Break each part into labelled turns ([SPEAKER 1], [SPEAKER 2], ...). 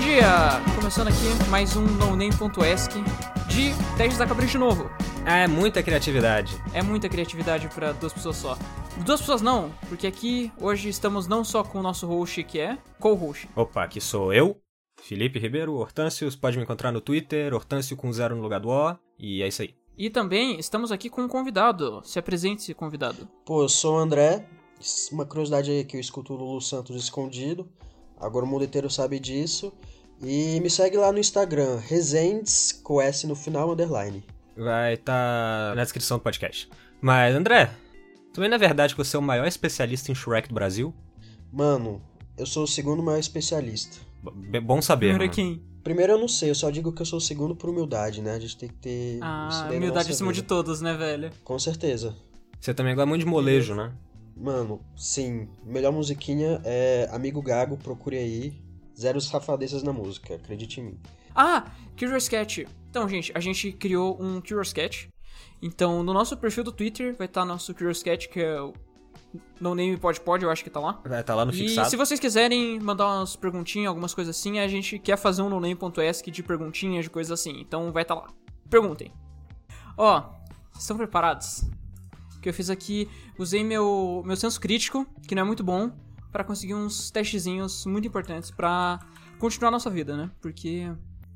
[SPEAKER 1] dia! Começando aqui mais um NoName.esc de 10 da Capricho de novo.
[SPEAKER 2] Ah, é muita criatividade.
[SPEAKER 1] É muita criatividade pra duas pessoas só. Duas pessoas não, porque aqui hoje estamos não só com o nosso host que é co-host.
[SPEAKER 2] Opa, aqui sou eu, Felipe Ribeiro, Hortâncio. Pode me encontrar no Twitter, Hortâncio com zero no lugar do O. E é isso aí.
[SPEAKER 1] E também estamos aqui com um convidado. Se apresente, convidado.
[SPEAKER 3] Pô, eu sou o André. Uma curiosidade aí que eu escuto o Lulu Santos escondido. Agora o mundo inteiro sabe disso. E me segue lá no Instagram, Resendes, com S no final, underline.
[SPEAKER 2] Vai estar na descrição do podcast. Mas, André, também na verdade que você é o maior especialista em Shrek do Brasil?
[SPEAKER 3] Mano, eu sou o segundo maior especialista.
[SPEAKER 2] B- bom saber.
[SPEAKER 1] Primeiro
[SPEAKER 2] mano.
[SPEAKER 1] aqui.
[SPEAKER 3] Primeiro eu não sei, eu só digo que eu sou o segundo por humildade, né? A gente tem que ter... isso
[SPEAKER 1] Ah,
[SPEAKER 3] daí na
[SPEAKER 1] humildade
[SPEAKER 3] nossa
[SPEAKER 1] acima de
[SPEAKER 3] vida.
[SPEAKER 1] todos, né, velho?
[SPEAKER 3] Com certeza.
[SPEAKER 2] Você também gosta muito de molejo, né?
[SPEAKER 3] Mano, sim, melhor musiquinha é Amigo Gago, procure aí. Zero safadezas na música, acredite em mim.
[SPEAKER 1] Ah, Curious Cat. Então, gente, a gente criou um Curious Cat. Então, no nosso perfil do Twitter vai estar nosso Curious Cat, que é o No Name Pod Pod, eu acho que tá lá.
[SPEAKER 2] Vai estar lá no
[SPEAKER 1] E
[SPEAKER 2] fixado.
[SPEAKER 1] se vocês quiserem mandar umas perguntinhas, algumas coisas assim, a gente quer fazer um noname.esc de perguntinhas, de coisas assim. Então vai tá lá. Perguntem. Ó, estão preparados? O que eu fiz aqui, usei meu, meu senso crítico, que não é muito bom, pra conseguir uns testezinhos muito importantes pra continuar a nossa vida, né? Porque,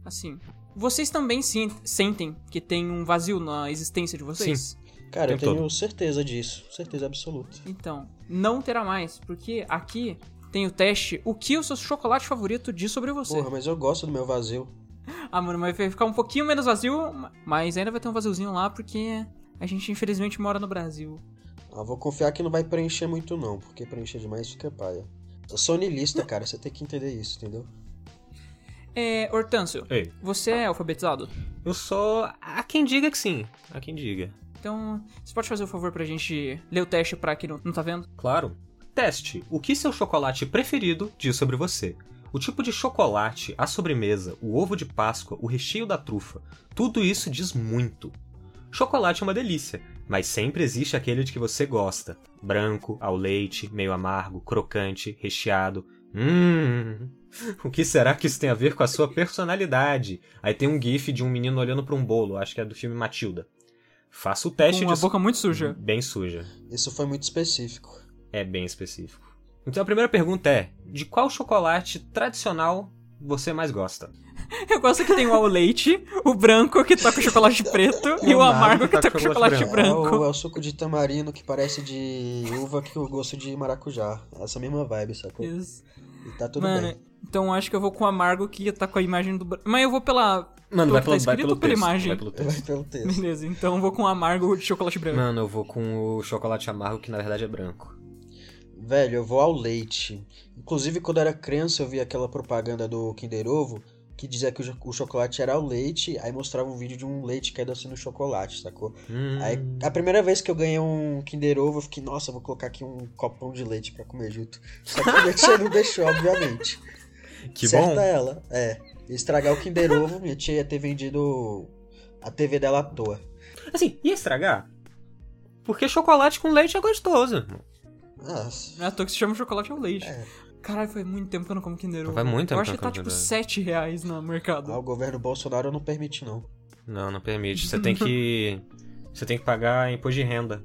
[SPEAKER 1] assim, vocês também sen- sentem que tem um vazio na existência de vocês? Sim.
[SPEAKER 3] Cara, eu
[SPEAKER 2] Tempo
[SPEAKER 3] tenho certeza disso, certeza absoluta.
[SPEAKER 1] Então, não terá mais, porque aqui tem o teste o que o seu chocolate favorito diz sobre você.
[SPEAKER 3] Porra, mas eu gosto do meu vazio.
[SPEAKER 1] Ah, mano, mas vai ficar um pouquinho menos vazio, mas ainda vai ter um vaziozinho lá, porque a gente infelizmente mora no Brasil.
[SPEAKER 3] Ah, vou confiar que não vai preencher muito não, porque preencher demais fica paia. Eu sou niilista, cara, você tem que entender isso, entendeu?
[SPEAKER 1] É, Hortâncio,
[SPEAKER 2] Ei,
[SPEAKER 1] você é alfabetizado?
[SPEAKER 2] eu sou. Há quem diga que sim. Há quem diga.
[SPEAKER 1] Então, você pode fazer o favor pra gente ler o teste pra quem não, não tá vendo?
[SPEAKER 2] Claro. Teste. O que seu chocolate preferido diz sobre você? O tipo de chocolate, a sobremesa, o ovo de Páscoa, o recheio da trufa. Tudo isso diz muito. Chocolate é uma delícia, mas sempre existe aquele de que você gosta. Branco, ao leite, meio amargo, crocante, recheado. Hum. O que será que isso tem a ver com a sua personalidade? Aí tem um gif de um menino olhando pra um bolo, acho que é do filme Matilda. Faça o teste
[SPEAKER 1] Com a
[SPEAKER 2] de
[SPEAKER 1] boca muito suja.
[SPEAKER 2] bem suja.
[SPEAKER 3] Isso foi muito específico.
[SPEAKER 2] É bem específico. Então a primeira pergunta é: de qual chocolate tradicional você mais gosta?
[SPEAKER 1] Eu gosto que tem o ao leite, o branco que tá com chocolate preto e o amargo que tá com chocolate
[SPEAKER 3] É
[SPEAKER 1] branco.
[SPEAKER 3] o, é o suco de tamarindo que parece de uva que eu gosto de maracujá. Essa mesma vibe, sacou? E
[SPEAKER 1] Isso.
[SPEAKER 3] tá tudo
[SPEAKER 1] Mano,
[SPEAKER 3] bem.
[SPEAKER 1] então acho que eu vou com o amargo que tá com a imagem do branco. Mas eu vou pela. Pelo
[SPEAKER 2] Mano,
[SPEAKER 1] vai que tá pela- vai escrito pelo ou pela texto? imagem?
[SPEAKER 2] Vai
[SPEAKER 1] Vai
[SPEAKER 2] pelo
[SPEAKER 3] Vai
[SPEAKER 2] texto.
[SPEAKER 3] pelo texto.
[SPEAKER 1] Beleza, então eu vou com o amargo de chocolate branco.
[SPEAKER 2] Mano, eu vou com o chocolate amargo que na verdade é branco.
[SPEAKER 3] Velho, eu vou ao leite. Inclusive, quando eu era criança, eu vi aquela propaganda do Kinder Ovo que dizia que o, jo- o chocolate era ao leite, aí mostrava um vídeo de um leite caindo assim no chocolate, sacou?
[SPEAKER 2] Hum,
[SPEAKER 3] Aí, a primeira vez que eu ganhei um Kinder Ovo, eu fiquei, nossa, eu vou colocar aqui um copão de leite pra comer junto. Só que a minha tia não deixou, obviamente.
[SPEAKER 2] que
[SPEAKER 3] Certa
[SPEAKER 2] bom.
[SPEAKER 3] ela, é. Estragar o Kinder Ovo, minha tia ia ter vendido a TV dela à toa.
[SPEAKER 2] Assim, ia estragar? Porque chocolate com leite é gostoso. irmão.
[SPEAKER 3] Nossa.
[SPEAKER 1] Não é à toa que se chama chocolate ao leite.
[SPEAKER 3] É.
[SPEAKER 1] Caralho, foi muito tempo que eu não como Kinder Ovo.
[SPEAKER 2] Faz muito
[SPEAKER 1] Eu
[SPEAKER 2] tempo
[SPEAKER 1] acho
[SPEAKER 2] que
[SPEAKER 1] que
[SPEAKER 2] eu
[SPEAKER 1] tá
[SPEAKER 2] não como
[SPEAKER 1] tipo
[SPEAKER 2] Kinder Ovo.
[SPEAKER 1] 7 reais no mercado.
[SPEAKER 3] Ah, o governo Bolsonaro não permite, não.
[SPEAKER 2] Não, não permite. Você tem que. Você tem que pagar imposto de renda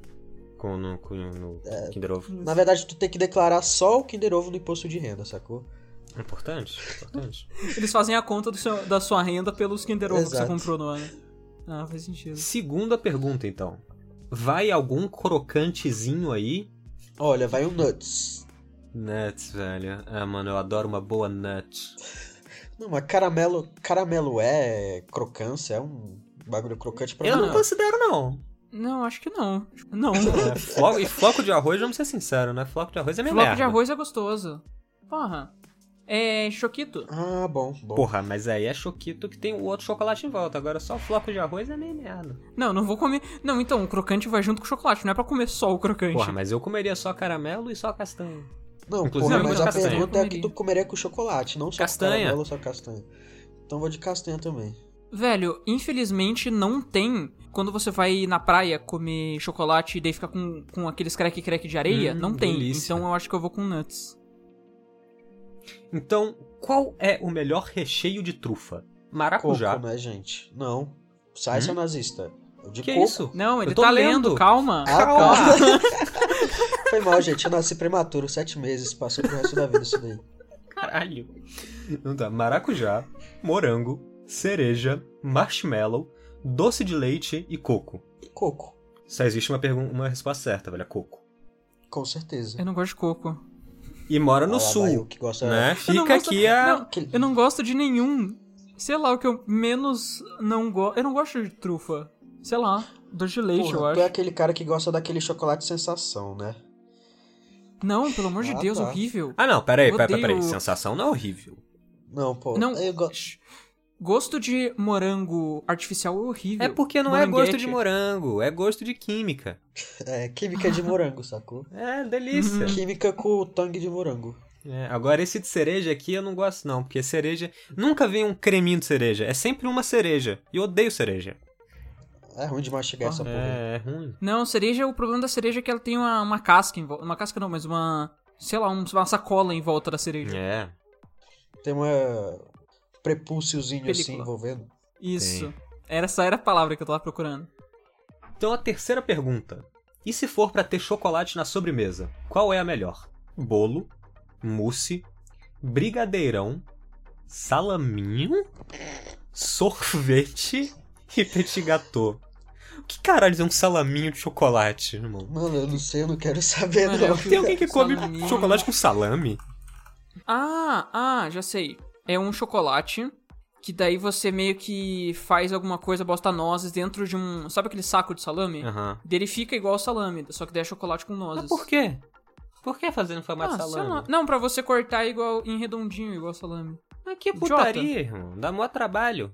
[SPEAKER 2] com, no, com- no Kinder Ovo.
[SPEAKER 3] Na verdade, tu tem que declarar só o Kinder Ovo no imposto de renda, sacou?
[SPEAKER 2] Importante, importante.
[SPEAKER 1] Eles fazem a conta do seu- da sua renda pelos Kinder Ovo que você
[SPEAKER 3] Exato.
[SPEAKER 1] comprou no ano. Ah, faz sentido.
[SPEAKER 2] Segunda pergunta, então. Vai algum crocantezinho aí?
[SPEAKER 3] Olha, vai um Nuts.
[SPEAKER 2] Nuts, velho. Ah, mano, eu adoro uma boa nut.
[SPEAKER 3] Não, mas caramelo, caramelo é crocância, é um bagulho crocante pra
[SPEAKER 2] Eu
[SPEAKER 3] mim.
[SPEAKER 2] não considero, não.
[SPEAKER 1] Não, acho que não. Não.
[SPEAKER 2] É, flo- e floco de arroz, vamos ser sinceros, né? Floco de arroz é minha
[SPEAKER 1] Floco
[SPEAKER 2] merda.
[SPEAKER 1] de arroz é gostoso. Porra. É. Choquito.
[SPEAKER 3] Ah, bom, bom.
[SPEAKER 2] Porra, mas aí é choquito que tem o outro chocolate em volta. Agora só floco de arroz é meio merda.
[SPEAKER 1] Não, não vou comer. Não, então, o crocante vai junto com o chocolate. Não é pra comer só o crocante.
[SPEAKER 2] Porra, mas eu comeria só caramelo e só castanha.
[SPEAKER 3] Não,
[SPEAKER 2] Inclusive,
[SPEAKER 3] porra,
[SPEAKER 1] eu
[SPEAKER 3] mas
[SPEAKER 1] gosto
[SPEAKER 3] a
[SPEAKER 1] de castanha.
[SPEAKER 3] pergunta é
[SPEAKER 1] Comeria.
[SPEAKER 3] que tu comeria com chocolate, não só
[SPEAKER 2] Castanha.
[SPEAKER 3] com caramelo, só castanha. Então vou de castanha também.
[SPEAKER 1] Velho, infelizmente não tem. Quando você vai na praia comer chocolate e daí fica com, com aqueles crack-crack de areia,
[SPEAKER 2] Hum,
[SPEAKER 1] não tem.
[SPEAKER 2] delícia.
[SPEAKER 1] Então eu acho que eu vou com nuts.
[SPEAKER 2] Então, Qual é o melhor recheio de trufa?
[SPEAKER 3] Coco,
[SPEAKER 2] Maracujá.
[SPEAKER 3] né, gente? Não. Sai, seu nazista. Eu de
[SPEAKER 2] Que
[SPEAKER 3] né?
[SPEAKER 2] é
[SPEAKER 3] coco.
[SPEAKER 2] isso?
[SPEAKER 1] Não, ele
[SPEAKER 2] Eu tô
[SPEAKER 1] tá
[SPEAKER 2] lendo.
[SPEAKER 1] lendo, calma.
[SPEAKER 3] Ah,
[SPEAKER 2] Calma.
[SPEAKER 3] tá. Foi mal, gente. Eu nasci prematuro, sete meses. Passou pro resto da vida isso daí.
[SPEAKER 2] Caralho. Não dá. Maracujá, morango, cereja, marshmallow, doce de leite e coco.
[SPEAKER 3] Coco,
[SPEAKER 2] Só existe uma, pergun- uma resposta certa, velho. É coco.
[SPEAKER 3] com certeza.
[SPEAKER 1] Eu não gosto de coco.
[SPEAKER 2] E mora É no
[SPEAKER 3] Ah, lá vai eu
[SPEAKER 2] sul,
[SPEAKER 3] que gosta...
[SPEAKER 2] né?
[SPEAKER 1] Eu não
[SPEAKER 2] Fica
[SPEAKER 1] gosto-
[SPEAKER 2] aqui a...
[SPEAKER 1] Não, eu não gosto de nenhum. Sei lá, o que eu menos não gosto. Eu não gosto de trufa. Sei lá, doce de leite, eu
[SPEAKER 3] Porra,
[SPEAKER 1] acho.
[SPEAKER 3] tu é aquele cara que gosta daquele chocolate sensação, né?
[SPEAKER 1] Não, pelo amor de
[SPEAKER 3] Ah,
[SPEAKER 1] Deus,
[SPEAKER 3] tá.
[SPEAKER 1] horrível.
[SPEAKER 2] Ah, não. Peraí, peraí,
[SPEAKER 1] Odeio-
[SPEAKER 2] peraí. Sensação não é horrível.
[SPEAKER 3] Não, pô.
[SPEAKER 1] Não.
[SPEAKER 3] Eu go-
[SPEAKER 1] Gosto de morango artificial é horrível.
[SPEAKER 2] É porque não é gosto de morango, é gosto de química.
[SPEAKER 3] É, química de morango, sacou?
[SPEAKER 2] É, delícia.
[SPEAKER 3] Química com o tangue de morango.
[SPEAKER 2] É, agora esse de cereja aqui eu não gosto não, porque cereja... Nunca vem um creminho de cereja, é sempre uma cereja. E eu odeio cereja.
[SPEAKER 3] É ruim de mastigar essa porra.
[SPEAKER 2] É, é ruim.
[SPEAKER 1] Não, cereja, o problema da cereja é que ela tem uma, uma casca em volta. Uma casca não, mas uma. Sei lá, um- uma sacola em volta da cereja.
[SPEAKER 2] É.
[SPEAKER 3] Tem uma prepúciozinho assim
[SPEAKER 1] Película.
[SPEAKER 3] envolvendo.
[SPEAKER 1] Isso. Era, essa era a palavra que eu tava procurando.
[SPEAKER 2] Então a terceira pergunta. E se for pra ter chocolate na sobremesa, qual é a melhor? Bolo, mousse, brigadeirão, salaminho, sorvete e petit gâteau. O que caralho é um salaminho de chocolate, irmão?
[SPEAKER 3] Mano, eu não sei, eu não quero saber,
[SPEAKER 1] Mano, é um
[SPEAKER 3] não.
[SPEAKER 1] eu-
[SPEAKER 2] Tem alguém que come
[SPEAKER 1] Salaminho.
[SPEAKER 2] chocolate com salame?
[SPEAKER 1] Ah, ah, já sei. É um chocolate que daí você meio que faz alguma coisa, bosta nozes dentro de um. Sabe aquele saco de salame?
[SPEAKER 2] Aham.
[SPEAKER 1] Ele fica igual ao salame, só que daí é chocolate com nozes.
[SPEAKER 2] quê? Por que fazendo formato
[SPEAKER 1] Ah, sei lá. Não, pra você cortar é igual em redondinho, igual salame.
[SPEAKER 2] Mas que
[SPEAKER 1] Idiota.
[SPEAKER 2] putaria, irmão. Dá mó trabalho.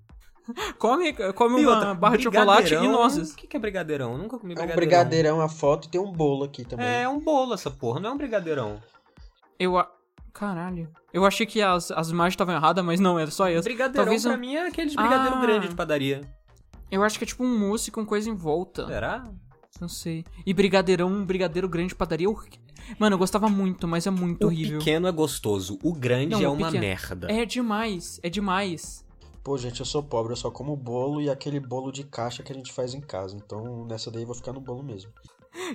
[SPEAKER 1] Come, come
[SPEAKER 2] E
[SPEAKER 1] uma
[SPEAKER 2] outra,
[SPEAKER 1] barra de chocolate e
[SPEAKER 2] brigadeirão,
[SPEAKER 1] nozes.
[SPEAKER 2] O que que é brigadeirão? Eu nunca comi
[SPEAKER 3] É um
[SPEAKER 2] brigadeirão.
[SPEAKER 3] brigadeirão a foto e tem um bolo aqui também.
[SPEAKER 2] É, é um bolo essa porra, não é um brigadeirão.
[SPEAKER 1] Eu a... Caralho. Eu achei que as, as imagens estavam erradas, mas não, era só essa.
[SPEAKER 2] Brigadeirão
[SPEAKER 1] Talvez
[SPEAKER 2] pra
[SPEAKER 1] um-
[SPEAKER 2] mim é aquele de brigadeiro
[SPEAKER 1] Ah.
[SPEAKER 2] grande de padaria.
[SPEAKER 1] Eu acho que é tipo um mousse com coisa em volta.
[SPEAKER 2] Será?
[SPEAKER 1] Não sei. E brigadeirão, um brigadeiro grande de padaria. é horri- Mano, eu gostava muito, mas é muito horrível.
[SPEAKER 2] O pequeno é gostoso, o grande
[SPEAKER 1] Não,
[SPEAKER 2] é
[SPEAKER 1] o
[SPEAKER 2] uma
[SPEAKER 1] pequeno.
[SPEAKER 2] merda.
[SPEAKER 1] É demais, é demais.
[SPEAKER 3] Pô, gente, eu sou pobre, eu só como bolo e aquele bolo de caixa que a gente faz em casa. Então, nessa daí eu vou ficar no bolo mesmo.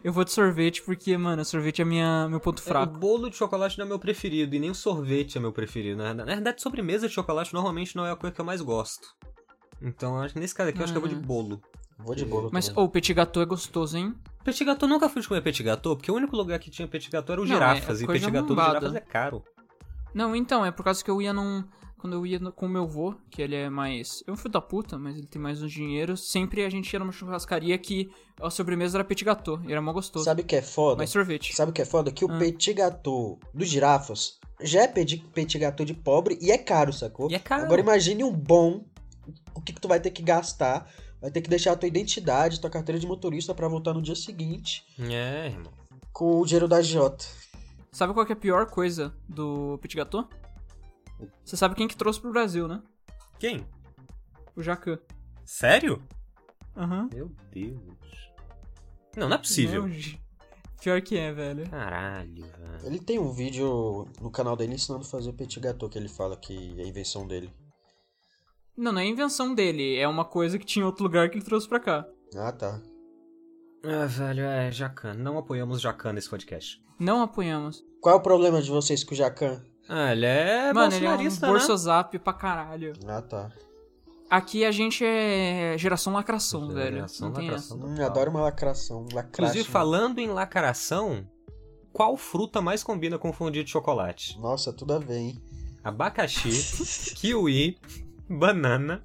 [SPEAKER 1] Eu vou de sorvete porque, mano, sorvete é minha, meu ponto
[SPEAKER 2] O
[SPEAKER 1] fraco.
[SPEAKER 2] bolo de chocolate não é meu preferido, e nem o sorvete é meu preferido. Na verdade, na verdade, sobremesa de chocolate normalmente não é a coisa que eu mais gosto. Então, acho que nesse caso aqui, eu acho que eu vou de
[SPEAKER 1] Uhum.
[SPEAKER 2] bolo.
[SPEAKER 3] Vou de bolo
[SPEAKER 1] Mas,
[SPEAKER 3] também.
[SPEAKER 1] ô, o petit gâteau é gostoso, hein?
[SPEAKER 2] Petit gâteau, nunca fui de comer petit gâteau, porque o único lugar que tinha petit gâteau era o
[SPEAKER 1] Não, é
[SPEAKER 2] girafas, e
[SPEAKER 1] coisa
[SPEAKER 2] petit gâteau do
[SPEAKER 1] arrombada.
[SPEAKER 2] girafas é caro.
[SPEAKER 1] Não, então, é por causa que eu ia num. Quando eu ia no- com o meu vô, que ele é mais. Eu fui da puta, mas ele tem mais uns dinheiro. Sempre a gente ia numa churrascaria que a sobremesa era petit gâteau. E era mó gostoso.
[SPEAKER 3] Sabe o que é foda?
[SPEAKER 1] Mas sorvete.
[SPEAKER 3] Sabe o que é foda? Que o
[SPEAKER 1] Ah.
[SPEAKER 3] petit gâteau dos girafas já é pedi- petit gâteau de pobre e é caro, sacou?
[SPEAKER 2] E é caro.
[SPEAKER 3] Agora imagine um bom, o que, que tu vai ter que gastar, vai ter que deixar a tua identidade, tua carteira de motorista pra voltar no dia seguinte
[SPEAKER 2] É, irmão.
[SPEAKER 3] com o dinheiro da Jota.
[SPEAKER 1] Sabe qual que é a pior coisa do petit gâteau? Você sabe quem que trouxe pro Brasil, né?
[SPEAKER 2] Quem?
[SPEAKER 1] O Jacan.
[SPEAKER 2] Sério?
[SPEAKER 1] Aham.
[SPEAKER 2] Meu Deus. Não, não é possível.
[SPEAKER 1] Não, gente. Pior que é, velho.
[SPEAKER 2] Caralho, velho.
[SPEAKER 3] Ele tem um vídeo no canal dele ensinando a fazer petit gâteau, que ele fala que é invenção dele.
[SPEAKER 1] Não, não é invenção dele. É uma coisa que tinha em outro lugar que ele trouxe pra cá.
[SPEAKER 3] Ah, tá.
[SPEAKER 2] Ah, velho, é, Jacan. Não apoiamos Jacan nesse podcast.
[SPEAKER 1] Não apoiamos.
[SPEAKER 3] Qual é o problema de vocês com o Jacan?
[SPEAKER 2] Ah, ele é
[SPEAKER 1] Mano, ele é um
[SPEAKER 2] bolsonarista, né?
[SPEAKER 1] borsozap pra caralho.
[SPEAKER 3] Ah, tá.
[SPEAKER 1] Aqui a gente é geração lacração, velho.
[SPEAKER 2] Geração
[SPEAKER 1] não tem
[SPEAKER 2] é um lacração.
[SPEAKER 3] Hum,
[SPEAKER 2] Total.
[SPEAKER 3] adoro uma lacração. um Lacração.
[SPEAKER 2] Inclusive, falando em lacração, qual fruta mais combina com fondue de chocolate?
[SPEAKER 3] Nossa, tudo a ver, hein?
[SPEAKER 2] Abacaxi, kiwi, banana,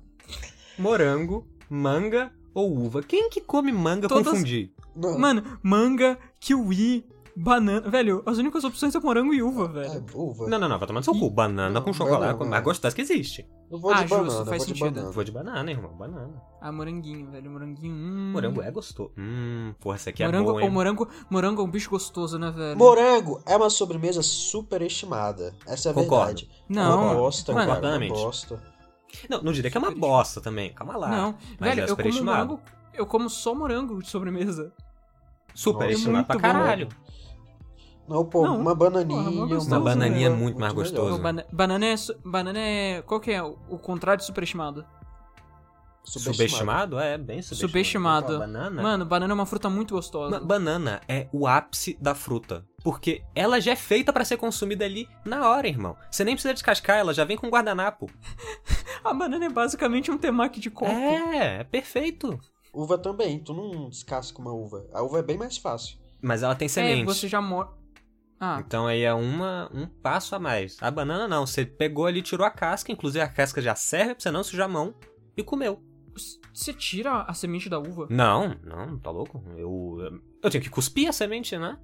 [SPEAKER 2] morango, manga ou uva? Quem que come manga com
[SPEAKER 1] Todas-
[SPEAKER 2] fondue?
[SPEAKER 1] essa.
[SPEAKER 3] Não.
[SPEAKER 1] Mano, manga, kiwi, banana. Velho, as únicas opções são morango e uva,
[SPEAKER 3] É,
[SPEAKER 1] velho.
[SPEAKER 3] uva.
[SPEAKER 2] Não, não, não, vai tomar no seu cu. Banana
[SPEAKER 3] Não,
[SPEAKER 2] com chocolate,
[SPEAKER 3] banana,
[SPEAKER 2] com- mais
[SPEAKER 3] banana.
[SPEAKER 2] gostosa que existe.
[SPEAKER 3] Eu vou
[SPEAKER 1] Ah,
[SPEAKER 3] de
[SPEAKER 1] justo,
[SPEAKER 3] banana, eu
[SPEAKER 1] faz
[SPEAKER 3] vou de
[SPEAKER 1] sentido.
[SPEAKER 3] banana.
[SPEAKER 2] Vou de banana, irmão, banana.
[SPEAKER 1] Ah, moranguinho, velho. Moranguinho. Hum.
[SPEAKER 2] Morango é gostoso. Hum, porra, essa aqui é
[SPEAKER 1] morango,
[SPEAKER 2] boa, hein?
[SPEAKER 1] ô, morango, morango é um bicho gostoso, né, velho?
[SPEAKER 3] Morango é uma sobremesa superestimada. Essa é a
[SPEAKER 2] Concordo.
[SPEAKER 3] verdade. Uma
[SPEAKER 1] Não.
[SPEAKER 3] bosta,
[SPEAKER 1] mano.
[SPEAKER 3] cara. Uma
[SPEAKER 2] Completamente.
[SPEAKER 3] bosta.
[SPEAKER 2] Não, não diria que é uma
[SPEAKER 1] Super
[SPEAKER 2] bosta também. Calma lá.
[SPEAKER 1] Não.
[SPEAKER 2] Mas
[SPEAKER 1] velho,
[SPEAKER 2] é
[SPEAKER 1] eu como
[SPEAKER 2] superestimado.
[SPEAKER 1] morango. Eu como só morango de sobremesa.
[SPEAKER 2] Super
[SPEAKER 3] Nossa,
[SPEAKER 2] estimado
[SPEAKER 1] É muito
[SPEAKER 2] pra
[SPEAKER 1] bom.
[SPEAKER 2] caralho.
[SPEAKER 3] Não, pô,
[SPEAKER 1] Não,
[SPEAKER 3] uma bananinha. um
[SPEAKER 1] porra, mó
[SPEAKER 3] uma
[SPEAKER 1] gostoso,
[SPEAKER 2] Uma
[SPEAKER 1] Não,
[SPEAKER 2] bananinha é
[SPEAKER 1] não,
[SPEAKER 2] muito mais
[SPEAKER 3] melhor.
[SPEAKER 2] gostoso.
[SPEAKER 1] Não, bana- banana é. su- Banana é. Qual que é o, o contrário de superestimado?
[SPEAKER 2] Subestimado? É, bem subestimado.
[SPEAKER 1] Subestimado.
[SPEAKER 2] Então, Banana?
[SPEAKER 1] Mano, banana é uma fruta muito
[SPEAKER 2] Ma-
[SPEAKER 1] gostosa.
[SPEAKER 2] banana é o ápice da fruta. Porque ela já é feita pra ser consumida ali na hora, irmão. Você nem precisa descascar, ela já vem com guardanapo.
[SPEAKER 1] A banana é basicamente um temaki de coco.
[SPEAKER 2] É, é perfeito.
[SPEAKER 3] Uva também, tu não descasca uma uva. A uva é bem mais fácil.
[SPEAKER 2] Mas ela tem
[SPEAKER 1] É,
[SPEAKER 2] semente.
[SPEAKER 1] você já mora. Ah,
[SPEAKER 2] Então aí é uma, um passo a mais. A banana não, você pegou ali, tirou a casca, inclusive a casca já serve pra você não sujar a mão e comeu.
[SPEAKER 1] c- você tira a semente da uva?
[SPEAKER 2] Não, não, tá louco? Eu, eu tenho que cuspir a semente, né?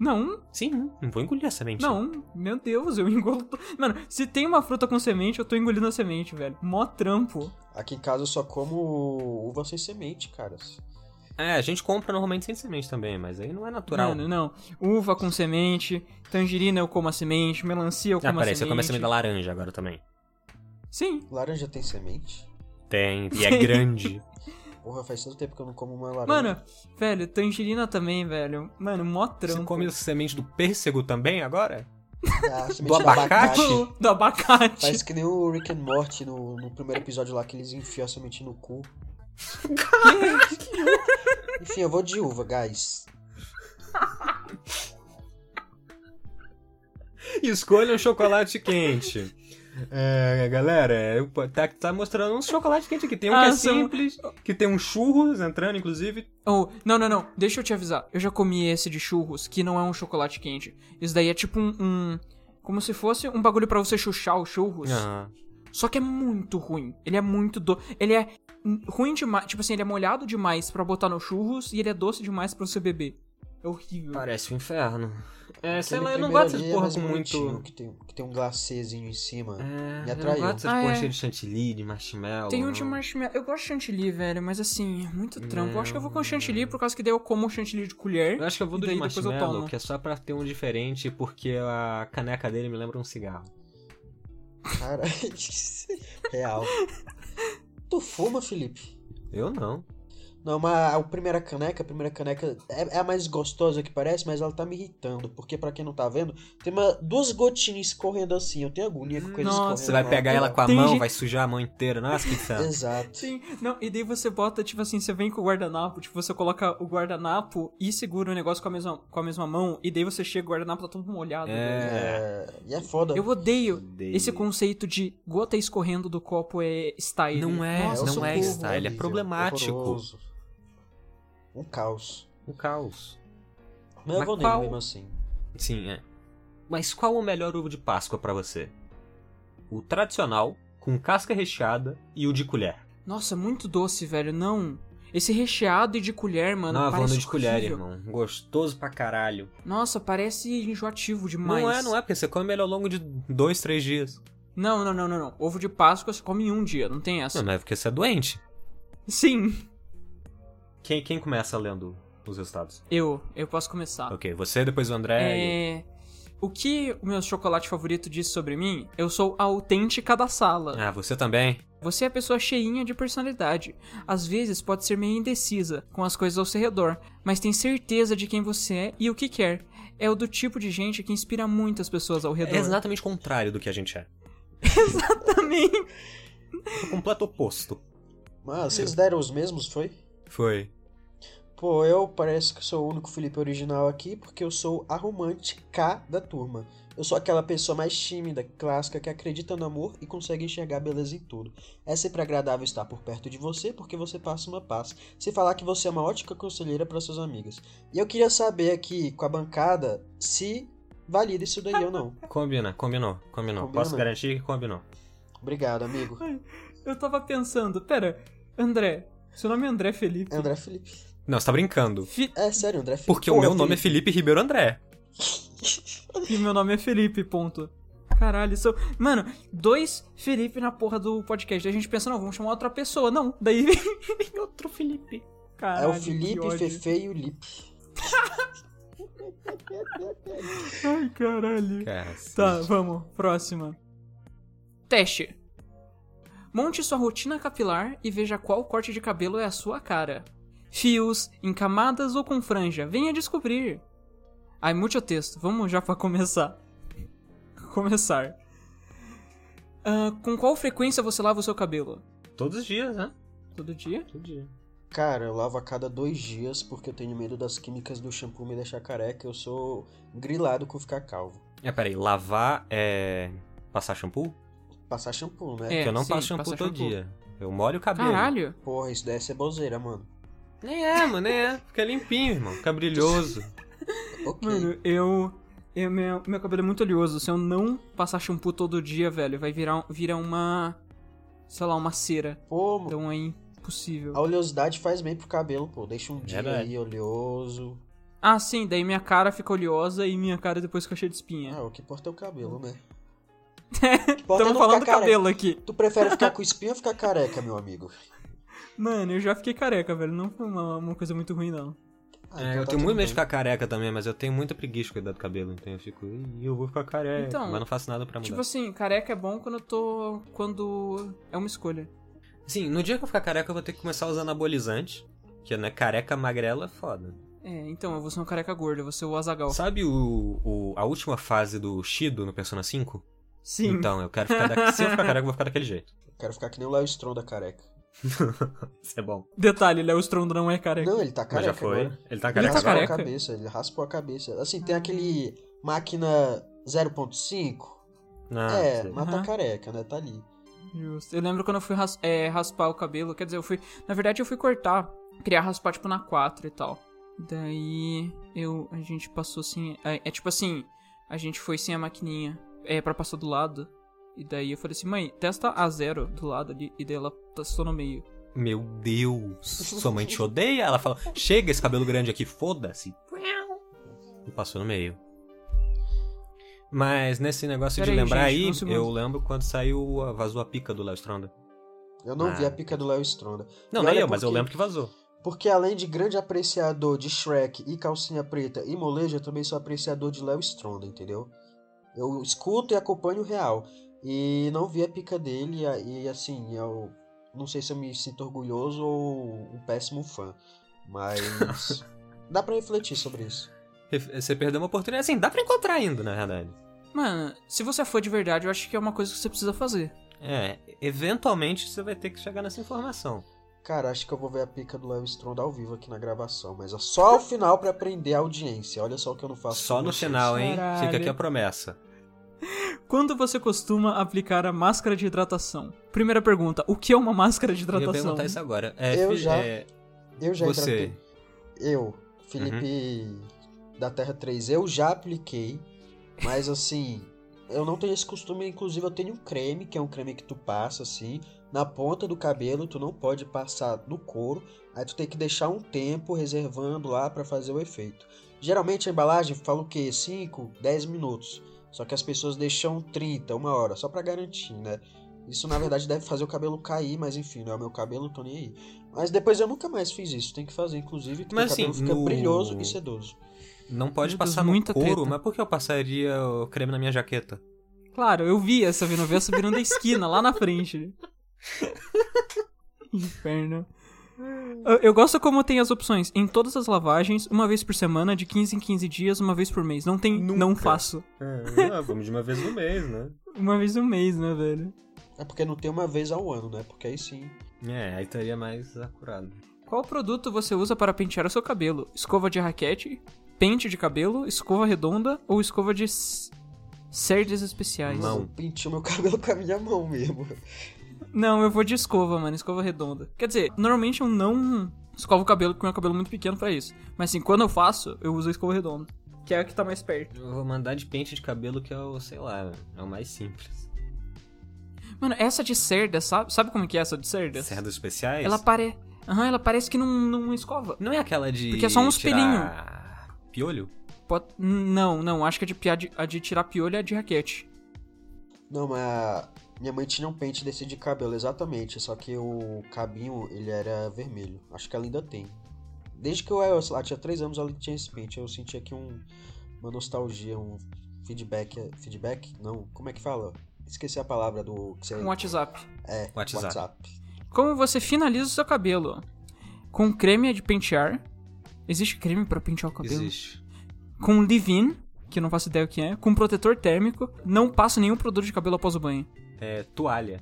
[SPEAKER 1] Não,
[SPEAKER 2] Sim, não vou engolir a semente.
[SPEAKER 1] não. Meu Deus, eu engolo. to- Mano, se tem uma fruta com semente, eu tô engolindo a semente, velho. Mó trampo.
[SPEAKER 3] Aqui em casa eu só como uva sem semente, cara.
[SPEAKER 2] É, a gente compra normalmente sem semente também, mas aí não é natural.
[SPEAKER 1] Mano, né? não. Uva com semente, tangerina eu como a semente, melancia eu
[SPEAKER 2] ah,
[SPEAKER 1] como a
[SPEAKER 2] peraí,
[SPEAKER 1] semente.
[SPEAKER 2] você come a um- semente da laranja agora também.
[SPEAKER 1] Sim.
[SPEAKER 3] Laranja tem semente?
[SPEAKER 2] Tem, e é grande.
[SPEAKER 3] Porra, faz tanto tempo que eu não como uma laranja.
[SPEAKER 1] Mano, velho, tangerina também, velho. Mano, mó trampo.
[SPEAKER 2] você come a semente do pêssego também agora?
[SPEAKER 3] Ah, semente
[SPEAKER 2] do abacate?
[SPEAKER 1] Do abacate.
[SPEAKER 3] Parece que nem o Rick and Morty no, no primeiro episódio lá que eles enfiam a semente no cu. Enfim, eu vou de uva, guys.
[SPEAKER 2] Escolha um chocolate quente. É, galera, eu- tá, tá mostrando uns chocolate quente aqui. Tem um
[SPEAKER 1] Ah,
[SPEAKER 2] que é
[SPEAKER 1] são-
[SPEAKER 2] simples, que tem um churros entrando, inclusive.
[SPEAKER 1] Oh, não, não, não. Deixa eu te avisar. Eu já comi esse de churros, que não é um chocolate quente. Isso daí é tipo um. um- como se fosse um bagulho pra você chuchar os churros.
[SPEAKER 2] Ah.
[SPEAKER 1] Só que é muito ruim. Ele é muito do. Ele é hum, ruim demais. Tipo assim, ele é molhado demais pra botar no churros e ele é doce demais pra você beber. É horrível.
[SPEAKER 2] Parece o inferno. É, sei
[SPEAKER 3] Aquele
[SPEAKER 2] lá, eu não
[SPEAKER 3] primeiro
[SPEAKER 2] gosto
[SPEAKER 3] ali
[SPEAKER 2] dessas
[SPEAKER 3] é
[SPEAKER 2] porra
[SPEAKER 3] mais
[SPEAKER 2] com
[SPEAKER 3] bonitinho,
[SPEAKER 2] muito.
[SPEAKER 3] Que tem, que tem um glacezinho em cima.
[SPEAKER 2] É,
[SPEAKER 3] Me
[SPEAKER 2] eu não
[SPEAKER 3] atraiu.
[SPEAKER 2] gosto dessas
[SPEAKER 1] Ah,
[SPEAKER 2] porra
[SPEAKER 1] é.
[SPEAKER 2] cheias de chantilly, de marshmallow.
[SPEAKER 1] Tem um de
[SPEAKER 2] não.
[SPEAKER 1] marshmallow. Eu gosto de chantilly, velho, mas assim, é muito trampo. Eu acho que eu vou com
[SPEAKER 2] Não.
[SPEAKER 1] chantilly por causa que daí eu como chantilly de colher.
[SPEAKER 2] Eu acho que eu vou
[SPEAKER 1] E
[SPEAKER 2] do
[SPEAKER 1] daí
[SPEAKER 2] de
[SPEAKER 1] depois eu
[SPEAKER 2] marshmallow,
[SPEAKER 1] tomo.
[SPEAKER 2] que é só pra ter um diferente, porque a caneca dele me lembra um cigarro.
[SPEAKER 3] Cara, é real. Tu fuma, Felipe?
[SPEAKER 2] Eu não.
[SPEAKER 3] Não, mas a primeira caneca, a primeira caneca é, é a mais gostosa que parece, mas ela tá me irritando. Porque, pra quem não tá vendo, tem uma, duas gotinhas escorrendo assim. Eu tenho agonia com aqueles
[SPEAKER 1] Nossa.
[SPEAKER 3] escorrendo.
[SPEAKER 2] Você vai
[SPEAKER 3] na
[SPEAKER 2] pegar ela
[SPEAKER 3] lateral.
[SPEAKER 2] com a
[SPEAKER 1] Tem
[SPEAKER 2] mão,
[SPEAKER 1] gente-
[SPEAKER 2] vai sujar a mão inteira. Nossa, que inferno.
[SPEAKER 3] É, Exato.
[SPEAKER 1] Sim, não, e daí você bota, tipo assim, você vem com o guardanapo, tipo, você coloca o guardanapo e segura o negócio com a mesma, com a mesma mão, e daí você chega, o guardanapo tá todo molhado. velho.
[SPEAKER 2] É.
[SPEAKER 3] É, e é foda.
[SPEAKER 1] Eu odeio
[SPEAKER 2] Odeio.
[SPEAKER 1] esse é conceito de gota escorrendo do copo é style.
[SPEAKER 2] Não é,
[SPEAKER 1] Nossa,
[SPEAKER 2] não é
[SPEAKER 1] socorro.
[SPEAKER 2] style. é
[SPEAKER 3] horrível,
[SPEAKER 2] problemático.
[SPEAKER 3] horroroso. Um caos.
[SPEAKER 2] O caos.
[SPEAKER 3] Mas eu
[SPEAKER 2] Mas
[SPEAKER 3] vou nele
[SPEAKER 2] qual-
[SPEAKER 3] mesmo assim.
[SPEAKER 2] Sim, é. Mas qual o melhor ovo de Páscoa pra você? O tradicional, com casca recheada, e o de colher.
[SPEAKER 1] Nossa, muito doce, velho, não. Esse recheado e de colher, mano,
[SPEAKER 2] não, eu vou
[SPEAKER 1] parece
[SPEAKER 2] no de colher,
[SPEAKER 1] horrível.
[SPEAKER 2] irmão. Gostoso pra caralho.
[SPEAKER 1] Nossa, parece enjoativo demais.
[SPEAKER 2] Não é, não é, porque você come ele ao longo de dois, três dias.
[SPEAKER 1] Não, não, não, não, não. Ovo de Páscoa você come em um dia, não tem essa.
[SPEAKER 2] Não, não é porque você é doente.
[SPEAKER 1] Sim,
[SPEAKER 2] Quem, quem começa lendo os resultados?
[SPEAKER 1] eu, eu posso começar.
[SPEAKER 2] Ok, você, depois o André. e-
[SPEAKER 1] Ah. É. O que o meu chocolate favorito diz sobre mim? Eu sou a autêntica da sala.
[SPEAKER 2] Ah, você também.
[SPEAKER 1] Você é a pessoa cheinha de personalidade. Às vezes pode ser meio indecisa com as coisas ao seu redor, mas tem certeza de quem você é e o que quer. É o do tipo de gente que inspira muitas pessoas ao redor.
[SPEAKER 2] É exatamente o contrário do que a gente é.
[SPEAKER 1] Exatamente.
[SPEAKER 2] O completo oposto.
[SPEAKER 3] Mas vocês deram os mesmos, foi?
[SPEAKER 2] Foi.
[SPEAKER 3] Pô, eu parece que sou o único Felipe original aqui, porque eu sou a romântica da turma. Eu sou aquela pessoa mais tímida, clássica, que acredita no amor e consegue enxergar beleza em tudo. É sempre agradável estar por perto de você, porque você passa uma paz. Se falar que você é uma ótima conselheira para suas amigas. E eu queria saber aqui, com a bancada, se valida isso daí ou não.
[SPEAKER 2] Combina, combinou, combinou.
[SPEAKER 3] Combina.
[SPEAKER 2] Posso garantir que combinou.
[SPEAKER 3] Obrigado, amigo.
[SPEAKER 1] Eu tava pensando, pera, André, seu nome é André Felipe.
[SPEAKER 3] André Felipe.
[SPEAKER 2] Não, você tá brincando.
[SPEAKER 1] Fi-
[SPEAKER 3] É sério, André Felipe.
[SPEAKER 2] Porque o meu nome é Felipe Ribeiro André.
[SPEAKER 1] E meu nome é Felipe, ponto. Caralho, são. Mano, dois Felipe na porra do podcast. Daí a gente pensa, não, vamos chamar outra pessoa. Não, daí vem, vem outro Felipe.
[SPEAKER 3] É
[SPEAKER 1] Caralho,
[SPEAKER 3] o Felipe,
[SPEAKER 1] que ódio.
[SPEAKER 3] Fefe e o Lipe.
[SPEAKER 1] Ai, caralho.
[SPEAKER 2] Cara,
[SPEAKER 1] Tá, vamos, próxima. Teste. Monte sua rotina capilar e veja qual corte de cabelo é a sua cara. Fios, em camadas ou com franja, venha descobrir. Ai, muito texto. Vamos já pra começar. começar. Ah, com qual frequência você lava o seu cabelo?
[SPEAKER 2] Todos os dias, né?
[SPEAKER 1] Todo dia?
[SPEAKER 2] Todo dia.
[SPEAKER 3] Cara, eu lavo a cada dois dias porque eu tenho medo das químicas do shampoo me deixar careca. Eu sou grilado com ficar calvo.
[SPEAKER 2] É, peraí, lavar é. Passar shampoo?
[SPEAKER 3] Passar shampoo, né?
[SPEAKER 1] É,
[SPEAKER 2] Porque eu não
[SPEAKER 1] sim,
[SPEAKER 2] passo shampoo
[SPEAKER 1] passar
[SPEAKER 2] todo
[SPEAKER 1] shampoo.
[SPEAKER 2] dia. Eu molho o cabelo.
[SPEAKER 1] Caralho.
[SPEAKER 3] Porra, isso daí é ceboseira, mano.
[SPEAKER 2] Nem é, mano, nem é. Fica limpinho, irmão. Fica brilhoso.
[SPEAKER 3] Ok.
[SPEAKER 1] Mano, eu. eu- meu, meu cabelo é muito oleoso. Se eu não passar shampoo todo dia, velho, vai virar um- vira uma. Sei lá, uma cera.
[SPEAKER 3] Pô, mano,
[SPEAKER 1] Então é impossível.
[SPEAKER 3] a oleosidade faz bem pro cabelo, pô. Deixa um dia
[SPEAKER 2] Verdade.
[SPEAKER 3] aí oleoso.
[SPEAKER 1] Ah, sim, daí minha cara fica oleosa e minha cara depois fica cheia de espinha.
[SPEAKER 3] Ah, o que importa é o cabelo, né? Importa é
[SPEAKER 1] Estamos
[SPEAKER 3] não
[SPEAKER 1] falando do
[SPEAKER 3] ficar careca.
[SPEAKER 1] cabelo aqui.
[SPEAKER 3] Tu prefere ficar com espinha ou ficar careca, meu amigo?
[SPEAKER 1] Mano, eu já fiquei careca, velho. Não foi uma, uma coisa muito ruim, não.
[SPEAKER 3] Ah,
[SPEAKER 2] É, eu
[SPEAKER 3] então tá
[SPEAKER 2] tenho
[SPEAKER 3] tudo
[SPEAKER 2] muito medo
[SPEAKER 3] bem.
[SPEAKER 2] de ficar careca também, mas eu tenho muita preguiça de cuidar do cabelo. Então eu fico, "Ih, eu vou ficar careca.
[SPEAKER 1] Então,
[SPEAKER 2] mas não faço nada pra mudar.
[SPEAKER 1] Tipo assim, careca é bom quando eu tô. Quando. É uma escolha.
[SPEAKER 2] Sim, no dia que eu ficar careca, eu vou ter que começar usando anabolizante. Que né, careca magrela é foda.
[SPEAKER 1] É, então, eu vou ser um careca gordo, eu vou ser o Azagal.
[SPEAKER 3] Então.
[SPEAKER 2] Sabe o, o- a última fase do Shido no Persona 5?
[SPEAKER 1] Sim.
[SPEAKER 2] Então, eu quero ficar da... Se eu ficar careca, eu vou ficar daquele jeito.
[SPEAKER 3] Quero ficar que nem o Léo Stronda careca.
[SPEAKER 2] Isso é bom.
[SPEAKER 1] Detalhe, Léo Strondo não é careca.
[SPEAKER 3] Não, ele tá
[SPEAKER 2] Mas
[SPEAKER 3] careca
[SPEAKER 2] já foi.
[SPEAKER 3] agora.
[SPEAKER 2] Ele tá
[SPEAKER 1] Ele tá
[SPEAKER 2] careca
[SPEAKER 3] raspou
[SPEAKER 2] agora?
[SPEAKER 1] careca.
[SPEAKER 3] a cabeça, ele raspou a cabeça. Assim, tem aquele máquina 0.5.
[SPEAKER 2] Ah,
[SPEAKER 3] é,
[SPEAKER 2] sei.
[SPEAKER 3] mas tá
[SPEAKER 1] Aham.
[SPEAKER 3] careca, né? Tá ali.
[SPEAKER 1] Justo. Eu lembro quando eu fui ras- é, raspar o cabelo, quer dizer, eu fui. Na verdade, eu fui cortar. Queria raspar, tipo, na 4 e tal. Daí eu. A gente passou sem. É, é tipo assim, a gente foi sem a maquininha é, pra passar do lado. E daí eu falei assim, mãe, testa a zero do lado ali. E daí ela testou no meio.
[SPEAKER 2] Meu Deus, sua mãe te odeia? Ela fala, chega esse cabelo grande aqui, foda-se. E passou no meio. Mas nesse negócio de
[SPEAKER 1] Pera aí,
[SPEAKER 2] lembrar
[SPEAKER 1] gente, um
[SPEAKER 2] aí,
[SPEAKER 1] segundo.
[SPEAKER 2] eu lembro quando saiu, a- vazou a pica do Léo Stronda.
[SPEAKER 3] Eu não
[SPEAKER 2] Ah.
[SPEAKER 3] vi a pica do Léo Stronda.
[SPEAKER 2] Não,
[SPEAKER 3] E
[SPEAKER 2] nem
[SPEAKER 3] olha
[SPEAKER 2] eu, mas eu
[SPEAKER 3] é porque-
[SPEAKER 2] lembro que vazou.
[SPEAKER 3] Porque além de grande apreciador de Shrek e calcinha preta e molejo, eu também sou apreciador de Léo Stronda, entendeu? Eu escuto e acompanho o real. E não vi a pica dele, e assim, eu não sei se eu me sinto orgulhoso ou um péssimo fã. Mas dá pra refletir sobre isso.
[SPEAKER 2] Ref- Você perdeu uma oportunidade. Assim, dá pra encontrar ainda, na verdade.
[SPEAKER 1] Mano, se você for de verdade, eu acho que é uma coisa que você precisa fazer.
[SPEAKER 2] É, eventualmente você vai ter que chegar nessa informação.
[SPEAKER 3] Cara, acho que eu vou ver a pica do Léo Stronda ao vivo aqui na gravação, mas é só ao final pra prender a audiência. Olha só o que eu não faço.
[SPEAKER 2] Só
[SPEAKER 3] com
[SPEAKER 2] no
[SPEAKER 3] vocês.
[SPEAKER 2] final, hein?
[SPEAKER 1] Caralho.
[SPEAKER 2] Fica aqui a promessa.
[SPEAKER 1] Quando você costuma aplicar a máscara de hidratação? Primeira pergunta, o que é uma máscara de
[SPEAKER 2] Eu ia
[SPEAKER 1] hidratação?
[SPEAKER 2] perguntar isso agora. É,
[SPEAKER 3] Eu
[SPEAKER 2] fi-
[SPEAKER 3] já
[SPEAKER 2] é,
[SPEAKER 3] Eu já hidratei.
[SPEAKER 2] você.
[SPEAKER 3] Eu, Felipe
[SPEAKER 2] Uhum.
[SPEAKER 3] da Terra 3, eu já apliquei, mas assim, eu não tenho esse costume, inclusive eu tenho um creme, que é um creme que tu passa assim, na ponta do cabelo, tu não pode passar no couro, aí tu tem que deixar um tempo reservando lá pra fazer o efeito. Geralmente a embalagem fala o quê? 5, 10 minutos. Só que as pessoas deixam 30, uma hora, só pra garantir, né? Isso na verdade deve fazer o cabelo cair, mas enfim, não é o meu cabelo, tô nem aí. Mas depois eu nunca mais fiz isso. Tem que fazer, inclusive, que o
[SPEAKER 2] Mas,
[SPEAKER 3] cabelo
[SPEAKER 2] assim,
[SPEAKER 3] fica
[SPEAKER 2] no-
[SPEAKER 3] brilhoso e sedoso.
[SPEAKER 2] Não pode
[SPEAKER 1] Meu Deus,
[SPEAKER 2] passar no
[SPEAKER 1] muita
[SPEAKER 2] couro,
[SPEAKER 1] treta.
[SPEAKER 2] mas por que eu passaria o creme na minha jaqueta?
[SPEAKER 1] Claro, eu vi essa vindo, eu vi essa virando a esquina, lá na frente. Inferno. Eu- Eu gosto como tem as opções. Em todas as lavagens, uma vez por semana, de 15 em 15 dias, uma vez por mês. Não tem, não
[SPEAKER 2] Nunca.
[SPEAKER 1] faço.
[SPEAKER 2] É, vamos de uma vez no mês, né?
[SPEAKER 1] Uma vez no mês, né, velho?
[SPEAKER 3] É porque não tem uma vez ao ano, né? Porque aí sim.
[SPEAKER 2] É, aí estaria mais acurado.
[SPEAKER 1] Qual produto você usa para pentear o seu cabelo? Escova de raquete, pente de cabelo, escova redonda ou escova de s- cerdas especiais?
[SPEAKER 2] Mão.
[SPEAKER 3] Eu pintei o meu cabelo com a minha mão mesmo.
[SPEAKER 1] Não, eu vou de escova, mano, escova redonda. Quer dizer, normalmente eu não escovo o cabelo porque meu cabelo é muito pequeno pra isso. Mas assim, quando eu faço, eu uso a escova redonda, que é a que tá mais perto.
[SPEAKER 2] Eu vou mandar de pente de cabelo, que é o, sei lá, é o mais simples.
[SPEAKER 1] Mano, essa de cerda, sabe? Sabe como que é essa de cerda?
[SPEAKER 2] Cerdas especiais?
[SPEAKER 1] Ela parece. Aham, ela parece que não, não escova.
[SPEAKER 2] Não é aquela de.
[SPEAKER 1] Porque é só uns
[SPEAKER 2] tirar Piolho?
[SPEAKER 1] Po- Não, não, acho que a de, pia- a de tirar piolho é a de raquete.
[SPEAKER 3] Não, mas minha mãe tinha um pente desse de cabelo, exatamente. Só que o cabinho, ele era vermelho. Acho que ela ainda tem. Desde que eu, eu sei lá, tinha três anos, ela tinha esse pente. Eu senti aqui um, uma nostalgia, um feedback. Feedback? Não, como é que fala? Esqueci a palavra do que você.
[SPEAKER 1] Um WhatsApp.
[SPEAKER 3] É,
[SPEAKER 2] WhatsApp.
[SPEAKER 1] Como você finaliza o seu cabelo? Com creme de pentear. Existe creme pra pentear o cabelo?
[SPEAKER 2] Existe.
[SPEAKER 1] com leave-in, que eu não faço ideia o que é, com protetor térmico, não passo nenhum produto de cabelo após o banho.
[SPEAKER 2] É, toalha.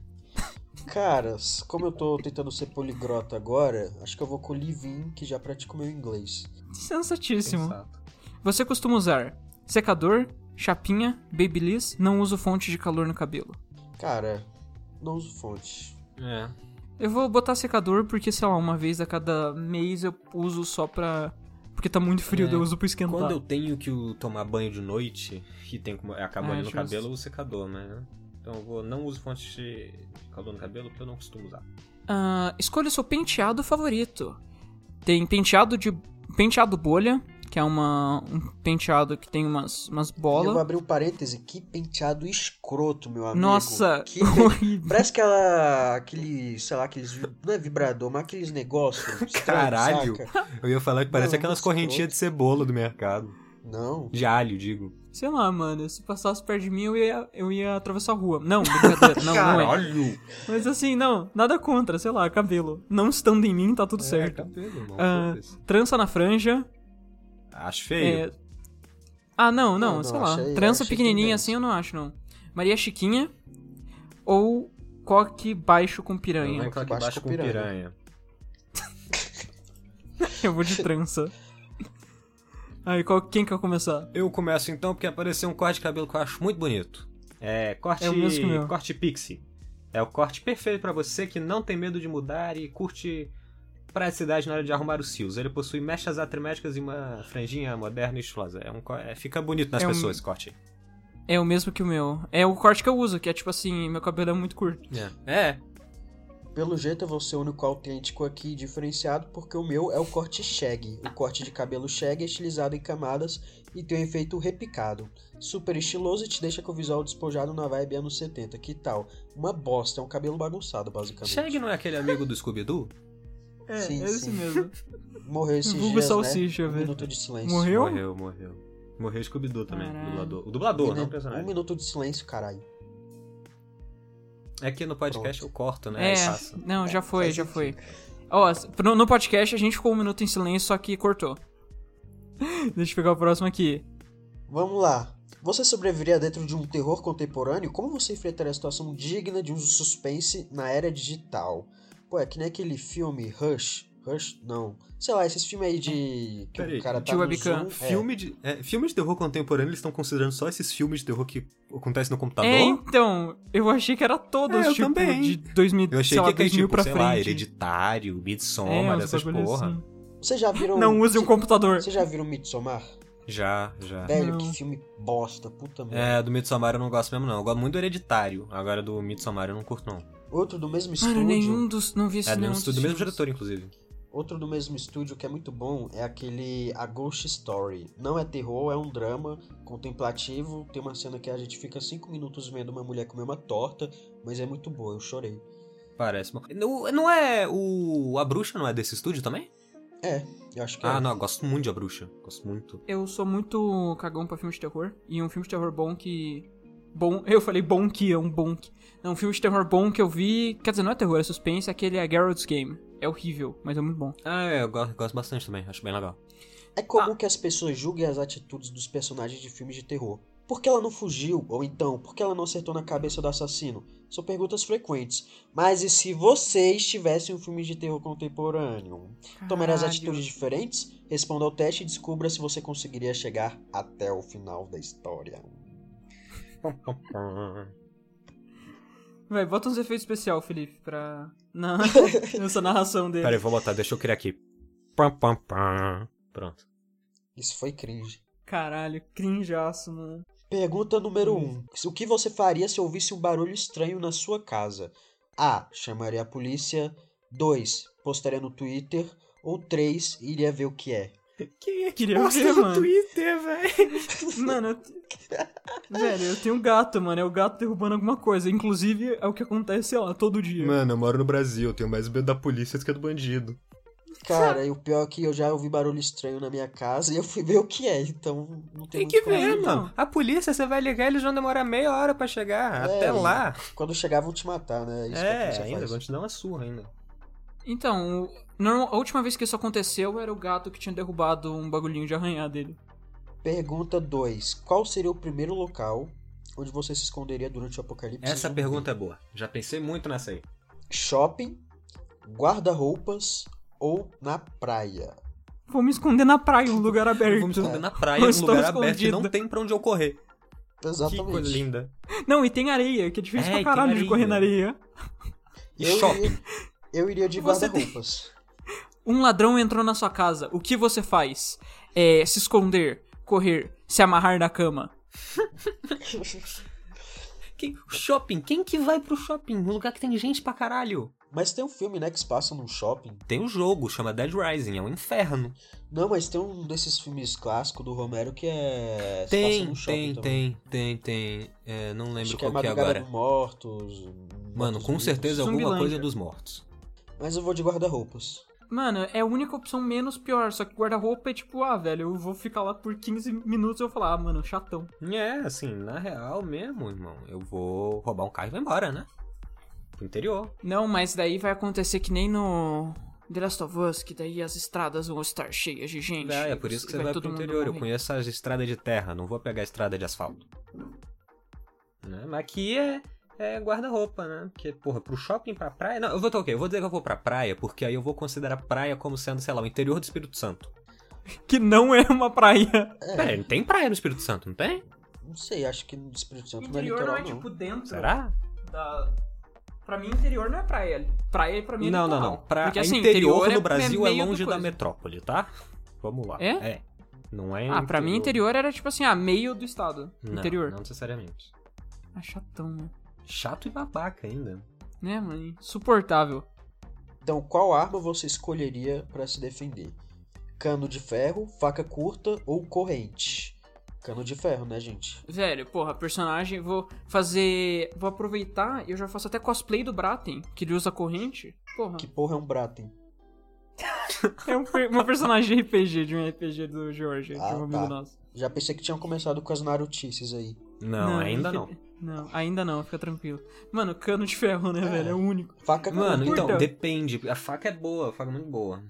[SPEAKER 3] Caras, como eu tô tentando ser poligrota agora, acho que eu vou com o Livin, que já pratico meu inglês.
[SPEAKER 1] Sensatíssimo.
[SPEAKER 2] Exato.
[SPEAKER 1] Você costuma usar secador, chapinha, babyliss, não uso fonte de calor no cabelo.
[SPEAKER 3] Cara, não uso fonte.
[SPEAKER 2] É.
[SPEAKER 1] Eu vou botar secador porque, sei lá, uma vez a cada mês eu uso só pra... Porque tá muito frio,
[SPEAKER 2] É.
[SPEAKER 1] daí eu uso pra esquentar.
[SPEAKER 2] Quando eu tenho que o- tomar banho de noite e tem como acaba
[SPEAKER 1] Ah,
[SPEAKER 2] ali
[SPEAKER 1] é
[SPEAKER 2] no
[SPEAKER 1] justo.
[SPEAKER 2] cabelo, eu uso secador, né? Então eu vou, não uso fonte de calor no cabelo porque eu não costumo usar.
[SPEAKER 1] Ah, escolha o seu penteado favorito. Tem penteado de penteado bolha, que é uma um penteado que tem umas umas
[SPEAKER 3] E eu vou
[SPEAKER 1] bolas.
[SPEAKER 3] abrir um parêntese. Que penteado escroto, meu amigo.
[SPEAKER 1] Nossa,
[SPEAKER 3] Que pe-
[SPEAKER 1] horrível.
[SPEAKER 3] Parece aquela. aquele. sei lá, aqueles. vi- Não é vibrador, mas aqueles negócios. estranhos,
[SPEAKER 2] Caralho.
[SPEAKER 3] saca?
[SPEAKER 2] Eu ia falar que
[SPEAKER 3] parece Não, aquelas escroto. correntinhas
[SPEAKER 2] de cebola do mercado.
[SPEAKER 3] Não.
[SPEAKER 2] De alho, digo.
[SPEAKER 1] Sei lá, mano, se passasse perto de mim eu ia eu ia atravessar a rua. Não, brincadeira, não, não é.
[SPEAKER 2] Caralho!
[SPEAKER 1] Mas assim, não, nada contra, sei lá, cabelo. Não estando em mim, tá tudo
[SPEAKER 2] É,
[SPEAKER 1] certo.
[SPEAKER 2] cabelo, irmão.
[SPEAKER 1] Ah,
[SPEAKER 2] foda-se.
[SPEAKER 1] Trança na franja.
[SPEAKER 2] Acho
[SPEAKER 1] é-
[SPEAKER 2] feio.
[SPEAKER 1] Ah, não, não,
[SPEAKER 3] Não,
[SPEAKER 1] sei
[SPEAKER 3] não,
[SPEAKER 1] lá.
[SPEAKER 3] achei-
[SPEAKER 1] Trança
[SPEAKER 3] achei
[SPEAKER 1] pequenininha
[SPEAKER 3] tendência.
[SPEAKER 1] assim eu não acho, não. Maria Chiquinha ou coque baixo com
[SPEAKER 2] Eu
[SPEAKER 1] piranha.
[SPEAKER 2] venho com aqui baixo com piranha.
[SPEAKER 1] Eu vou de trança. Aí, qual, quem quer começar?
[SPEAKER 2] Eu começo então porque apareceu um corte de cabelo que eu acho muito bonito. É, corte,
[SPEAKER 1] É o mesmo que o meu.
[SPEAKER 2] corte pixie. É o corte perfeito pra você que não tem medo de mudar e curte praticidade na hora de arrumar os fios. Ele possui mechas atrimétricas e uma franjinha moderna e estilosa. É um, co- é, fica bonito nas
[SPEAKER 1] É um-
[SPEAKER 2] pessoas esse corte.
[SPEAKER 1] É o mesmo que o meu. É o corte que eu uso, que é tipo assim, meu cabelo é muito curto.
[SPEAKER 2] É.
[SPEAKER 3] Pelo jeito eu vou ser o único autêntico aqui e diferenciado, porque o meu é o corte shag. O corte de cabelo shag é estilizado em camadas e tem um efeito repicado. Super estiloso e te deixa com o visual despojado na vibe anos 70. Que tal? Uma bosta, é um cabelo bagunçado, basicamente.
[SPEAKER 2] Shag não é aquele amigo do Scooby-Doo?
[SPEAKER 1] É,
[SPEAKER 3] Sim,
[SPEAKER 1] é esse
[SPEAKER 3] sim.
[SPEAKER 1] mesmo.
[SPEAKER 3] Morreu esses
[SPEAKER 1] Vulgo
[SPEAKER 3] dias,
[SPEAKER 1] salsicha,
[SPEAKER 3] né? Um
[SPEAKER 1] velho.
[SPEAKER 3] minuto de silêncio.
[SPEAKER 1] Morreu? Eu?
[SPEAKER 2] Morreu, morreu. Morreu o Scooby-Doo também, o
[SPEAKER 1] Caralho.
[SPEAKER 2] dublador. O
[SPEAKER 3] Um
[SPEAKER 2] dublador, não o
[SPEAKER 3] minuto- um
[SPEAKER 2] personagem.
[SPEAKER 3] minuto de silêncio, caralho.
[SPEAKER 2] É que no podcast eu corto, né?
[SPEAKER 1] É,
[SPEAKER 2] Aí passa.
[SPEAKER 1] não, já foi,
[SPEAKER 3] faz
[SPEAKER 1] já foi. Ó, no, no podcast a gente ficou um minuto em silêncio, só que cortou. Deixa eu pegar o próximo aqui.
[SPEAKER 3] Vamos lá. Você sobreviveria dentro de um terror contemporâneo? Como você enfrentaria a situação digna de um suspense na era digital? Pô, é que nem aquele filme Rush. Rush? Não. Sei lá, esses filmes aí de. que
[SPEAKER 2] Peraí,
[SPEAKER 3] o cara tá
[SPEAKER 1] de
[SPEAKER 3] no
[SPEAKER 1] webcam.
[SPEAKER 3] Zoom, é.
[SPEAKER 2] Filme de, é, filmes de terror contemporâneo, eles estão considerando só esses filmes de terror que acontecem no computador?
[SPEAKER 1] É, então, eu achei que era todos,
[SPEAKER 2] É, eu
[SPEAKER 1] tipo,
[SPEAKER 2] também.
[SPEAKER 1] de 2000,
[SPEAKER 2] eu achei
[SPEAKER 1] sei lá,
[SPEAKER 2] que é
[SPEAKER 1] 2000
[SPEAKER 2] tipo,
[SPEAKER 1] pra
[SPEAKER 2] sei
[SPEAKER 1] frente. É,
[SPEAKER 2] lá, Hereditário, Midsommar,
[SPEAKER 1] uns
[SPEAKER 2] essas
[SPEAKER 1] bagulho
[SPEAKER 2] porra.
[SPEAKER 1] assim.
[SPEAKER 3] Vocês já viram.
[SPEAKER 1] Não use um computador.
[SPEAKER 3] Vocês já viram Midsommar?
[SPEAKER 2] Já, já.
[SPEAKER 3] Velho,
[SPEAKER 1] Não.
[SPEAKER 3] que filme bosta, puta merda.
[SPEAKER 2] É, do Midsommar eu não gosto mesmo não. Eu gosto muito do Hereditário. Agora do Midsommar eu não curto não.
[SPEAKER 3] Outro do mesmo
[SPEAKER 1] Mano,
[SPEAKER 3] estúdio.
[SPEAKER 1] nenhum dos... Não um vi esse
[SPEAKER 2] É do
[SPEAKER 1] nenhum
[SPEAKER 2] mesmo
[SPEAKER 1] dos
[SPEAKER 2] estúdio, do mesmo
[SPEAKER 1] filmes.
[SPEAKER 2] diretor, inclusive.
[SPEAKER 3] Outro do mesmo estúdio que é muito bom é aquele A Ghost Story. Não é terror, é um drama contemplativo. Tem uma cena que a gente fica cinco minutos vendo uma mulher comer uma torta, mas é muito boa, eu chorei.
[SPEAKER 2] Parece. bom. Não, não é o... A Bruxa não é desse estúdio também?
[SPEAKER 3] Eu acho que
[SPEAKER 2] Ah,
[SPEAKER 3] é.
[SPEAKER 2] não, eu gosto muito de A Bruxa. Gosto muito.
[SPEAKER 1] Eu sou muito cagão pra filme de terror. E um filme de terror bom que. Bom. Eu falei bom que é um bom que. Não, um filme de terror bom que eu vi. Quer dizer, não é terror, é suspense, aquele é Geralt's Game. É horrível, mas é muito bom.
[SPEAKER 2] Ah, é, eu gosto, gosto bastante também. Acho bem legal.
[SPEAKER 3] É
[SPEAKER 2] Ah.
[SPEAKER 3] comum que as pessoas julguem as atitudes dos personagens de filmes de terror. Por que ela não fugiu? Ou então, por que ela não acertou na cabeça do assassino? São perguntas frequentes. Mas e se vocês tivessem um filme de terror contemporâneo? Tomará as
[SPEAKER 2] Ah,
[SPEAKER 1] Caralho.
[SPEAKER 3] atitudes diferentes? Responda ao teste e descubra se você conseguiria chegar até o final da história.
[SPEAKER 1] Vai, bota uns efeitos especial, Felipe, pra. Na... Nessa narração dele.
[SPEAKER 2] Pera aí, vou botar, deixa eu criar aqui. Pam, pam, pam. Pronto.
[SPEAKER 3] Isso foi cringe.
[SPEAKER 1] Caralho, cringeaço, mano.
[SPEAKER 3] Pergunta número 1.
[SPEAKER 2] Hum.
[SPEAKER 3] Um. O que você faria se ouvisse um barulho estranho na sua casa? A. Chamaria a polícia. 2. Postaria no Twitter. Ou 3. Iria ver o que é.
[SPEAKER 2] Quem é
[SPEAKER 1] Queria ver, mano.
[SPEAKER 2] Twitter, velho?
[SPEAKER 1] Mano, eu... te- Velho, eu tenho um gato, mano. É o gato derrubando alguma coisa. Inclusive, é o que acontece, sei lá, todo dia.
[SPEAKER 2] Mano, eu moro no Brasil, eu tenho mais medo da polícia do que do bandido.
[SPEAKER 3] Cara, e o pior é que eu já ouvi barulho estranho na minha casa e eu fui ver o que é. Então não
[SPEAKER 2] Tem
[SPEAKER 3] tem, muito
[SPEAKER 2] que
[SPEAKER 3] como-
[SPEAKER 2] ver,
[SPEAKER 1] Então.
[SPEAKER 2] mano. A polícia, você vai ligar, eles vão demorar meia hora pra chegar.
[SPEAKER 3] É,
[SPEAKER 2] até
[SPEAKER 3] mano.
[SPEAKER 2] lá.
[SPEAKER 3] Quando chegar vão te matar, né? Isso que a
[SPEAKER 2] É,
[SPEAKER 3] polícia
[SPEAKER 2] ainda,
[SPEAKER 3] faz.
[SPEAKER 2] vão te dar uma surra ainda.
[SPEAKER 1] Então, o- normal- a última vez que isso aconteceu era o gato que tinha derrubado um bagulhinho de arranhar dele.
[SPEAKER 3] Pergunta 2. Qual seria o primeiro local onde você se esconderia durante o apocalipse?
[SPEAKER 2] Essa
[SPEAKER 3] zumbi?
[SPEAKER 2] pergunta é boa. Já pensei muito nessa aí.
[SPEAKER 3] Shopping, guarda-roupas ou na praia?
[SPEAKER 1] Vou me esconder na praia, em um lugar
[SPEAKER 2] Eu
[SPEAKER 1] aberto.
[SPEAKER 2] vou me esconder na praia,
[SPEAKER 1] Eu
[SPEAKER 2] num
[SPEAKER 1] estou
[SPEAKER 2] lugar aberto e
[SPEAKER 1] escondido.
[SPEAKER 2] não tem pra onde eu correr. Que coisa
[SPEAKER 3] Exatamente.
[SPEAKER 2] linda.
[SPEAKER 1] Não, e tem areia, que é difícil
[SPEAKER 2] É,
[SPEAKER 1] pra
[SPEAKER 2] e tem
[SPEAKER 1] caralho de
[SPEAKER 2] areia.
[SPEAKER 1] correr na areia.
[SPEAKER 2] E
[SPEAKER 3] Eu
[SPEAKER 2] shopping.
[SPEAKER 3] iria, eu iria de
[SPEAKER 1] Você tem-
[SPEAKER 3] guarda-roupas.
[SPEAKER 1] Um ladrão entrou na sua casa. O que você faz? É se esconder, correr, se amarrar na cama.
[SPEAKER 2] Que- Shopping? Quem que vai pro shopping? Um lugar que tem gente pra caralho.
[SPEAKER 3] Mas tem um filme, né, que se passa num shopping.
[SPEAKER 2] Tem um jogo, chama Dead Rising, é um inferno.
[SPEAKER 3] Não, mas tem um desses filmes clássicos do Romero que é. se passa
[SPEAKER 2] Tem,
[SPEAKER 3] num shopping
[SPEAKER 2] tem,
[SPEAKER 3] também.
[SPEAKER 2] tem, tem, tem. É, não lembro
[SPEAKER 3] Acho que é
[SPEAKER 2] qual que é
[SPEAKER 3] Madrugada
[SPEAKER 2] agora.
[SPEAKER 3] dos Mortos.
[SPEAKER 2] Mano,
[SPEAKER 3] Mortos
[SPEAKER 2] com
[SPEAKER 3] Vivos.
[SPEAKER 2] certeza é alguma
[SPEAKER 1] Zumbilândia.
[SPEAKER 2] coisa dos mortos.
[SPEAKER 3] Mas eu vou de guarda-roupas.
[SPEAKER 1] Mano, é a única opção menos pior, só que guarda-roupa é tipo, ah, velho, eu vou ficar lá por 15 minutos e eu vou falar, ah, mano, chatão.
[SPEAKER 2] É, assim, na real mesmo, irmão. Eu vou roubar um carro e vou embora, né? Pro interior.
[SPEAKER 1] Não, mas daí vai acontecer que nem no The Last of Us, que daí as estradas vão estar cheias de gente.
[SPEAKER 2] É, é por isso que você vai
[SPEAKER 1] todo
[SPEAKER 2] pro
[SPEAKER 1] mundo
[SPEAKER 2] interior. Eu
[SPEAKER 1] morrer.
[SPEAKER 2] conheço as estradas de terra, não vou pegar a estrada de asfalto. Né? Mas aqui é, é guarda-roupa, né? Porque, porra, pro shopping, pra praia. Não, eu vou tá, ok, eu vou dizer que eu vou pra praia, porque aí eu vou considerar praia como sendo, sei lá, o interior do Espírito Santo.
[SPEAKER 1] Que não é uma praia.
[SPEAKER 3] É,
[SPEAKER 2] Pera, não tem praia no Espírito Santo, não tem?
[SPEAKER 3] não sei, acho que no Espírito Santo não é
[SPEAKER 1] interior
[SPEAKER 3] litoral,
[SPEAKER 1] não é
[SPEAKER 3] não.
[SPEAKER 1] tipo dentro
[SPEAKER 2] Será?
[SPEAKER 1] da. Pra mim, interior não é praia. Praia pra mim é
[SPEAKER 2] Não, não,
[SPEAKER 1] litoral.
[SPEAKER 2] não. Pra
[SPEAKER 1] Porque, assim,
[SPEAKER 2] interior,
[SPEAKER 1] interior
[SPEAKER 2] do
[SPEAKER 1] é-
[SPEAKER 2] Brasil é,
[SPEAKER 1] meio
[SPEAKER 2] longe da
[SPEAKER 1] coisa.
[SPEAKER 2] metrópole, tá? Vamos lá.
[SPEAKER 1] É?
[SPEAKER 2] É. Não é.
[SPEAKER 1] Ah, pra mim interior era tipo assim, ah, meio do estado.
[SPEAKER 2] Não,
[SPEAKER 1] interior.
[SPEAKER 2] Não necessariamente.
[SPEAKER 1] Ah, chatão, né?
[SPEAKER 2] Chato e babaca ainda.
[SPEAKER 1] Né, mano? Insuportável.
[SPEAKER 3] Então, qual arma você escolheria pra se defender? Cano de ferro, faca curta ou corrente? Cano de ferro, né, gente?
[SPEAKER 1] Velho, porra, personagem, vou fazer. Vou aproveitar e eu já faço até cosplay do Braten, que ele usa corrente. Porra.
[SPEAKER 3] Que porra é um Braten?
[SPEAKER 1] É um, per- uma personagem de RPG, de um RPG do Jorge, de
[SPEAKER 3] Ah,
[SPEAKER 1] um amigo
[SPEAKER 3] tá.
[SPEAKER 1] nosso.
[SPEAKER 3] Já pensei que tinham começado com as narutices aí.
[SPEAKER 2] Não, ainda
[SPEAKER 1] fica-
[SPEAKER 2] não.
[SPEAKER 1] Não, ainda não, fica tranquilo. Mano, cano de ferro, né,
[SPEAKER 3] É.
[SPEAKER 1] velho? É o único.
[SPEAKER 3] Faca
[SPEAKER 2] Mano,
[SPEAKER 3] curta.
[SPEAKER 1] Curta.
[SPEAKER 2] então, depende. A faca é boa, a faca é muito boa.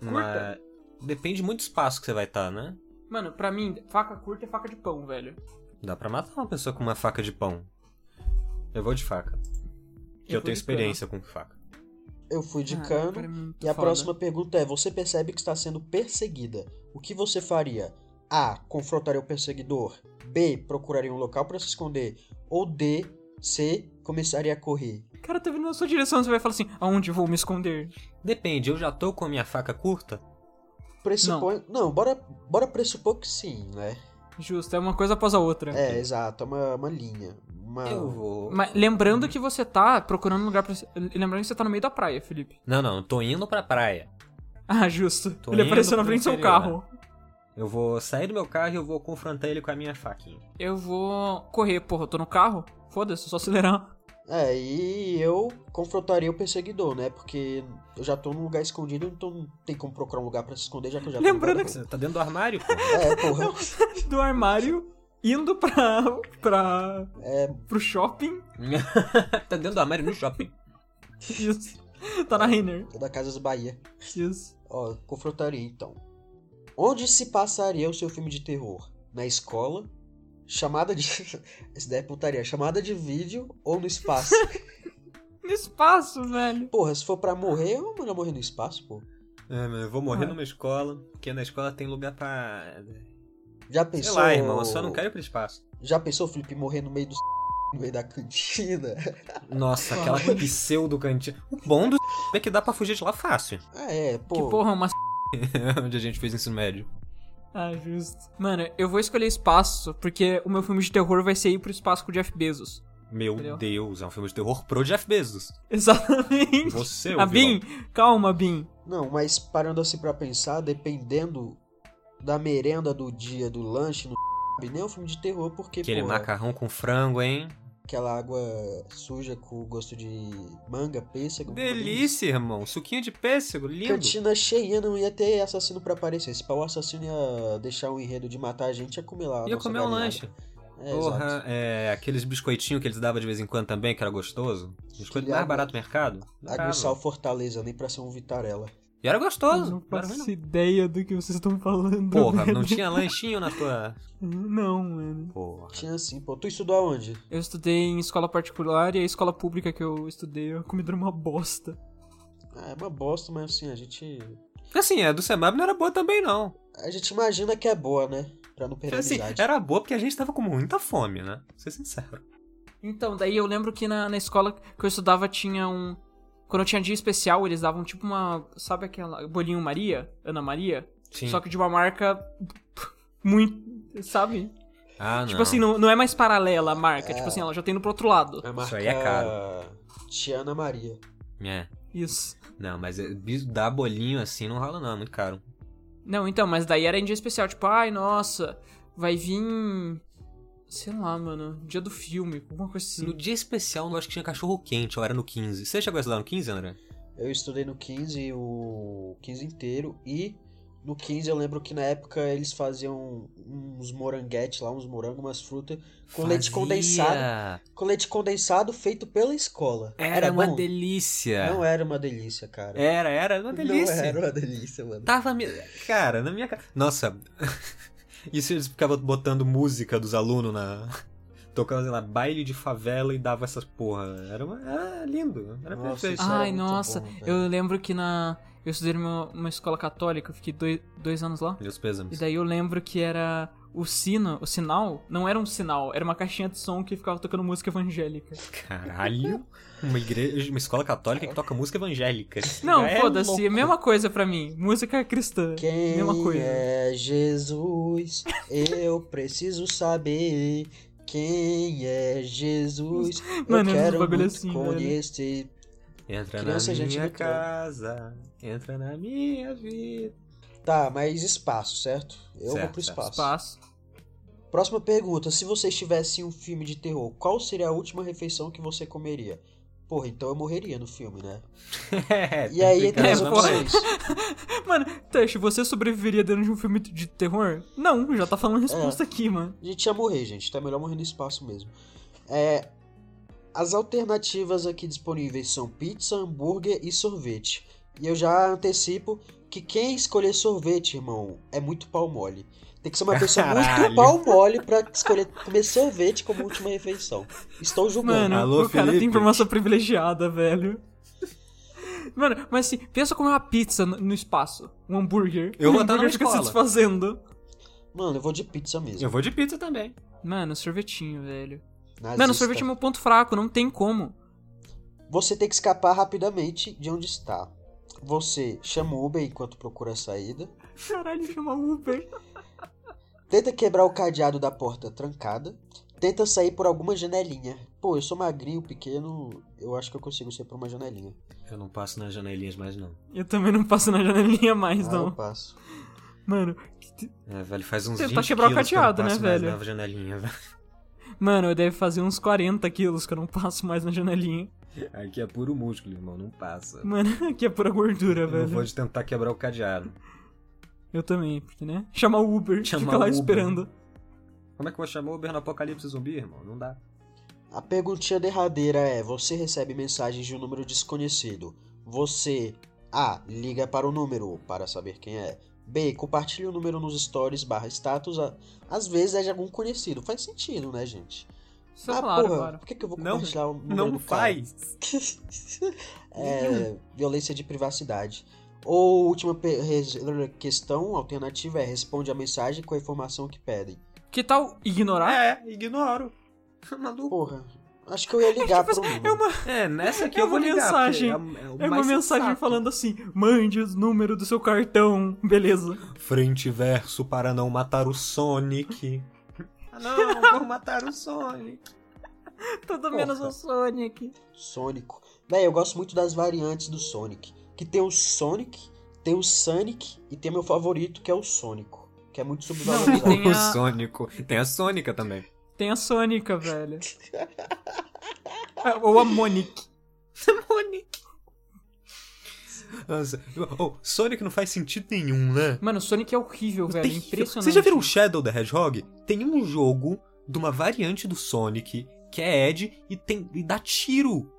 [SPEAKER 2] Mas depende muito do espaço que você vai estar, né?
[SPEAKER 1] Mano, pra mim, faca curta é faca de pão, velho.
[SPEAKER 2] Dá pra matar uma pessoa com uma faca de pão. Eu vou de faca. Que eu,
[SPEAKER 1] Eu vou
[SPEAKER 2] tenho
[SPEAKER 1] de cano.
[SPEAKER 2] experiência com faca.
[SPEAKER 3] Eu fui de
[SPEAKER 1] Ah,
[SPEAKER 3] cano.
[SPEAKER 1] pra mim,
[SPEAKER 3] E a
[SPEAKER 1] foda.
[SPEAKER 3] próxima pergunta é: você percebe que está sendo perseguida. O que você faria? A. Confrontaria o perseguidor. B. Procuraria um local para se esconder. Ou D. C. Começaria a correr.
[SPEAKER 1] O cara tá vindo na sua direção, você vai falar assim, aonde vou me esconder?
[SPEAKER 2] Depende, eu já tô com a minha faca curta?
[SPEAKER 3] Pressupõe. Não, bora, bora pressupor que sim, né?
[SPEAKER 1] Justo, é uma coisa após a outra.
[SPEAKER 3] É, exato, é uma, uma linha. Uma...
[SPEAKER 2] Uhum. Eu vou.
[SPEAKER 1] Mas lembrando que você tá procurando um lugar pra. se- Lembrando que você tá no meio da praia, Felipe.
[SPEAKER 2] Não, não, eu tô indo pra praia.
[SPEAKER 1] Ah, justo.
[SPEAKER 2] Tô
[SPEAKER 1] Ele
[SPEAKER 2] indo
[SPEAKER 1] apareceu na
[SPEAKER 2] pro
[SPEAKER 1] frente do seu
[SPEAKER 2] interior, né?
[SPEAKER 1] carro.
[SPEAKER 2] Eu vou sair do meu carro e eu vou confrontar ele com a minha faquinha.
[SPEAKER 1] Eu vou correr, porra, eu tô no carro? Foda-se, é só acelerar.
[SPEAKER 3] É, e eu confrontaria o perseguidor, né? Porque eu já tô num lugar escondido, então não tem como procurar um lugar para se esconder, já que eu já tô
[SPEAKER 1] Lembrando
[SPEAKER 3] no
[SPEAKER 1] que
[SPEAKER 3] lugar
[SPEAKER 2] Você tá dentro do armário, pô.
[SPEAKER 3] bom. É, porra.
[SPEAKER 1] Do armário, indo pra. pra.
[SPEAKER 3] É.
[SPEAKER 1] pro shopping.
[SPEAKER 2] tá dentro do armário no shopping.
[SPEAKER 1] Isso. Tá na Renner.
[SPEAKER 3] é Da Casas Bahia.
[SPEAKER 1] Isso.
[SPEAKER 3] Ó, confrontaria então. Onde se passaria o seu filme de terror? Na escola? Chamada de. Esse daí é putaria. Chamada de vídeo ou no espaço?
[SPEAKER 1] No espaço, velho.
[SPEAKER 3] Porra, se for pra morrer, eu vou morrer no espaço, pô.
[SPEAKER 2] É, mas eu vou morrer
[SPEAKER 1] Ah.
[SPEAKER 2] numa escola, porque na escola tem lugar pra.
[SPEAKER 3] Já
[SPEAKER 2] Sei
[SPEAKER 3] pensou.
[SPEAKER 2] lá, irmão, eu só não quero ir pro espaço.
[SPEAKER 3] Já pensou, Felipe, morrer no meio do. no meio da cantina?
[SPEAKER 2] Nossa,
[SPEAKER 1] Fala.
[SPEAKER 2] aquela pseudo cantina. O bom do é que dá pra fugir de lá fácil.
[SPEAKER 3] Ah, é, pô.
[SPEAKER 1] Que porra, uma.
[SPEAKER 2] Onde a gente fez ensino médio.
[SPEAKER 1] Ah, justo. Mano, eu vou escolher espaço, porque o meu filme de terror vai ser ir pro espaço com o Jeff Bezos.
[SPEAKER 2] Meu
[SPEAKER 1] Entendeu?
[SPEAKER 2] Deus, é um filme de terror pro Jeff Bezos.
[SPEAKER 1] Exatamente.
[SPEAKER 2] Você,
[SPEAKER 1] Ah,
[SPEAKER 2] o
[SPEAKER 1] Bin,
[SPEAKER 2] um vilão.
[SPEAKER 1] calma, Bin.
[SPEAKER 3] Não, mas parando assim pra pensar, dependendo da merenda do dia, do lanche, no. Nem é um filme de terror, porque.
[SPEAKER 2] Aquele
[SPEAKER 3] porra,
[SPEAKER 2] macarrão com frango, hein?
[SPEAKER 3] aquela água suja com gosto de manga, pêssego.
[SPEAKER 2] Delícia, irmão. Suquinho de pêssego, lindo.
[SPEAKER 3] Cantina cheinha, não ia ter assassino pra aparecer. Se pá, o assassino ia deixar um enredo de matar a gente, ia comer lá. a
[SPEAKER 2] Ia
[SPEAKER 3] nossa
[SPEAKER 2] comer um
[SPEAKER 3] galinhada.
[SPEAKER 2] lanche.
[SPEAKER 3] É,
[SPEAKER 2] Porra,
[SPEAKER 3] exato.
[SPEAKER 2] é, aqueles biscoitinhos que eles davam de vez em quando também, que era gostoso. Biscoito
[SPEAKER 3] Que
[SPEAKER 2] mais
[SPEAKER 3] água-
[SPEAKER 2] barato do mercado.
[SPEAKER 3] Aguçar o Fortaleza, nem pra ser um Vitarela.
[SPEAKER 2] E era gostoso.
[SPEAKER 1] não né?
[SPEAKER 2] não era ruim,
[SPEAKER 1] faço
[SPEAKER 2] não.
[SPEAKER 1] ideia do que vocês estão falando.
[SPEAKER 2] Porra,
[SPEAKER 1] velho.
[SPEAKER 2] não tinha lanchinho na tua.
[SPEAKER 1] Não, mano.
[SPEAKER 2] Porra.
[SPEAKER 3] Tinha assim, pô. Tu estudou aonde?
[SPEAKER 1] Eu estudei em escola particular e a escola pública que eu estudei, a comida era uma bosta.
[SPEAKER 3] Ah, é uma bosta, mas assim, a gente.
[SPEAKER 2] Assim, a do Semab não era boa também, não.
[SPEAKER 3] A gente imagina que é boa, né? Pra não perder a
[SPEAKER 2] Assim,
[SPEAKER 3] amizade.
[SPEAKER 2] era boa porque a gente tava com muita fome, né? Pra ser sincero.
[SPEAKER 1] Então, daí eu lembro que na, na escola que eu estudava tinha um. Quando eu tinha dia especial, eles davam tipo uma. Sabe aquela. Bolinho Maria? Ana Maria?
[SPEAKER 2] Sim.
[SPEAKER 1] Só que de uma marca. Muito. Sabe?
[SPEAKER 2] Ah, não. É.
[SPEAKER 1] Tipo assim, não, não é mais paralela a marca. Tipo assim, ela já tá indo pro outro lado.
[SPEAKER 3] A
[SPEAKER 2] Isso aí é
[SPEAKER 3] caro. Tiana Maria.
[SPEAKER 2] É.
[SPEAKER 1] Isso.
[SPEAKER 2] Não, mas é- bis- dar bolinho assim não rola, não. É muito caro.
[SPEAKER 1] Não, então, mas daí era em dia especial. Tipo, ai, nossa, vai vir. Sei lá, mano. Dia do filme, alguma coisa assim.
[SPEAKER 2] No dia especial, eu acho que tinha cachorro quente, eu era no 15. Você chegou a estudar no 15, André?
[SPEAKER 3] Eu estudei no 15, o 15 inteiro. E no 15 eu lembro que na época eles faziam uns moranguetes lá, uns morangos, umas frutas. Com leite condensado. Com leite condensado feito pela escola.
[SPEAKER 2] Era, uma
[SPEAKER 3] bom?
[SPEAKER 2] delícia.
[SPEAKER 3] Não era uma delícia, cara.
[SPEAKER 2] Era, era uma delícia.
[SPEAKER 3] Não era uma delícia, mano.
[SPEAKER 2] Tava. me- Cara, na minha cara. Nossa. Isso eles ficavam botando música dos alunos na. Tocando, sei lá, baile de favela e dava essas porra. Era, uma... era lindo. Era
[SPEAKER 3] Nossa,
[SPEAKER 2] perfeito.
[SPEAKER 3] isso era
[SPEAKER 1] Ai,
[SPEAKER 3] muito
[SPEAKER 1] nossa.
[SPEAKER 3] bom, velho.
[SPEAKER 1] eu lembro que na. Eu estudei numa uma escola católica, eu fiquei dois, dois anos lá.
[SPEAKER 2] Meus
[SPEAKER 1] E
[SPEAKER 2] pêsames.
[SPEAKER 1] daí eu lembro que era. O sino, o sinal, não era um sinal, era uma caixinha de som que ficava tocando música evangélica.
[SPEAKER 2] Caralho. Uma igreja, uma escola católica que toca música evangélica.
[SPEAKER 1] Não,
[SPEAKER 2] É
[SPEAKER 1] foda-se,
[SPEAKER 2] louco.
[SPEAKER 1] é a mesma coisa pra mim. Música cristã.
[SPEAKER 3] Quem
[SPEAKER 1] mesma coisa.
[SPEAKER 3] é Jesus? Eu preciso saber quem é Jesus.
[SPEAKER 1] Mano,
[SPEAKER 3] eu
[SPEAKER 1] é
[SPEAKER 3] quero
[SPEAKER 1] uns bagulho
[SPEAKER 3] muito
[SPEAKER 1] assim, velho.
[SPEAKER 3] conhecer.
[SPEAKER 2] Entra
[SPEAKER 3] Criança,
[SPEAKER 2] na
[SPEAKER 3] gente
[SPEAKER 2] minha
[SPEAKER 3] no trem.
[SPEAKER 2] casa. Entra na minha vida.
[SPEAKER 3] Tá, mas espaço, certo? Eu vou
[SPEAKER 2] Certo,
[SPEAKER 3] pro
[SPEAKER 2] certo.
[SPEAKER 3] espaço.
[SPEAKER 1] Espaço.
[SPEAKER 3] Próxima pergunta: se vocês tivessem um filme de terror, qual seria a última refeição que você comeria? Porra, então eu morreria no filme, né?
[SPEAKER 2] É,
[SPEAKER 3] E aí,
[SPEAKER 2] tem
[SPEAKER 3] entre as
[SPEAKER 1] né,
[SPEAKER 3] opções.
[SPEAKER 1] Mano, Tash, você sobreviveria dentro de um filme de terror? Não, já tá falando a resposta aqui, mano.
[SPEAKER 3] A gente ia morrer, gente. Tá melhor morrer no espaço mesmo. É, as alternativas aqui disponíveis são pizza, hambúrguer e sorvete. E eu já antecipo que quem escolher sorvete, irmão, é muito pau mole. Tem que ser uma pessoa
[SPEAKER 2] Caralho.
[SPEAKER 3] muito pau mole pra escolher comer sorvete como última refeição. Estou julgando.
[SPEAKER 1] Mano,
[SPEAKER 2] Alô,
[SPEAKER 1] o cara tem
[SPEAKER 2] Felipe?
[SPEAKER 1] informação privilegiada, velho. Mano, mas assim, pensa comer uma pizza no no espaço, um hambúrguer.
[SPEAKER 2] Eu
[SPEAKER 1] um
[SPEAKER 2] vou estar
[SPEAKER 1] hambúrguer
[SPEAKER 2] numa
[SPEAKER 1] fica se
[SPEAKER 2] escola.
[SPEAKER 1] desfazendo.
[SPEAKER 3] Mano, eu vou de pizza mesmo.
[SPEAKER 2] Eu vou de pizza também.
[SPEAKER 1] Mano, sorvetinho, velho.
[SPEAKER 3] Nazista.
[SPEAKER 1] Mano, sorvete é
[SPEAKER 2] tá
[SPEAKER 1] meu ponto fraco, não tem como.
[SPEAKER 3] Você tem que escapar rapidamente de onde está. Você chama o Uber enquanto procura a saída.
[SPEAKER 1] Caralho, chama Uber.
[SPEAKER 3] Tenta quebrar o cadeado da porta trancada. Tenta sair por alguma janelinha. Pô, eu sou magrinho, pequeno. Eu acho que eu consigo sair por uma janelinha.
[SPEAKER 2] Eu não passo nas janelinhas mais, não.
[SPEAKER 1] Eu também não passo na janelinha mais,
[SPEAKER 3] Ah, eu
[SPEAKER 1] não.
[SPEAKER 3] passo.
[SPEAKER 1] Mano, que-
[SPEAKER 2] É, velho, faz uns
[SPEAKER 1] Tentar
[SPEAKER 2] 20
[SPEAKER 1] quebrar tá o
[SPEAKER 2] quilos que
[SPEAKER 1] cadeado,
[SPEAKER 2] eu não passo
[SPEAKER 1] né,
[SPEAKER 2] mais
[SPEAKER 1] velho?
[SPEAKER 2] na janelinha, velho.
[SPEAKER 1] mano, eu deve fazer uns 40 quilos que eu não passo mais na janelinha.
[SPEAKER 2] Aqui é puro músculo, irmão, não passa.
[SPEAKER 1] Mano, aqui é pura gordura,
[SPEAKER 2] Eu
[SPEAKER 1] velho.
[SPEAKER 2] não vou de tentar quebrar o cadeado.
[SPEAKER 1] Eu também, porque, né? Chamar o Uber,
[SPEAKER 2] Chamar
[SPEAKER 1] fica lá
[SPEAKER 2] o Uber.
[SPEAKER 1] esperando.
[SPEAKER 2] Como é que eu vou chamar o Uber no apocalipse zumbi, irmão? Não dá.
[SPEAKER 3] A perguntinha derradeira é: você recebe mensagens de um número desconhecido. Você A. Liga para o número para saber quem é. B. Compartilha o número nos stories barra status. a- Às vezes é de algum conhecido. Faz sentido, né, gente? Ah,
[SPEAKER 1] Isso
[SPEAKER 2] Ah,
[SPEAKER 1] é claro,
[SPEAKER 3] porra,
[SPEAKER 1] claro.
[SPEAKER 3] por que, que eu vou
[SPEAKER 2] Não,
[SPEAKER 3] compartilhar o número
[SPEAKER 2] Não
[SPEAKER 3] do cara?
[SPEAKER 2] faz.
[SPEAKER 3] é, violência de privacidade. Ou última pe- res- questão, alternativa é responde a mensagem com a informação que pedem.
[SPEAKER 1] Que tal ignorar?
[SPEAKER 2] É, ignoro. Maluco.
[SPEAKER 3] Porra, acho que eu ia ligar pro número.
[SPEAKER 1] É uma,
[SPEAKER 2] É, nessa aqui
[SPEAKER 1] É
[SPEAKER 2] eu vou
[SPEAKER 1] uma
[SPEAKER 2] ligar,
[SPEAKER 1] mensagem.
[SPEAKER 2] porque É, o- é o
[SPEAKER 1] é uma
[SPEAKER 2] mais
[SPEAKER 1] mensagem
[SPEAKER 2] sensato.
[SPEAKER 1] falando assim: mande o número do seu cartão, beleza.
[SPEAKER 2] Frente e verso para não matar o Sonic. ah, não, vou matar o Sonic.
[SPEAKER 1] Tudo
[SPEAKER 3] Porra.
[SPEAKER 1] menos o Sonic.
[SPEAKER 3] Sônico. Véi, eu gosto muito das variantes do Sonic. Que tem o Sonic, tem o Sonic e tem meu favorito, que é o Sônico. Que é muito
[SPEAKER 1] Não,
[SPEAKER 3] subvalorizado.
[SPEAKER 1] tem-
[SPEAKER 2] O
[SPEAKER 1] a-
[SPEAKER 2] Sônico. Tem a Sônica também.
[SPEAKER 1] Tem a Sônica, velho. É, Ou a Monique.
[SPEAKER 2] Sonic. Nossa. Oh, Sonic não faz sentido nenhum, né?
[SPEAKER 1] Mano, o Sonic é horrível, velho.
[SPEAKER 2] Tem-
[SPEAKER 1] Impressionante.
[SPEAKER 2] Vocês já viram o Shadow the Hedgehog? Tem um jogo de uma variante do Sonic que é Ed e, tem, e dá tiro.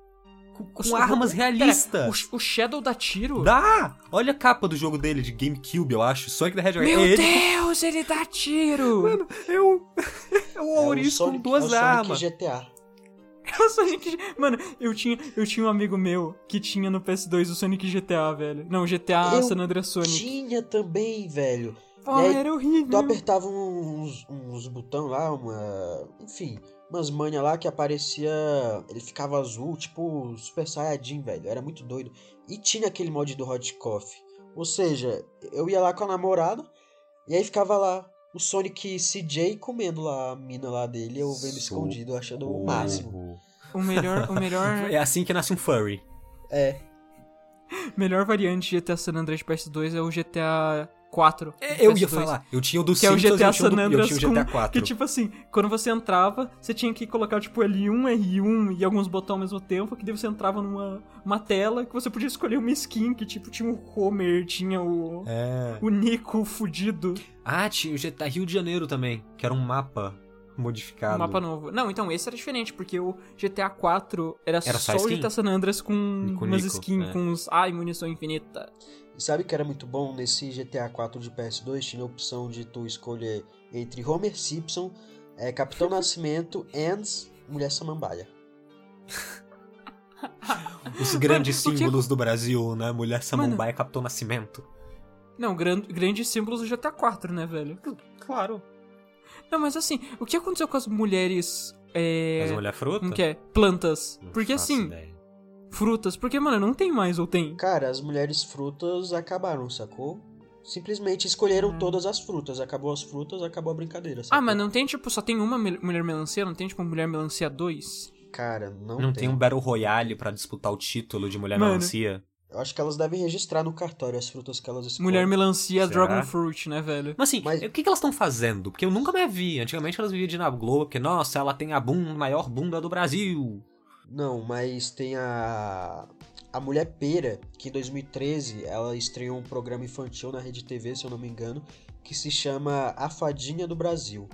[SPEAKER 1] com,
[SPEAKER 2] Com armas
[SPEAKER 1] Pera,
[SPEAKER 2] realistas.
[SPEAKER 1] o, o Shadow dá tiro?
[SPEAKER 2] Dá! Olha a capa do jogo dele de GameCube, eu acho. Sonic the Hedgehog.
[SPEAKER 1] Meu
[SPEAKER 2] é ele.
[SPEAKER 1] Deus, ele dá tiro!
[SPEAKER 2] É o, é o
[SPEAKER 3] É o
[SPEAKER 2] Ouriço com
[SPEAKER 3] Sonic- é o
[SPEAKER 2] duas
[SPEAKER 3] Sonic
[SPEAKER 2] armas.
[SPEAKER 3] GTA.
[SPEAKER 1] É o Sonic G- Mano, eu tinha, eu tinha um amigo meu que tinha no PS2 o Sonic GTA, velho. Não, GTA
[SPEAKER 3] Eu
[SPEAKER 1] San Andreas Sonic.
[SPEAKER 3] Tinha também, velho.
[SPEAKER 1] Pô,
[SPEAKER 3] e aí,
[SPEAKER 1] era horrível.
[SPEAKER 3] Tu apertava uns, uns botão lá, uma. Enfim, umas manhas lá que aparecia. Ele ficava azul, tipo Super Saiyajin, velho. Era muito doido. E tinha aquele mod do Hot Coffee. Ou seja, eu ia lá com a namorada e aí ficava lá o Sonic CJ comendo lá a mina lá dele, eu vendo escondido, achando é o máximo.
[SPEAKER 1] O melhor, o melhor,
[SPEAKER 2] É assim que nasce um furry.
[SPEAKER 3] É.
[SPEAKER 1] melhor variante de GTA San Andreas de PS2 é o GTA 4. de
[SPEAKER 2] É, Eu ia
[SPEAKER 1] PS2.
[SPEAKER 2] falar. Eu tinha o do
[SPEAKER 1] É, Que é o
[SPEAKER 2] Simpsons,
[SPEAKER 1] GTA
[SPEAKER 2] eu tinha o
[SPEAKER 1] San
[SPEAKER 2] do- eu
[SPEAKER 1] Andreas
[SPEAKER 2] tinha o
[SPEAKER 1] com-
[SPEAKER 2] GTA 4.
[SPEAKER 1] Que tipo assim, quando você entrava, você tinha que colocar tipo L1, R1 e alguns botões ao mesmo tempo, que daí você entrava numa uma tela que você podia escolher uma skin, que tipo tinha o Homer, tinha o,
[SPEAKER 2] É.
[SPEAKER 1] o Nico fudido.
[SPEAKER 2] Ah, tinha o GTA Rio de Janeiro também, que era um mapa modificado.
[SPEAKER 1] Um mapa novo. Não, então esse era diferente, porque o GTA 4 era,
[SPEAKER 2] Era só
[SPEAKER 1] só, o
[SPEAKER 2] skin?
[SPEAKER 1] GTA San Andreas com,
[SPEAKER 2] Com
[SPEAKER 1] umas
[SPEAKER 2] Nico,
[SPEAKER 1] skins,
[SPEAKER 2] é.
[SPEAKER 1] com uns. Ai, munição infinita.
[SPEAKER 3] E sabe o que era muito bom nesse GTA 4 de PS2? Tinha a opção de tu escolher entre Homer Simpson, eh, Capitão Nascimento, Ends, Mulher Samambaia.
[SPEAKER 2] Os grandes
[SPEAKER 1] Mano, o que-
[SPEAKER 2] símbolos do Brasil, né? Mulher Samambaia, Capitão Nascimento.
[SPEAKER 1] Não, gran, grandes símbolos do GTA 4, né, velho?
[SPEAKER 2] Claro.
[SPEAKER 1] Não, mas assim, o que aconteceu com as mulheres. É,
[SPEAKER 2] Mas mulher fruta?
[SPEAKER 1] como que é? Plantas.
[SPEAKER 2] Não
[SPEAKER 1] Porque
[SPEAKER 2] faço
[SPEAKER 1] assim,
[SPEAKER 2] ideia.
[SPEAKER 1] frutas. Porque, mano, não tem mais ou tem?
[SPEAKER 3] Cara, as mulheres frutas acabaram, sacou? Simplesmente escolheram todas as frutas. Acabou as frutas, acabou a brincadeira. Sacou?
[SPEAKER 1] Hum. Ah, mas não tem, tipo, só tem uma mel- mulher melancia? Não tem, tipo, mulher melancia 2?
[SPEAKER 3] Cara, não,
[SPEAKER 2] Não tem
[SPEAKER 3] tem.
[SPEAKER 2] um Battle Royale pra disputar o título de Mulher
[SPEAKER 1] Mano.
[SPEAKER 2] Melancia.
[SPEAKER 3] Eu acho que elas devem registrar no cartório as frutas que elas escolhem.
[SPEAKER 1] Mulher melancia
[SPEAKER 2] Será?
[SPEAKER 1] Dragon Fruit, né, velho?
[SPEAKER 2] Mas assim,
[SPEAKER 3] Mas-
[SPEAKER 2] o que, que elas estão fazendo? Porque eu nunca me vi. Antigamente elas viviam de ir na Globo, porque, nossa, ela tem a bun- maior bunda do Brasil.
[SPEAKER 3] Não, mas tem a. A Mulher Pera, que em 2013 ela estreou um programa infantil na Rede TV, se eu não me engano, que se chama A Fadinha do Brasil.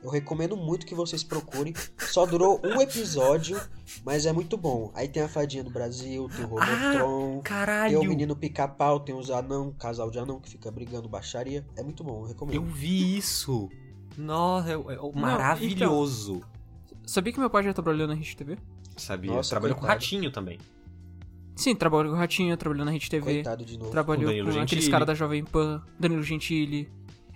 [SPEAKER 3] Eu recomendo muito que vocês procurem. Só durou um episódio, mas é muito bom. Aí tem a Fadinha do Brasil, tem o
[SPEAKER 1] Ah,
[SPEAKER 3] Robotron, tem
[SPEAKER 2] Caralho!
[SPEAKER 3] o Menino Pica-Pau, tem os anão, um casal de anão que fica brigando baixaria. É muito bom, eu
[SPEAKER 2] Eu
[SPEAKER 3] recomendo.
[SPEAKER 2] vi isso. Nossa, é, é
[SPEAKER 1] então
[SPEAKER 2] maravilhoso.
[SPEAKER 1] Sabia que meu pai já trabalhou na Rede TV?
[SPEAKER 2] Sabia?
[SPEAKER 3] Nossa,
[SPEAKER 2] Trabalhou com
[SPEAKER 3] coitado.
[SPEAKER 2] ratinho também.
[SPEAKER 1] Sim, trabalhou com o Ratinho, trabalhou na Rede TV.
[SPEAKER 3] Coitado de novo.
[SPEAKER 1] Trabalhou
[SPEAKER 2] Com
[SPEAKER 1] com,
[SPEAKER 2] Danilo
[SPEAKER 1] aqueles
[SPEAKER 2] Gentili.
[SPEAKER 1] caras da Jovem Pan, Danilo Gentili.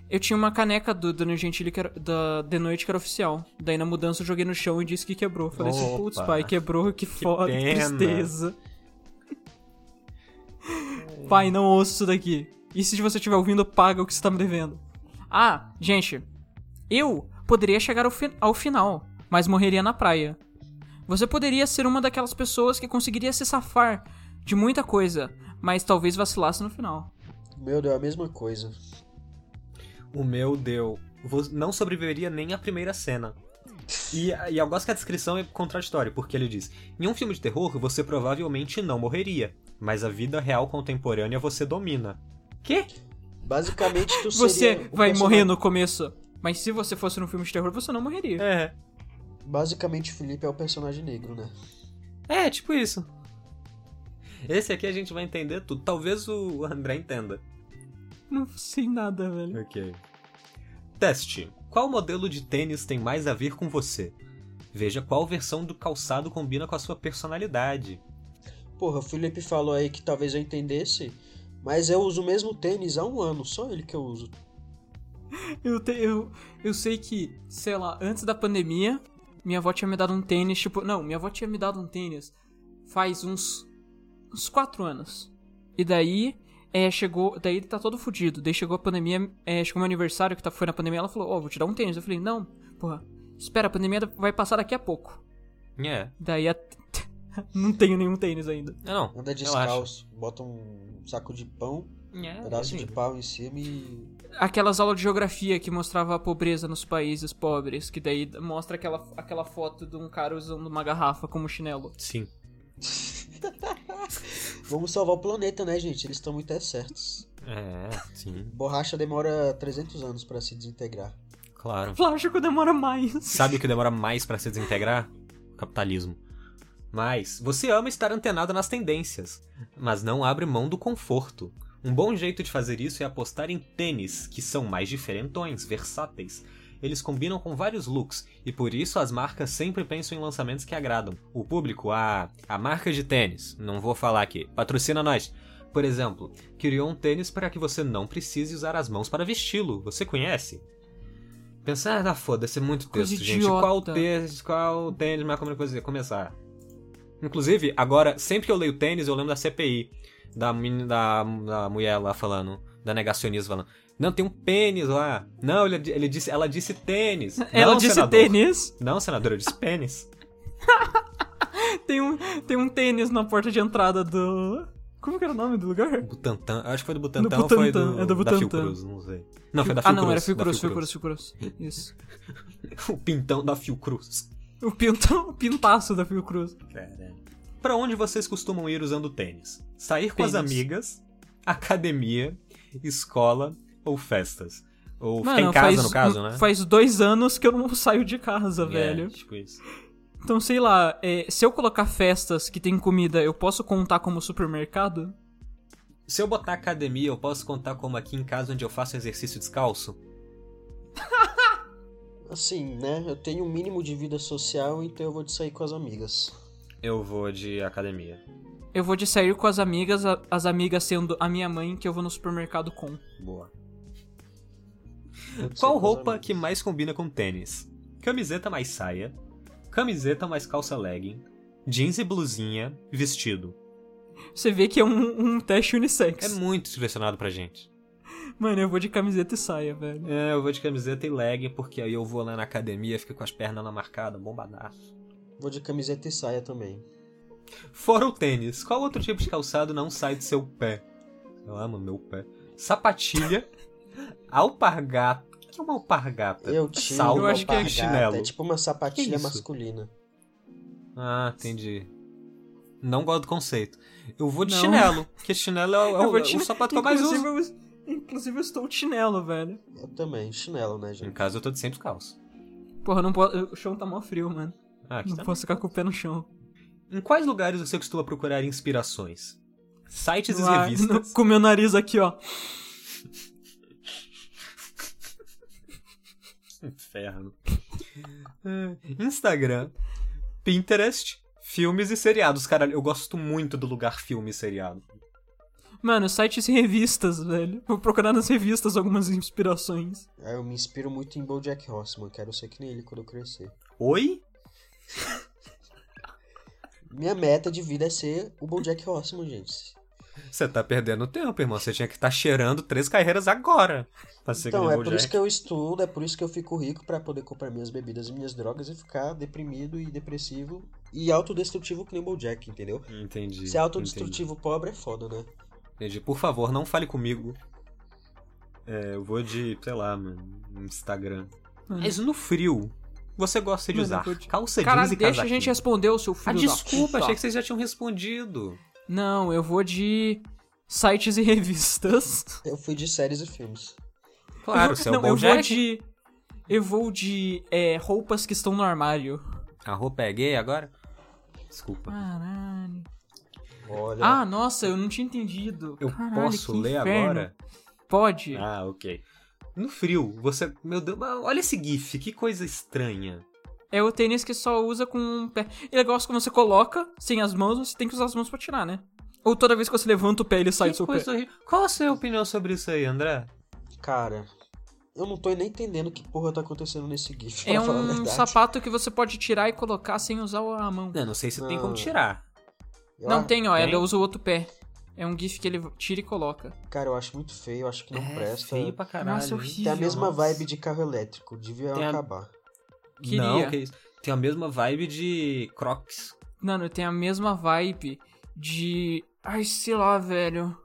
[SPEAKER 1] Eu tinha uma caneca do Danilo Gentili que era, da The Noite que era oficial. Daí na mudança eu joguei no chão e disse que quebrou. Falei assim,
[SPEAKER 2] Opa.
[SPEAKER 1] putz, pai, quebrou, que, foda, que
[SPEAKER 2] pena.
[SPEAKER 1] tristeza. pai, não ouça isso daqui. E se você estiver ouvindo, paga o que você tá me devendo. Ah, gente, eu poderia chegar ao, fi- ao final, mas morreria na praia. Você poderia ser uma daquelas pessoas que conseguiria se safar de muita coisa, mas talvez vacilasse no final.
[SPEAKER 3] Meu Deus, é a mesma coisa.
[SPEAKER 2] O meu deu. Vo- Não sobreviveria nem à primeira cena. E, e eu gosto que a descrição é contraditória, porque ele diz: Em um filme de terror, você provavelmente não morreria, mas a vida real contemporânea você domina. Quê?
[SPEAKER 3] Basicamente, tu
[SPEAKER 1] Você
[SPEAKER 3] seria o
[SPEAKER 1] vai
[SPEAKER 3] personagem-
[SPEAKER 1] morrer no começo, mas se você fosse num filme de terror, você não morreria.
[SPEAKER 2] É.
[SPEAKER 3] Basicamente, o Felipe é o personagem negro, né?
[SPEAKER 2] É, tipo isso. Esse aqui a gente vai entender tudo. Talvez o André entenda.
[SPEAKER 1] Não sei nada, velho.
[SPEAKER 2] Ok. Teste. Qual modelo de tênis tem mais a ver com você? Veja qual versão do calçado combina com a sua personalidade.
[SPEAKER 3] Porra, o Felipe falou aí que talvez eu entendesse, mas eu uso o mesmo tênis há um ano, só ele que eu uso.
[SPEAKER 1] Eu, te- eu, eu sei que, sei lá, antes da pandemia, minha avó tinha me dado um tênis, tipo, não, minha avó tinha me dado um tênis faz uns uns quatro anos. E daí, é, chegou, daí ele tá todo fudido. Daí chegou a pandemia, é, chegou meu aniversário, que tá- foi na pandemia, ela falou, ó, vou te dar um tênis. Eu falei, não, porra, espera, a pandemia vai passar daqui a pouco.
[SPEAKER 2] É.
[SPEAKER 1] Daí, a- não tenho nenhum tênis ainda.
[SPEAKER 2] Ah, não.
[SPEAKER 3] Anda descalço, bota um saco de pão,
[SPEAKER 2] É,
[SPEAKER 3] pedaço
[SPEAKER 2] assim,
[SPEAKER 3] de pau em cima e.
[SPEAKER 1] Aquelas aulas de geografia que mostrava a pobreza nos países pobres, que daí mostra aquela, aquela foto de um cara usando uma garrafa como chinelo.
[SPEAKER 2] Sim.
[SPEAKER 3] Vamos salvar o planeta, né, gente? Eles estão muito é certos.
[SPEAKER 2] É, sim,
[SPEAKER 3] Borracha demora 300 anos pra se desintegrar.
[SPEAKER 2] claro.
[SPEAKER 1] Plástico demora mais.
[SPEAKER 2] Sabe o que demora mais pra se desintegrar? Capitalismo. Mas você ama estar antenado nas tendências, mas não abre mão do conforto. Um bom jeito de fazer isso é apostar em tênis, que são mais diferentões, versáteis. Eles combinam com vários looks e por isso as marcas sempre pensam em lançamentos que agradam. O público, a, a marca de tênis, não vou falar aqui, patrocina nós. Por exemplo, criou um tênis para que você não precise usar as mãos para vesti-lo. Você conhece? Pensar, ah, foda-se, é muito
[SPEAKER 1] Coisa
[SPEAKER 2] texto, gente.
[SPEAKER 1] idiota.
[SPEAKER 2] Qual tênis, qual tênis, mas como é eu vou começar? Inclusive, agora, sempre que eu leio tênis, eu lembro da CPI. Da, meni- da, da mulher lá falando, da negacionista falando. Não, tem um pênis lá. Não, ele, ele disse, ela disse tênis.
[SPEAKER 1] Ela
[SPEAKER 2] Não,
[SPEAKER 1] disse
[SPEAKER 2] é um senador.
[SPEAKER 1] tênis.
[SPEAKER 2] Não, senador, eu disse pênis.
[SPEAKER 1] Tem um, tem um tênis na porta de entrada do. Como que era o nome do lugar?
[SPEAKER 2] Butantan, acho que foi do Butantan,
[SPEAKER 1] Do
[SPEAKER 2] ou foi
[SPEAKER 1] Butantan,
[SPEAKER 2] do,
[SPEAKER 1] é do
[SPEAKER 2] da
[SPEAKER 1] Butantan.
[SPEAKER 2] Fiocruz, não sei. Não, foi da
[SPEAKER 1] ah,
[SPEAKER 2] Fiocruz.
[SPEAKER 1] não, era Fiocruz,
[SPEAKER 2] da
[SPEAKER 1] Fiocruz, Fiocruz. Isso.
[SPEAKER 2] O pintão da Fiocruz.
[SPEAKER 1] O, pinta, o pintaço da Fiocruz.
[SPEAKER 2] Caralho. Pra onde vocês costumam ir usando tênis? Sair com as
[SPEAKER 1] Tênis.
[SPEAKER 2] amigas, academia, escola ou festas? Ou
[SPEAKER 1] Mano,
[SPEAKER 2] ficar em casa,
[SPEAKER 1] faz, um,
[SPEAKER 2] no caso, né?
[SPEAKER 1] Faz dois anos que eu não saio de casa,
[SPEAKER 2] É,
[SPEAKER 1] velho.
[SPEAKER 2] tipo isso.
[SPEAKER 1] Então, sei lá, é, se eu colocar festas que tem comida, eu posso contar como supermercado?
[SPEAKER 2] Se eu botar academia, eu posso contar como aqui em casa onde eu faço exercício descalço?
[SPEAKER 3] Assim, né? Eu tenho um mínimo de vida social, então eu vou de sair com as amigas.
[SPEAKER 2] Eu vou de academia.
[SPEAKER 1] Eu vou de sair com as amigas, a- as amigas sendo a minha mãe que eu vou no supermercado com.
[SPEAKER 2] Boa.
[SPEAKER 3] Eu vou de sair com
[SPEAKER 2] Qual
[SPEAKER 3] as
[SPEAKER 2] roupa
[SPEAKER 3] amigas.
[SPEAKER 2] que mais combina com tênis? Camiseta mais saia, camiseta mais calça legging, jeans e blusinha, vestido.
[SPEAKER 1] Você vê que é um, um teste
[SPEAKER 2] É
[SPEAKER 1] unissex.
[SPEAKER 2] muito selecionado pra gente.
[SPEAKER 1] Mano, eu vou de camiseta e saia, velho.
[SPEAKER 2] É, eu vou de camiseta e legging, porque aí eu vou lá na academia, fico com as pernas na marcada, bombadaço.
[SPEAKER 3] Vou de camiseta e saia também.
[SPEAKER 2] Fora o tênis, qual outro tipo de calçado não sai do seu pé? Eu amo meu pé. Sapatilha, alpargata. O que é uma alpargata?
[SPEAKER 3] Eu
[SPEAKER 2] É
[SPEAKER 3] tinha
[SPEAKER 2] salto,
[SPEAKER 1] eu
[SPEAKER 3] uma
[SPEAKER 1] acho que é
[SPEAKER 2] um chinelo.
[SPEAKER 3] alpargata, é tipo uma
[SPEAKER 2] Que
[SPEAKER 3] sapatilha
[SPEAKER 2] isso?
[SPEAKER 3] masculina.
[SPEAKER 2] Ah, entendi. Não gosto do conceito. Eu vou de
[SPEAKER 1] Não.
[SPEAKER 2] chinelo, porque chinelo é, o- é
[SPEAKER 1] Eu
[SPEAKER 2] o,
[SPEAKER 1] vou
[SPEAKER 2] é
[SPEAKER 1] de
[SPEAKER 2] o
[SPEAKER 1] chinelo.
[SPEAKER 2] sapato que eu mais uso.
[SPEAKER 1] Inclusive, eu- inclusive eu estou de chinelo, velho.
[SPEAKER 3] Eu também, chinelo, né,
[SPEAKER 2] Em
[SPEAKER 3] gente?
[SPEAKER 2] casa eu tô de sempre calça.
[SPEAKER 1] Porra, eu não posso. O chão tá mó frio, mano.
[SPEAKER 2] Ah, aqui
[SPEAKER 1] Não
[SPEAKER 2] tá.
[SPEAKER 1] posso ficar com o pé no chão.
[SPEAKER 2] Em quais lugares você costuma procurar inspirações? Sites
[SPEAKER 1] No
[SPEAKER 2] e
[SPEAKER 1] ar-
[SPEAKER 2] revistas.
[SPEAKER 1] no- com meu nariz aqui, ó.
[SPEAKER 2] Inferno. É. Instagram, Pinterest, filmes e seriados. Cara, eu gosto muito do lugar filme e seriado.
[SPEAKER 1] Mano, sites e revistas, velho. Vou procurar nas revistas algumas inspirações.
[SPEAKER 3] Ah, Eu me inspiro muito em Bojack Horseman, quero ser que nem ele quando eu crescer.
[SPEAKER 2] Oi?
[SPEAKER 3] Minha meta de vida é ser o Bojack Horseman, gente.
[SPEAKER 2] Você tá perdendo tempo, irmão. Você tinha que estar cheirando três carreiras agora. Pra ser
[SPEAKER 3] Então,
[SPEAKER 2] que
[SPEAKER 3] é
[SPEAKER 2] nem
[SPEAKER 3] por
[SPEAKER 2] Bojack.
[SPEAKER 3] isso que eu estudo, é por isso que eu fico rico pra poder comprar minhas bebidas e minhas drogas e ficar deprimido e depressivo e autodestrutivo que nem Bojack, entendeu?
[SPEAKER 2] Entendi.
[SPEAKER 3] Ser autodestrutivo pobre é foda, né?
[SPEAKER 2] Entendi. Entendi. Por favor, não fale comigo. É, eu vou de, sei lá, mano, Instagram.
[SPEAKER 1] Mano.
[SPEAKER 2] Mas no frio, você gosta de
[SPEAKER 1] Mano, eu
[SPEAKER 2] usar
[SPEAKER 1] vou de-
[SPEAKER 2] calça
[SPEAKER 1] Caralho,
[SPEAKER 2] jeans e
[SPEAKER 1] deixa a
[SPEAKER 2] casaquinho.
[SPEAKER 1] gente responder o seu
[SPEAKER 2] Ah,
[SPEAKER 1] filho. da
[SPEAKER 2] desculpa,
[SPEAKER 1] puta.
[SPEAKER 2] achei que vocês já tinham respondido.
[SPEAKER 1] Não, eu vou de sites e revistas.
[SPEAKER 3] Eu fui de séries e filmes.
[SPEAKER 2] Claro,
[SPEAKER 1] Eu-
[SPEAKER 2] você é o
[SPEAKER 1] não, eu
[SPEAKER 2] Bojack.
[SPEAKER 1] vou de. Eu vou de é, roupas que estão no armário.
[SPEAKER 2] A roupa é gay agora? Desculpa.
[SPEAKER 1] Ah, Caralho.
[SPEAKER 3] Olha,
[SPEAKER 1] Ah, nossa, eu não tinha entendido.
[SPEAKER 2] Eu
[SPEAKER 1] Caralho,
[SPEAKER 2] posso
[SPEAKER 1] que
[SPEAKER 2] ler
[SPEAKER 1] inferno.
[SPEAKER 2] agora?
[SPEAKER 1] Pode.
[SPEAKER 2] Ah, ok. No frio, você. Meu Deus, mas olha esse GIF, que coisa estranha.
[SPEAKER 1] É o tênis que só usa com um pé. E o negócio quando você coloca sem as mãos, você tem que usar as mãos pra tirar, né? Ou toda vez que você levanta o pé, ele sai do
[SPEAKER 2] que
[SPEAKER 1] seu
[SPEAKER 2] coisa
[SPEAKER 1] pé.
[SPEAKER 2] horrível. Qual a sua opinião sobre isso aí, André?
[SPEAKER 3] cara, eu não tô nem entendendo que porra tá acontecendo nesse GIF, pra
[SPEAKER 1] É
[SPEAKER 3] falar a
[SPEAKER 1] um
[SPEAKER 3] verdade.
[SPEAKER 1] sapato que você pode tirar e colocar sem usar a mão.
[SPEAKER 2] Eu não sei se tem
[SPEAKER 3] Não.
[SPEAKER 2] como tirar.
[SPEAKER 3] Eu
[SPEAKER 1] não
[SPEAKER 3] a-
[SPEAKER 1] tem, ó.
[SPEAKER 2] Ah, tem?
[SPEAKER 1] Ela usa o outro pé. É um gif que ele tira e coloca.
[SPEAKER 3] Cara, eu acho muito feio, eu acho que não
[SPEAKER 2] É,
[SPEAKER 3] presta.
[SPEAKER 2] Feio pra caralho.
[SPEAKER 1] Nossa,
[SPEAKER 2] hein?
[SPEAKER 1] horrível.
[SPEAKER 3] Tem a mesma
[SPEAKER 2] Nossa.
[SPEAKER 3] vibe de carro elétrico, devia
[SPEAKER 2] Tem a-
[SPEAKER 3] acabar.
[SPEAKER 2] Não,
[SPEAKER 1] Queria.
[SPEAKER 2] que isso. Tem a mesma vibe de Crocs.
[SPEAKER 1] Mano, tem a mesma vibe de. Ai, sei lá, velho.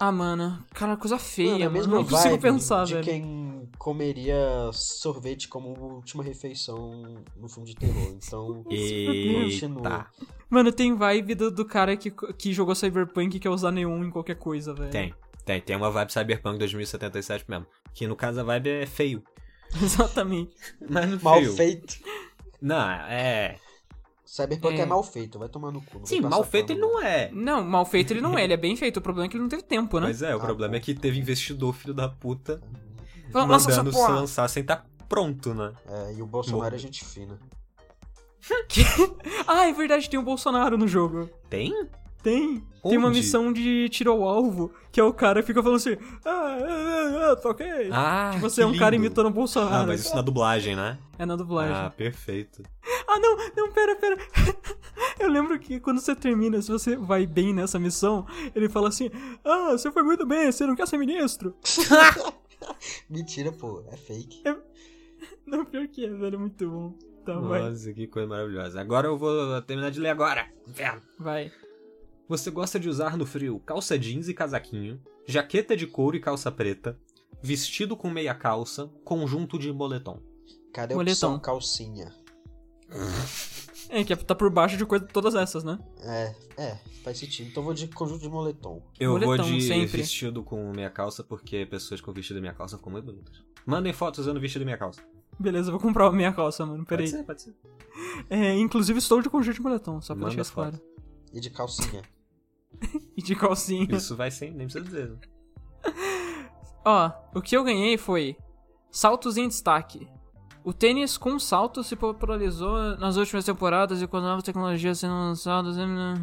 [SPEAKER 1] Ah, mano. Cara, coisa feia,
[SPEAKER 3] Mano, é a
[SPEAKER 1] mano.
[SPEAKER 3] mesma
[SPEAKER 1] não consigo
[SPEAKER 3] vibe
[SPEAKER 1] pensar,
[SPEAKER 3] de
[SPEAKER 1] velho.
[SPEAKER 3] quem comeria sorvete como última refeição no filme de terror. Então,
[SPEAKER 2] Eita.
[SPEAKER 3] Continua.
[SPEAKER 1] Mano, tem vibe do, do cara que, que jogou Cyberpunk e quer usar neon em qualquer coisa, velho.
[SPEAKER 2] Tem. Tem, tem uma vibe Cyberpunk 2077 mesmo. Que no caso a vibe é feio.
[SPEAKER 1] Exatamente.
[SPEAKER 2] Mas no
[SPEAKER 3] mal
[SPEAKER 2] frio.
[SPEAKER 3] feito.
[SPEAKER 2] Não, é.
[SPEAKER 3] Cyberpunk é,
[SPEAKER 1] É.
[SPEAKER 3] mal feito, vai tomar no cu. não
[SPEAKER 2] Sim,
[SPEAKER 3] vou
[SPEAKER 2] mal
[SPEAKER 3] passar
[SPEAKER 2] feito
[SPEAKER 3] pano,
[SPEAKER 2] ele não é.
[SPEAKER 1] Não, mal feito ele não é, ele é bem feito. O problema é que ele não teve tempo, né?
[SPEAKER 2] Mas é, o
[SPEAKER 3] Ah,
[SPEAKER 2] problema
[SPEAKER 3] bom.
[SPEAKER 2] é que teve investidor, filho da puta,
[SPEAKER 1] Fala, Lança essa
[SPEAKER 2] mandando se
[SPEAKER 1] porra!
[SPEAKER 2] lançar sem estar pronto, né?
[SPEAKER 3] É, e o Bolsonaro é
[SPEAKER 2] Morre.
[SPEAKER 3] gente fina.
[SPEAKER 1] Ah, é verdade, tem o Bolsonaro no jogo.
[SPEAKER 2] Tem?
[SPEAKER 1] Tem. Tem uma
[SPEAKER 2] Onde?
[SPEAKER 1] missão de tiro ao alvo, que é o cara que fica falando assim, ah, ah, ah, ah toquei.
[SPEAKER 2] Ah,
[SPEAKER 1] Você
[SPEAKER 2] que
[SPEAKER 1] é um cara
[SPEAKER 2] lindo.
[SPEAKER 1] imitando o Bolsonaro.
[SPEAKER 2] Ah, mas isso na dublagem, né?
[SPEAKER 1] É na dublagem.
[SPEAKER 2] Ah,
[SPEAKER 1] Ah.
[SPEAKER 2] perfeito.
[SPEAKER 1] não, não, pera, pera. Eu lembro que quando você termina, se você vai bem nessa missão, ele fala assim, ah, você foi muito bem, você não quer ser ministro.
[SPEAKER 3] Mentira, pô, é fake.
[SPEAKER 1] Não, pior que é, velho, é muito bom. Tá, vai,
[SPEAKER 2] Nossa, que coisa maravilhosa. Agora eu vou terminar de ler agora. Inferno.
[SPEAKER 1] vai.
[SPEAKER 2] Você gosta de usar no frio calça jeans e casaquinho, jaqueta de couro e calça preta, vestido com meia calça, conjunto de moletom.
[SPEAKER 3] Cadê a opção
[SPEAKER 1] Moletom.
[SPEAKER 3] calcinha?
[SPEAKER 1] É, que tá por baixo de coisa, todas essas, né?
[SPEAKER 3] É, é, faz sentido. Então eu vou de conjunto de moletom.
[SPEAKER 2] Eu
[SPEAKER 1] Moletom,
[SPEAKER 2] vou de
[SPEAKER 1] sempre.
[SPEAKER 2] vestido com meia calça porque pessoas com vestido e meia calça ficam muito bonitas. Mandem fotos usando vestido e meia calça.
[SPEAKER 1] Beleza, eu vou comprar a minha calça, mano,
[SPEAKER 2] Pode
[SPEAKER 1] peraí.
[SPEAKER 2] ser, pode ser.
[SPEAKER 1] É, inclusive estou de conjunto de moletom, só pra
[SPEAKER 2] Manda
[SPEAKER 1] deixar isso
[SPEAKER 2] foto.
[SPEAKER 1] claro.
[SPEAKER 3] E de calcinha.
[SPEAKER 1] E de calcinha.
[SPEAKER 2] Isso vai sem, nem precisa dizer. né?
[SPEAKER 1] Ó, o que eu ganhei foi saltos em destaque. O tênis com salto se popularizou nas últimas temporadas e com as novas tecnologias sendo lançadas. né,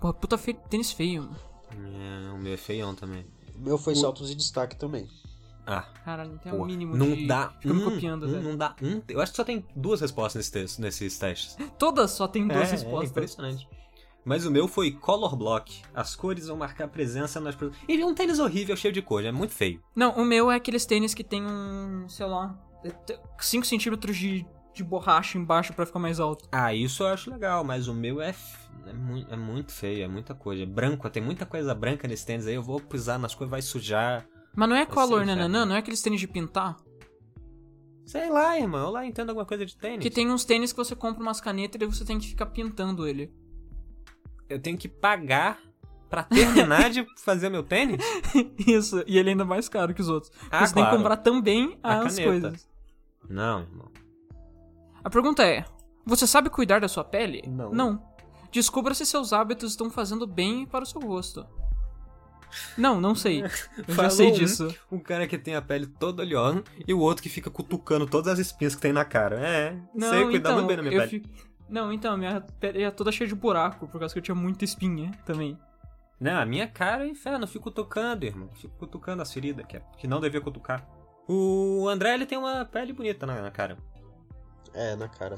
[SPEAKER 1] Porra, puta fe... tênis feio. mano.
[SPEAKER 2] É, o meu é feião também.
[SPEAKER 3] O meu foi saltos e destaque também.
[SPEAKER 2] Ah,
[SPEAKER 1] Caralho, não tem o
[SPEAKER 2] Porra,
[SPEAKER 1] É um mínimo
[SPEAKER 2] não
[SPEAKER 1] de...
[SPEAKER 2] dá
[SPEAKER 1] Fica me
[SPEAKER 2] um,
[SPEAKER 1] copiando,
[SPEAKER 2] um-
[SPEAKER 1] velho.
[SPEAKER 2] não dá um. te- Eu acho que só tem duas respostas nesse texto, nesses testes.
[SPEAKER 1] Todas só tem duas
[SPEAKER 2] É, É
[SPEAKER 1] respostas.
[SPEAKER 2] impressionante. Mas o meu foi color block. As cores vão marcar presença nas pessoas. E é um tênis horrível cheio de cor, é muito feio.
[SPEAKER 1] não, o meu é aqueles tênis que tem um, sei lá, 5 centímetros de, de borracha embaixo pra ficar mais alto.
[SPEAKER 2] Ah, isso eu acho legal, mas o meu é, f- é, mu- é muito feio, é muita coisa. É branco, tem muita coisa branca nesse tênis aí. Eu vou pisar nas coisas, vai sujar.
[SPEAKER 1] Mas não é
[SPEAKER 2] sei,
[SPEAKER 1] color, né,
[SPEAKER 2] velho.
[SPEAKER 1] Nanã? Não é aqueles tênis de pintar?
[SPEAKER 2] Sei lá, irmão, eu lá entendo alguma coisa de tênis.
[SPEAKER 1] Porque tem uns tênis que você compra umas canetas e daí você tem que ficar pintando ele.
[SPEAKER 2] Eu tenho que pagar pra terminar de fazer meu tênis?
[SPEAKER 1] Isso, e ele é ainda mais caro que os outros. Porque
[SPEAKER 2] Ah,
[SPEAKER 1] você tem
[SPEAKER 2] claro.
[SPEAKER 1] que comprar também
[SPEAKER 2] A
[SPEAKER 1] as
[SPEAKER 2] caneta.
[SPEAKER 1] coisas.
[SPEAKER 2] Não, irmão.
[SPEAKER 1] A pergunta é: você sabe cuidar da sua pele?
[SPEAKER 2] Não.
[SPEAKER 1] Descubra se seus hábitos estão fazendo bem para o seu rosto. Não, não sei. Eu já
[SPEAKER 2] Falou
[SPEAKER 1] sei
[SPEAKER 2] um.
[SPEAKER 1] disso.
[SPEAKER 2] Um cara que tem a pele toda oleosa e o outro que fica cutucando todas as espinhas que tem na cara. É,
[SPEAKER 1] Não,
[SPEAKER 2] sei cuidar
[SPEAKER 1] então,
[SPEAKER 2] muito bem da minha
[SPEAKER 1] eu
[SPEAKER 2] pele.
[SPEAKER 1] fico- Não, então, minha pele é toda cheia de buraco, por causa que eu tinha muita espinha também.
[SPEAKER 2] Não, a minha cara é inferno, eu fico cutucando, irmão. Fico cutucando as feridas, que, é- que não devia cutucar. O André, ele tem uma pele bonita na, na cara.
[SPEAKER 3] É, na cara.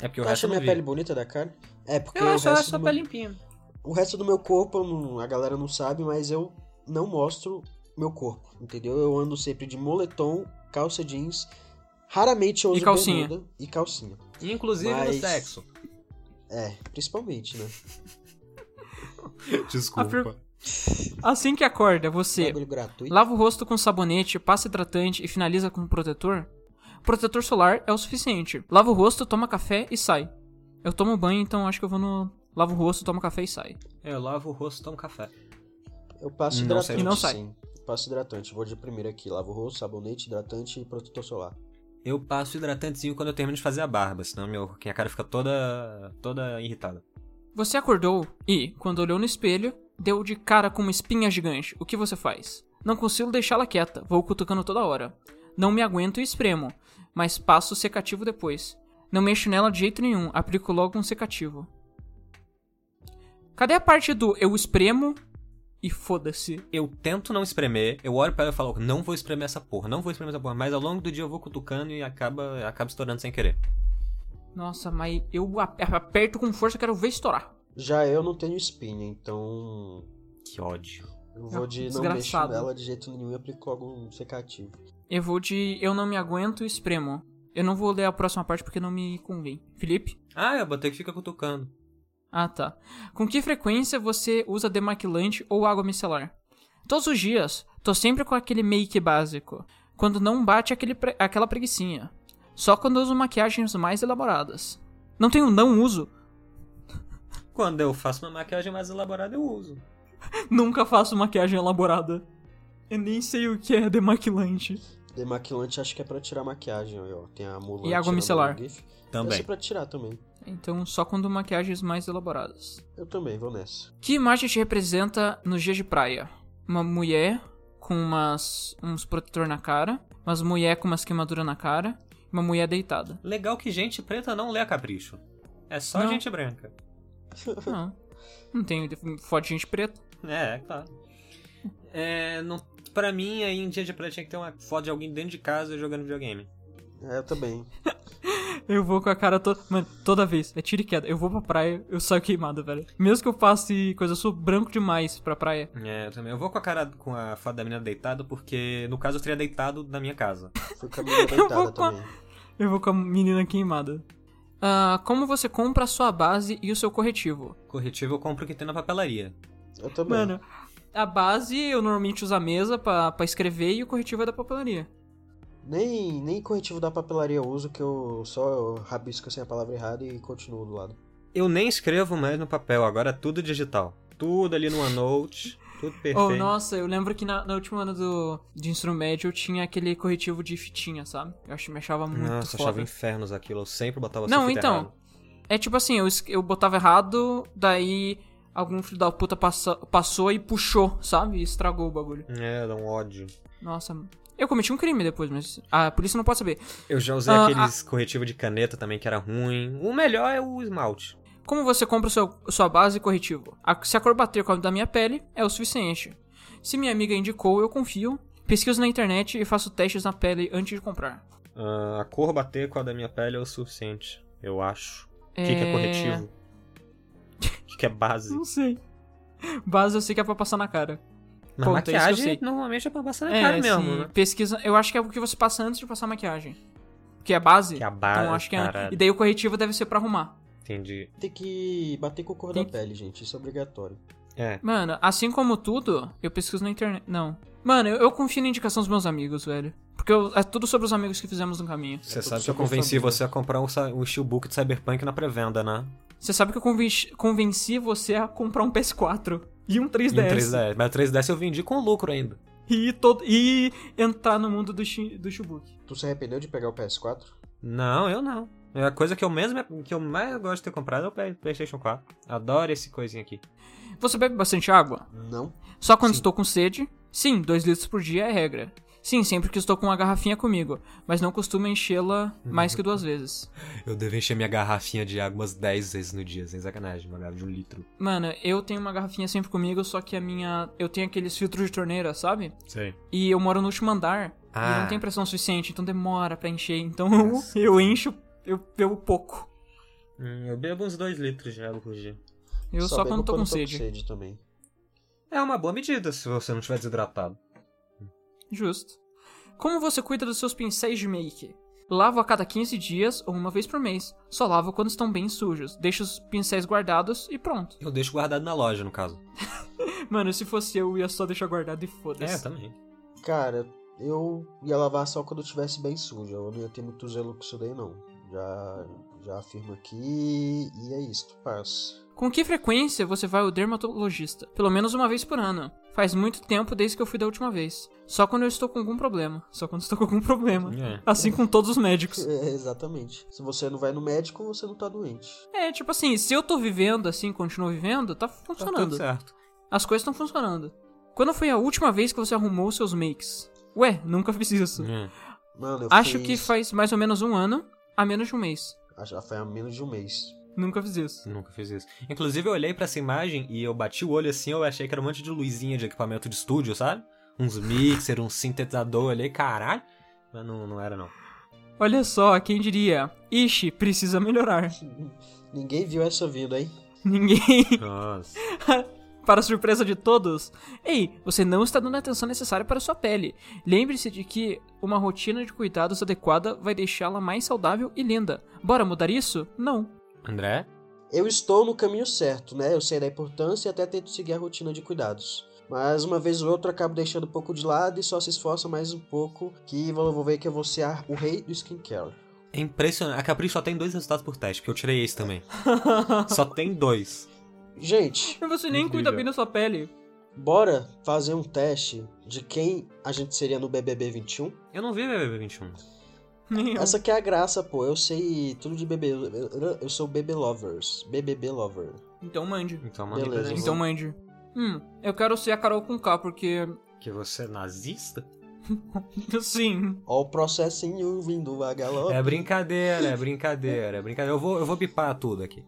[SPEAKER 2] É porque o
[SPEAKER 3] Tu
[SPEAKER 2] resto
[SPEAKER 3] acha
[SPEAKER 2] eu não
[SPEAKER 3] minha
[SPEAKER 2] vi.
[SPEAKER 3] pele bonita da cara? É, porque
[SPEAKER 2] Eu
[SPEAKER 3] o,
[SPEAKER 2] acho, eu acho
[SPEAKER 3] resto
[SPEAKER 2] sua
[SPEAKER 3] do meu,
[SPEAKER 2] pele limpinha.
[SPEAKER 3] o resto do meu corpo eu não- a galera não sabe, mas eu não mostro meu corpo, entendeu? Eu ando sempre de moletom, calça jeans, raramente eu
[SPEAKER 1] E
[SPEAKER 3] uso
[SPEAKER 1] calcinha.
[SPEAKER 3] bermuda e calcinha.
[SPEAKER 2] Inclusive
[SPEAKER 3] Mas-
[SPEAKER 2] no sexo.
[SPEAKER 3] É, principalmente, né?
[SPEAKER 1] A per- Assim que acorda, você
[SPEAKER 3] Bagulho gratuito.
[SPEAKER 1] Lava o rosto com sabonete, passa hidratante e finaliza com protetor? Protetor solar é o suficiente. Lava o rosto, toma café e sai. Eu tomo banho, então acho que eu vou no. Lavo o rosto, tomo café e sai.
[SPEAKER 2] Eu lavo o rosto, tomo café.
[SPEAKER 3] Eu passo
[SPEAKER 2] Não
[SPEAKER 3] hidratante,
[SPEAKER 2] sai.
[SPEAKER 1] E não sai.
[SPEAKER 3] sim. Eu Passo hidratante. Vou de primeiro aqui. Lavo o rosto, sabonete, hidratante e protetor solar.
[SPEAKER 2] Eu passo hidratantezinho quando eu termino de fazer a barba, senão meu, minha cara fica toda toda irritada.
[SPEAKER 1] Você acordou e, quando olhou no espelho, deu de cara com uma espinha gigante. O que você faz? Não consigo deixá-la quieta, vou cutucando toda hora. Não me aguento e espremo, mas passo o secativo depois. Não mexo nela de jeito nenhum, aplico logo um secativo. Cadê a parte do eu espremo e foda-se?
[SPEAKER 2] Eu tento não espremer, eu olho pra ela e falo, não vou espremer essa porra, não vou espremer essa porra, mas ao longo do dia eu vou cutucando e acaba, acaba estourando sem querer.
[SPEAKER 1] Nossa, mas eu a- aperto com força, quero ver estourar.
[SPEAKER 3] Já eu não tenho espinha, então.
[SPEAKER 2] Que ódio.
[SPEAKER 3] Eu vou
[SPEAKER 1] Ah,
[SPEAKER 3] de não mexer
[SPEAKER 1] desgraçado.
[SPEAKER 3] nela de jeito nenhum e aplico logo um secativo.
[SPEAKER 1] Eu vou de eu não me aguento e espremo. Eu não vou ler a próxima parte porque não me convém. Felipe?
[SPEAKER 2] Ah, eu botei que fica cutucando.
[SPEAKER 1] Ah, tá. Com que frequência você usa demaquilante ou água micelar? Todos os dias. Tô sempre com aquele make básico. Quando não bate aquele pre- aquela preguicinha. Só quando eu uso maquiagens mais elaboradas. Não tenho não uso.
[SPEAKER 2] Quando eu faço uma maquiagem mais elaborada, eu uso.
[SPEAKER 1] Nunca faço maquiagem elaborada. Eu nem sei o que é demaquilante.
[SPEAKER 3] Demaquilante acho que é pra tirar maquiagem, ó. Tem a mula.
[SPEAKER 1] E água micelar.
[SPEAKER 2] Também.
[SPEAKER 3] Deve ser é pra tirar também.
[SPEAKER 1] Então só quando maquiagens mais elaboradas.
[SPEAKER 3] Eu também vou nessa.
[SPEAKER 1] Que imagem te representa nos dias de praia? Uma mulher com umas, uns protetor na cara, umas mulher com umas queimaduras na cara, uma mulher deitada.
[SPEAKER 2] Legal que gente preta não lê a capricho. É só
[SPEAKER 1] Não.
[SPEAKER 2] gente branca.
[SPEAKER 1] Não, não tem foto de gente preta.
[SPEAKER 2] É, é claro. É, não, pra mim, aí em dia de praia tinha que ter uma foto de alguém dentro de casa jogando videogame.
[SPEAKER 3] É, eu também.
[SPEAKER 1] Eu vou com a cara toda. Mano, toda vez. É tiro e queda. Eu vou pra praia, eu saio queimado, velho. Mesmo que eu passe coisa, eu sou branco demais pra praia.
[SPEAKER 2] É, eu também. Eu vou com a cara com a foto da menina deitada, porque no caso eu teria deitado na minha casa.
[SPEAKER 3] Fui com a menina deitada
[SPEAKER 1] vou com a-
[SPEAKER 3] também.
[SPEAKER 1] Eu vou com a menina queimada. Ah, como você compra a sua base e o seu corretivo?
[SPEAKER 2] Corretivo eu compro o que tem na papelaria.
[SPEAKER 3] Eu também.
[SPEAKER 1] Mano, a base eu normalmente uso a mesa pra, pra escrever e o corretivo é da papelaria.
[SPEAKER 3] Nem, nem corretivo da papelaria eu uso, que eu só rabisco sem a palavra errada e continuo do lado.
[SPEAKER 2] Eu nem escrevo mais no papel, agora é tudo digital. Tudo ali no OneNote, tudo perfeito.
[SPEAKER 1] Oh, nossa, eu lembro que na, na última ano do, de ensino médio eu tinha aquele corretivo de fitinha, sabe? Eu ach, me achava muito
[SPEAKER 2] Nossa,
[SPEAKER 1] foda.
[SPEAKER 2] achava infernos aquilo, eu sempre botava
[SPEAKER 1] Não,
[SPEAKER 2] sulfite
[SPEAKER 1] então.
[SPEAKER 2] errado.
[SPEAKER 1] É tipo assim, eu, es- eu botava errado, daí algum filho da puta passa- passou e puxou, sabe? E estragou o bagulho.
[SPEAKER 2] É, dá um ódio.
[SPEAKER 1] Nossa, eu cometi um crime depois, mas a polícia não pode saber.
[SPEAKER 2] Eu já usei
[SPEAKER 1] Ah,
[SPEAKER 2] aqueles corretivos de caneta também que era ruim. O melhor é o esmalte.
[SPEAKER 1] Como você compra o seu, sua base e corretivo? A- se a cor bater com a da minha pele, é o suficiente. Se minha amiga indicou, eu confio. Pesquiso na internet e faço testes na pele antes de comprar.
[SPEAKER 2] Ah, a cor bater com a da minha pele é o suficiente, eu acho. O que, que é corretivo? O que, que é base?
[SPEAKER 1] Não sei. Base eu sei que é pra passar na cara.
[SPEAKER 2] Na
[SPEAKER 1] Ponto, é isso que eu
[SPEAKER 2] maquiagem,
[SPEAKER 1] sei.
[SPEAKER 2] normalmente é pra passar na cara mesmo,
[SPEAKER 1] assim,
[SPEAKER 2] né?
[SPEAKER 1] Pesquisa. Eu acho que é o que você passa antes de passar a maquiagem. Que é a base.
[SPEAKER 2] Que é a base,
[SPEAKER 1] Então acho que é.
[SPEAKER 2] caralho.
[SPEAKER 1] E daí o corretivo deve ser pra arrumar.
[SPEAKER 2] Entendi.
[SPEAKER 3] Tem que bater com a cor
[SPEAKER 1] Tem
[SPEAKER 3] da
[SPEAKER 1] que-
[SPEAKER 3] pele, gente. Isso é obrigatório.
[SPEAKER 2] É.
[SPEAKER 1] Mano, assim como tudo, eu pesquiso na internet. Não. Mano, eu, eu confio na indicação dos meus amigos, velho. Porque eu- é tudo sobre os amigos que fizemos no caminho.
[SPEAKER 2] Você
[SPEAKER 3] tudo
[SPEAKER 2] sabe que eu
[SPEAKER 3] sobre
[SPEAKER 2] convenci
[SPEAKER 3] família.
[SPEAKER 2] você a comprar um, sa- um steelbook de Cyberpunk na pré-venda, né?
[SPEAKER 1] Você sabe que eu convenci, convenci você a comprar um PS4 e um
[SPEAKER 2] E um
[SPEAKER 1] 3DS.
[SPEAKER 2] 3DS. Mas o 3DS eu vendi com lucro ainda.
[SPEAKER 1] E, todo, e entrar no mundo do, chi- do Shibuki.
[SPEAKER 3] Tu se arrependeu de pegar o PS4?
[SPEAKER 2] Não, eu não. É a coisa que eu mesmo que eu mais gosto de ter comprado é o Play- PlayStation 4. Adoro esse coisinho aqui.
[SPEAKER 1] Você bebe bastante água?
[SPEAKER 3] Não.
[SPEAKER 1] Só quando
[SPEAKER 2] Sim.
[SPEAKER 1] estou com sede? Sim, 2 litros por dia é regra. Sim, sempre que estou com uma garrafinha comigo, mas não costumo enchê-la mais que duas vezes.
[SPEAKER 2] Eu devo encher minha garrafinha de água umas 10 vezes no dia, sem sacanagem, uma garrafa de um litro.
[SPEAKER 1] Mano, eu tenho uma garrafinha sempre comigo, só que a minha. Eu tenho aqueles filtros de torneira, sabe?
[SPEAKER 2] Sei.
[SPEAKER 1] E eu moro no último andar. E
[SPEAKER 2] Ah.
[SPEAKER 1] não tem pressão suficiente, então demora pra encher. Então
[SPEAKER 2] Nossa.
[SPEAKER 1] eu encho, eu bebo pouco.
[SPEAKER 2] Hum, eu bebo uns 2 litros de água por dia.
[SPEAKER 1] Eu só,
[SPEAKER 3] bebo
[SPEAKER 1] quando tô com sede.
[SPEAKER 3] também.
[SPEAKER 2] É uma boa medida se você não estiver desidratado.
[SPEAKER 1] Justo. Como você cuida dos seus pincéis de make? Lavo a cada 15 dias ou uma vez por mês. Só lavo quando estão bem sujos. Deixo os pincéis guardados e pronto.
[SPEAKER 2] Eu deixo guardado na loja, no caso.
[SPEAKER 1] Mano, se fosse eu, eu ia só deixar guardado e foda-se.
[SPEAKER 2] É, também.
[SPEAKER 3] Cara, eu ia lavar só quando eu tivesse bem suja. Eu não ia ter muito zelo com isso daí, não. Já, já afirmo aqui e é isso. Passa.
[SPEAKER 1] Com que frequência você vai ao dermatologista? Pelo menos uma vez por ano. Faz muito tempo desde que eu fui da última vez. Só quando eu estou com algum problema. Só quando estou com algum problema.
[SPEAKER 2] É.
[SPEAKER 1] Assim com todos os médicos.
[SPEAKER 3] É, exatamente. Se você não vai no médico, você não tá doente.
[SPEAKER 1] É, tipo assim, se eu tô vivendo assim, continuo vivendo, tá
[SPEAKER 2] Tá tudo
[SPEAKER 1] funcionando.
[SPEAKER 2] certo.
[SPEAKER 1] As coisas estão funcionando. Quando foi a última vez que você arrumou seus makes? Ué, nunca fiz isso.
[SPEAKER 2] É.
[SPEAKER 3] Mano, eu
[SPEAKER 1] Acho
[SPEAKER 3] fiz-
[SPEAKER 1] que faz mais ou menos um ano, a menos de um mês.
[SPEAKER 3] Acho que foi há menos de um mês.
[SPEAKER 1] Nunca fiz isso.
[SPEAKER 2] Nunca fiz isso. Inclusive, eu olhei pra essa imagem e eu bati o olho assim, eu achei que era um monte de luzinha de equipamento de estúdio, sabe? Uns mixer, um sintetizador ali, caralho. Mas não, não era, não.
[SPEAKER 1] Olha só, quem diria? Ixi, precisa melhorar.
[SPEAKER 3] Ninguém viu essa vindo, hein?
[SPEAKER 1] Ninguém.
[SPEAKER 2] Nossa.
[SPEAKER 1] Para surpresa de todos, ei, você não está dando a atenção necessária para sua pele. Lembre-se de que uma rotina de cuidados adequada vai deixá-la mais saudável e linda. Bora mudar isso? Não.
[SPEAKER 2] André?
[SPEAKER 3] Eu estou no caminho certo, né? Eu sei da importância e até tento seguir a rotina de cuidados. Mas uma vez ou outra acabo deixando um pouco de lado e só se esforça mais um pouco que eu vou ver que eu vou ser a- o rei do skincare.
[SPEAKER 2] É impressionante. A Capricho só tem dois resultados por teste, porque eu tirei esse também. só tem dois.
[SPEAKER 3] Gente,
[SPEAKER 1] Você nem
[SPEAKER 2] Incrível.
[SPEAKER 1] cuida bem da sua pele.
[SPEAKER 3] bora fazer um teste de quem a gente seria no BBB 21?
[SPEAKER 2] Eu não vi BBB 21.
[SPEAKER 1] Nem eu.
[SPEAKER 3] Essa que é a graça, pô. Eu sei tudo de bebê. Eu- Eu sou bebê lovers. BBB lover.
[SPEAKER 1] Então mande.
[SPEAKER 2] Então manda
[SPEAKER 3] Beleza,
[SPEAKER 2] pra gente.
[SPEAKER 1] Então mande. Hum, eu quero ser a Carol com K, porque.
[SPEAKER 2] Que você é nazista?
[SPEAKER 1] Sim.
[SPEAKER 3] Ó o processinho vindo a galope.
[SPEAKER 2] É brincadeira, é brincadeira, é brincadeira. Eu vou, eu vou bipar tudo aqui.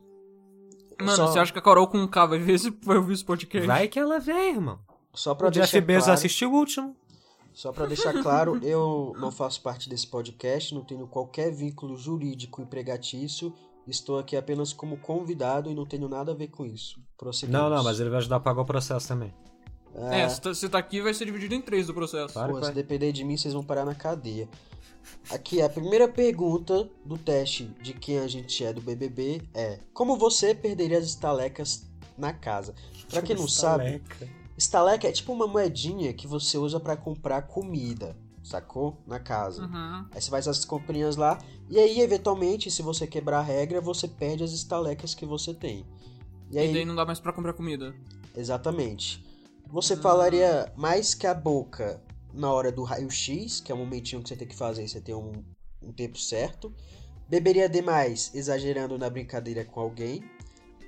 [SPEAKER 1] Mano,
[SPEAKER 3] Só-
[SPEAKER 1] você acha que a Carol com K vai ver esse, vai ouvir esse podcast?
[SPEAKER 2] Vai que ela vem, irmão.
[SPEAKER 3] Só pra
[SPEAKER 2] O Jeff
[SPEAKER 3] deixar
[SPEAKER 2] Bezos
[SPEAKER 3] claro,
[SPEAKER 2] assistiu o último.
[SPEAKER 3] Só pra deixar claro, eu não faço parte desse podcast, não tenho qualquer vínculo jurídico e pregatício. Estou aqui apenas como convidado e não tenho nada a ver com isso. Prosseguimos. Ah,
[SPEAKER 2] Não, não, mas ele vai ajudar a pagar o processo também.
[SPEAKER 1] É, se tá- se tá aqui, vai ser dividido em três do processo.
[SPEAKER 2] Claro.
[SPEAKER 3] Pô,
[SPEAKER 2] que
[SPEAKER 3] se
[SPEAKER 2] vai.
[SPEAKER 3] depender de mim, vocês vão parar na cadeia. Aqui, a primeira pergunta do teste de quem a gente é do BBB é: Como você perderia as estalecas na casa? Pra quem
[SPEAKER 1] tá
[SPEAKER 3] não sabe, estaleca é tipo uma moedinha que você usa pra comprar comida, sacou? Na casa.
[SPEAKER 1] Uhum.
[SPEAKER 3] Aí você faz as comprinhas lá, e aí, eventualmente, se você quebrar a regra, você perde as estalecas que você tem. E
[SPEAKER 1] E
[SPEAKER 3] aí,
[SPEAKER 1] daí não dá mais pra comprar comida.
[SPEAKER 3] Exatamente. Você falaria mais que a boca na hora do raio-x, que é o momentinho que você tem que fazer, você tem um, um tempo certo. Beberia demais, exagerando na brincadeira com alguém.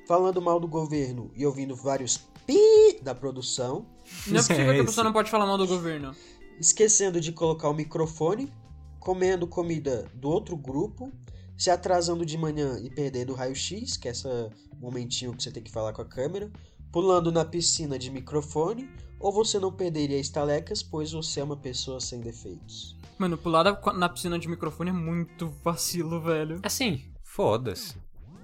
[SPEAKER 3] Falando mal do governo e ouvindo vários pi da produção.
[SPEAKER 1] Não é
[SPEAKER 2] Isso
[SPEAKER 1] possível
[SPEAKER 2] é
[SPEAKER 1] que a
[SPEAKER 2] esse.
[SPEAKER 1] pessoa não pode falar mal do governo.
[SPEAKER 3] Esquecendo de colocar o microfone. Comendo comida do outro grupo. Se atrasando de manhã e perdendo o raio-x, que é esse momentinho que você tem que falar com a câmera. Pulando na piscina de microfone, ou você não perderia estalecas, pois você é uma pessoa sem defeitos.
[SPEAKER 1] Mano, pular da- na piscina de microfone é muito vacilo, velho.
[SPEAKER 2] Assim, foda-se.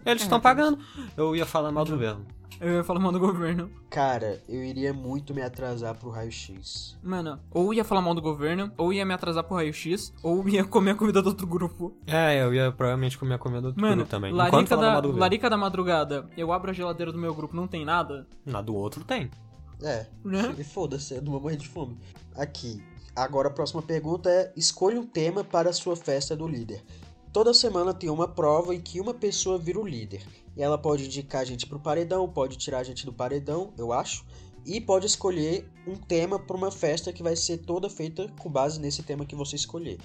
[SPEAKER 1] É,
[SPEAKER 2] Eles estão pagando. Eu ia falar mal do governo.
[SPEAKER 1] Eu ia falar mal do governo.
[SPEAKER 3] Cara, eu iria muito me atrasar pro raio-x.
[SPEAKER 1] Mano, ou ia falar mal do governo, ou ia me atrasar pro raio-x, ou ia comer a comida do outro grupo.
[SPEAKER 2] É, eu ia provavelmente comer a comida do
[SPEAKER 1] Mano,
[SPEAKER 2] grupo também. Enquanto
[SPEAKER 1] larica
[SPEAKER 2] falava
[SPEAKER 1] da,
[SPEAKER 2] mal do governo.
[SPEAKER 1] larica da madrugada, eu abro a geladeira do meu grupo, não tem nada,
[SPEAKER 2] Na do outro tem.
[SPEAKER 3] É,
[SPEAKER 1] né?
[SPEAKER 3] e foda-se, eu não vou morrer de fome. Aqui. Agora a próxima pergunta é: escolha um tema para a sua festa do líder. Toda semana tem uma prova em que uma pessoa vira o líder. E ela pode indicar a gente pro paredão, pode tirar a gente do paredão, eu acho. E pode escolher um tema para uma festa que vai ser toda feita com base nesse tema que você escolher.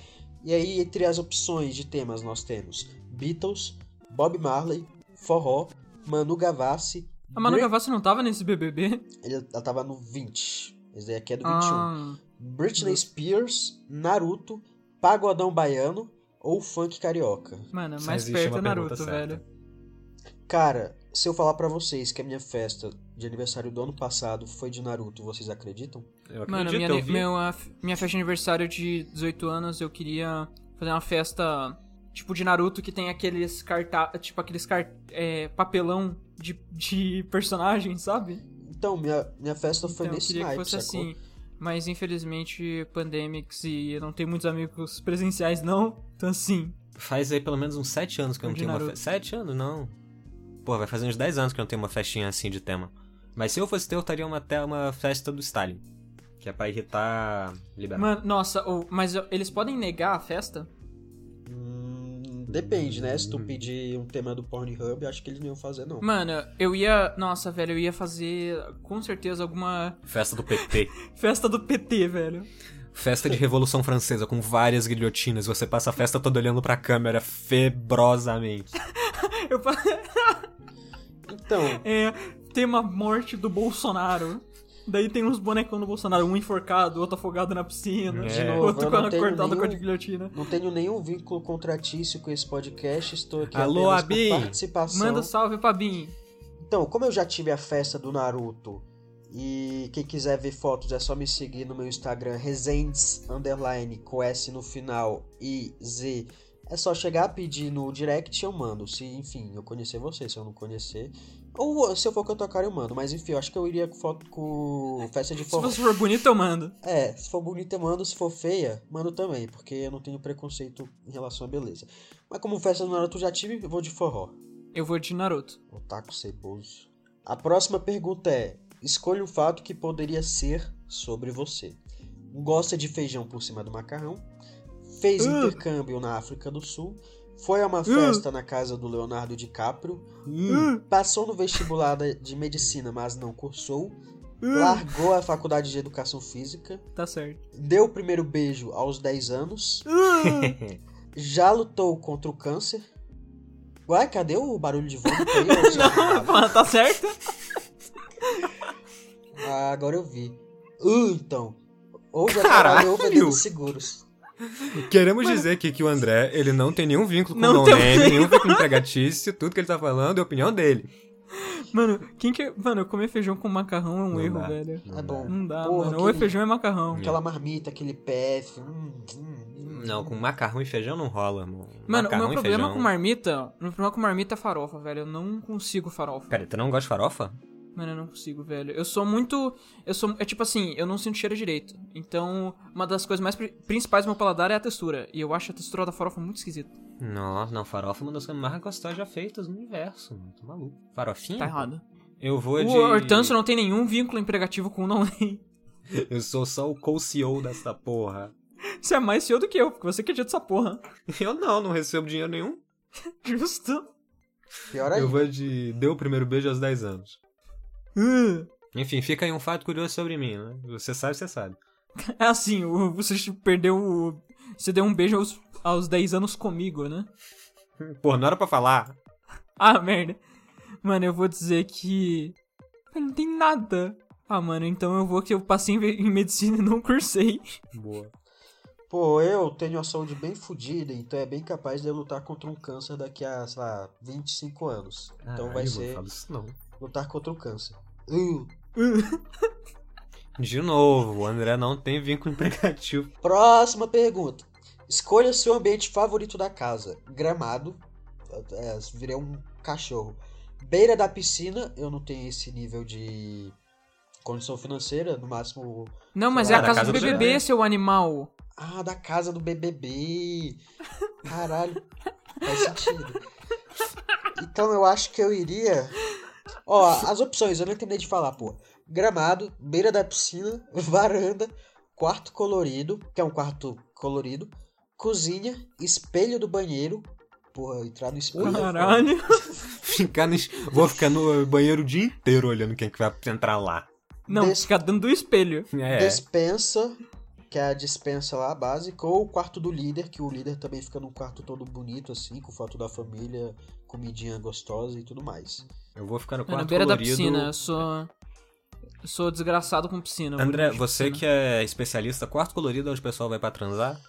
[SPEAKER 3] E aí, entre as opções de temas, nós temos Beatles, Bob Marley, Forró, Manu Gavassi.
[SPEAKER 1] A Manu
[SPEAKER 3] Britney-
[SPEAKER 1] Gavassi não tava nesse BBB?
[SPEAKER 3] ele, ela tava no 20. Esse daqui
[SPEAKER 2] um.
[SPEAKER 3] é do 21.
[SPEAKER 1] Ah,
[SPEAKER 3] Britney
[SPEAKER 1] justo.
[SPEAKER 3] Spears, Naruto, Pagodão Baiano ou Funk Carioca?
[SPEAKER 1] mano,
[SPEAKER 2] Só
[SPEAKER 1] mais
[SPEAKER 2] existe
[SPEAKER 1] perto
[SPEAKER 2] uma
[SPEAKER 1] é Naruto,
[SPEAKER 2] pergunta certa.
[SPEAKER 1] velho.
[SPEAKER 3] Cara, se eu falar pra vocês que a minha festa de aniversário do ano passado foi de Naruto, vocês acreditam?
[SPEAKER 2] Eu acredito,
[SPEAKER 1] Mano, minha,
[SPEAKER 2] eu vi.
[SPEAKER 1] meu, ah, f- minha festa de aniversário de 18 anos, eu queria fazer uma festa tipo de Naruto que tem aqueles cartaz, tipo aqueles car é, papelão de, de personagem, sabe?
[SPEAKER 3] Então, minha, minha festa
[SPEAKER 1] Então,
[SPEAKER 3] foi
[SPEAKER 1] eu
[SPEAKER 3] nesse
[SPEAKER 1] queria que
[SPEAKER 3] naipe,
[SPEAKER 1] fosse
[SPEAKER 3] sacou?
[SPEAKER 1] assim. Mas infelizmente, pandemics e eu não tenho muitos amigos presenciais, não. Então assim.
[SPEAKER 2] Faz aí pelo menos uns 7 anos que eu não
[SPEAKER 1] De
[SPEAKER 2] tenho uma
[SPEAKER 1] Naruto.
[SPEAKER 2] festa. 7 anos? Não. Pô, vai fazer uns 10 anos que eu não tenho uma festinha assim de tema. Mas se eu fosse ter, eu estaria uma, até uma festa do Stalin. Que é pra irritar liberal.
[SPEAKER 1] Mano, nossa, ou- mas eu- eles podem negar a festa?
[SPEAKER 3] Hum, depende, né? Se tu pedir um tema do Pornhub, acho que eles não iam fazer, não.
[SPEAKER 1] Mano, eu ia. Nossa, velho, eu ia fazer com certeza alguma
[SPEAKER 2] Festa do PT.
[SPEAKER 1] festa do PT, velho.
[SPEAKER 2] festa de Revolução Francesa com várias guilhotinas. Você passa a festa toda olhando pra câmera febrosamente.
[SPEAKER 1] Eu fa-
[SPEAKER 3] Então,
[SPEAKER 1] é, tem uma morte do Bolsonaro. Daí tem uns bonecão do Bolsonaro, um enforcado, outro afogado na piscina,
[SPEAKER 2] De novo,
[SPEAKER 1] outro
[SPEAKER 3] eu
[SPEAKER 1] é, com
[SPEAKER 3] não
[SPEAKER 1] a-
[SPEAKER 3] tenho
[SPEAKER 1] cortado com a
[SPEAKER 3] nenhum-
[SPEAKER 1] guilhotina.
[SPEAKER 3] não tenho nenhum vínculo contratício com esse podcast, estou aqui
[SPEAKER 2] Alô,
[SPEAKER 3] apenas
[SPEAKER 2] Abi!
[SPEAKER 3] por participação.
[SPEAKER 1] Manda um salve pra Bim.
[SPEAKER 3] Então, como eu já tive a festa do Naruto e quem quiser ver fotos é só me seguir no meu Instagram Resendes underline com S no final e Z. É só chegar, pedir no direct e eu mando. Se, enfim, eu conhecer você, se eu não conhecer. Ou se eu for com a tua cara, eu mando. Mas enfim, eu acho que eu iria com foto com festa de
[SPEAKER 1] Se
[SPEAKER 3] forró.
[SPEAKER 1] você for bonito, eu mando.
[SPEAKER 3] É, se for bonita eu mando, se for feia, mando também, porque eu não tenho preconceito em relação à beleza. Mas como festa do Naruto eu já tive, eu vou de forró.
[SPEAKER 1] Eu vou de Naruto.
[SPEAKER 3] Otaku ceboso. A próxima pergunta é: escolha um fato que poderia ser sobre você. Gosta de feijão por cima do macarrão? Fez
[SPEAKER 1] Ah.
[SPEAKER 3] intercâmbio na África do Sul? Foi a uma festa na casa do Leonardo DiCaprio?
[SPEAKER 1] Hum.
[SPEAKER 3] Passou no vestibular da- de medicina, mas não cursou?
[SPEAKER 1] Hum.
[SPEAKER 3] Largou a faculdade de educação física?
[SPEAKER 1] Tá uh. certo.
[SPEAKER 3] Uh. Deu o primeiro beijo aos 10 anos? já lutou contra o câncer. Uai, cadê o barulho de vômito aí?
[SPEAKER 1] Não, mano, tá certo?
[SPEAKER 3] Ah, agora eu vi. Uh, então. Ou já
[SPEAKER 2] Caralho!
[SPEAKER 3] trabalhou o BD dos seguros.
[SPEAKER 2] Queremos dizer aqui que o André, ele não tem nenhum vínculo com o
[SPEAKER 1] Não
[SPEAKER 2] Não
[SPEAKER 1] tem
[SPEAKER 2] Name,
[SPEAKER 1] vínculo.
[SPEAKER 2] nenhum vínculo com pregatício, tudo que ele tá falando é a opinião dele.
[SPEAKER 1] Mano, quem que. é, Mano, comer feijão com macarrão é um erro, velho.
[SPEAKER 3] É bom.
[SPEAKER 1] Não dá,
[SPEAKER 3] Porra,
[SPEAKER 1] mano. Ou é
[SPEAKER 3] que-
[SPEAKER 1] feijão ou é macarrão.
[SPEAKER 3] Aquela marmita, aquele PF. hum, hum, hum.
[SPEAKER 2] Não, com macarrão e feijão não rola, mano.
[SPEAKER 1] Mano, o
[SPEAKER 2] macarrão
[SPEAKER 1] meu
[SPEAKER 2] e
[SPEAKER 1] problema
[SPEAKER 2] feijão...
[SPEAKER 1] com marmita. O meu problema com marmita é farofa, velho. Eu não consigo farofa.
[SPEAKER 2] Pera, tu não gosta de farofa?
[SPEAKER 1] Mano, eu não consigo, velho. Eu sou muito. Eu sou. É tipo assim, eu não sinto cheiro direito. Então, uma das coisas mais pri- principais do meu paladar é a textura. E eu acho a textura da farofa muito esquisita.
[SPEAKER 2] Nossa, não, farofa é uma das coisas mais gostosas já feitas no universo, mano. Tô maluco. Farofinha?
[SPEAKER 1] Tá errado.
[SPEAKER 2] Eu vou Hum, de...
[SPEAKER 1] O Hortâncio não tem nenhum vínculo empregativo com o não nem.
[SPEAKER 2] Eu sou só o co-CEO dessa porra.
[SPEAKER 1] Você é mais seu do que eu, porque você que edita essa porra.
[SPEAKER 2] Eu não, não recebo dinheiro nenhum.
[SPEAKER 1] Justo.
[SPEAKER 3] Pior aí.
[SPEAKER 2] Eu vou de... Deu o primeiro beijo aos 10 anos.
[SPEAKER 1] Uh.
[SPEAKER 2] Enfim, fica aí um fato curioso sobre mim, né? Você sabe, você sabe.
[SPEAKER 1] É assim, o- você perdeu o. Você deu um beijo aos, aos 10 anos comigo, né?
[SPEAKER 2] Pô, não era pra falar.
[SPEAKER 1] Ah, merda. Mano, eu vou dizer que. Não tem nada. Ah, mano, então eu vou que eu passei em ve- em medicina e não cursei.
[SPEAKER 2] Boa.
[SPEAKER 3] Pô, eu tenho a saúde bem fodida, então é bem capaz de eu lutar contra um câncer daqui a, sei lá, 25 anos.
[SPEAKER 2] Ah,
[SPEAKER 3] então vai ser
[SPEAKER 2] isso não.
[SPEAKER 3] lutar contra o câncer. Uh,
[SPEAKER 2] De novo, o André não tem vínculo empregativo.
[SPEAKER 3] próxima pergunta. Escolha seu ambiente favorito da casa. Gramado. É, virei um cachorro. Beira da piscina. Eu não tenho esse nível de condição financeira. No máximo
[SPEAKER 1] Não, mas é a
[SPEAKER 3] Claro, a
[SPEAKER 1] casa,
[SPEAKER 3] casa
[SPEAKER 1] do
[SPEAKER 3] do
[SPEAKER 1] BBB,
[SPEAKER 2] Geraldo.
[SPEAKER 1] seu animal.
[SPEAKER 3] Ah, da casa do BBB. Caralho. Faz sentido. Então eu acho que eu iria. Ó, as opções, eu não terminei de falar, pô. Gramado, beira da piscina, varanda, quarto colorido, que é um quarto colorido, cozinha, espelho do banheiro. Porra, entrar no espelho. é foda.
[SPEAKER 1] Caralho.
[SPEAKER 2] Ficar no... Vou ficar no banheiro o dia inteiro olhando quem é que vai entrar lá.
[SPEAKER 1] Não,
[SPEAKER 3] Des-
[SPEAKER 1] fica dentro do espelho.
[SPEAKER 2] É.
[SPEAKER 3] Despensa, que é a dispensa lá básica, ou o quarto do líder, que o líder também fica num quarto todo bonito, assim, com foto da família, comidinha gostosa e tudo mais.
[SPEAKER 2] Eu vou ficar no
[SPEAKER 1] Mano, É,
[SPEAKER 2] quarto
[SPEAKER 1] beira da
[SPEAKER 2] colorido.
[SPEAKER 1] piscina, é eu sou. Eu sou desgraçado com piscina. eu vou
[SPEAKER 2] André,
[SPEAKER 1] de
[SPEAKER 2] você
[SPEAKER 1] piscina.
[SPEAKER 2] que é especialista, quarto colorido é onde o pessoal vai pra transar?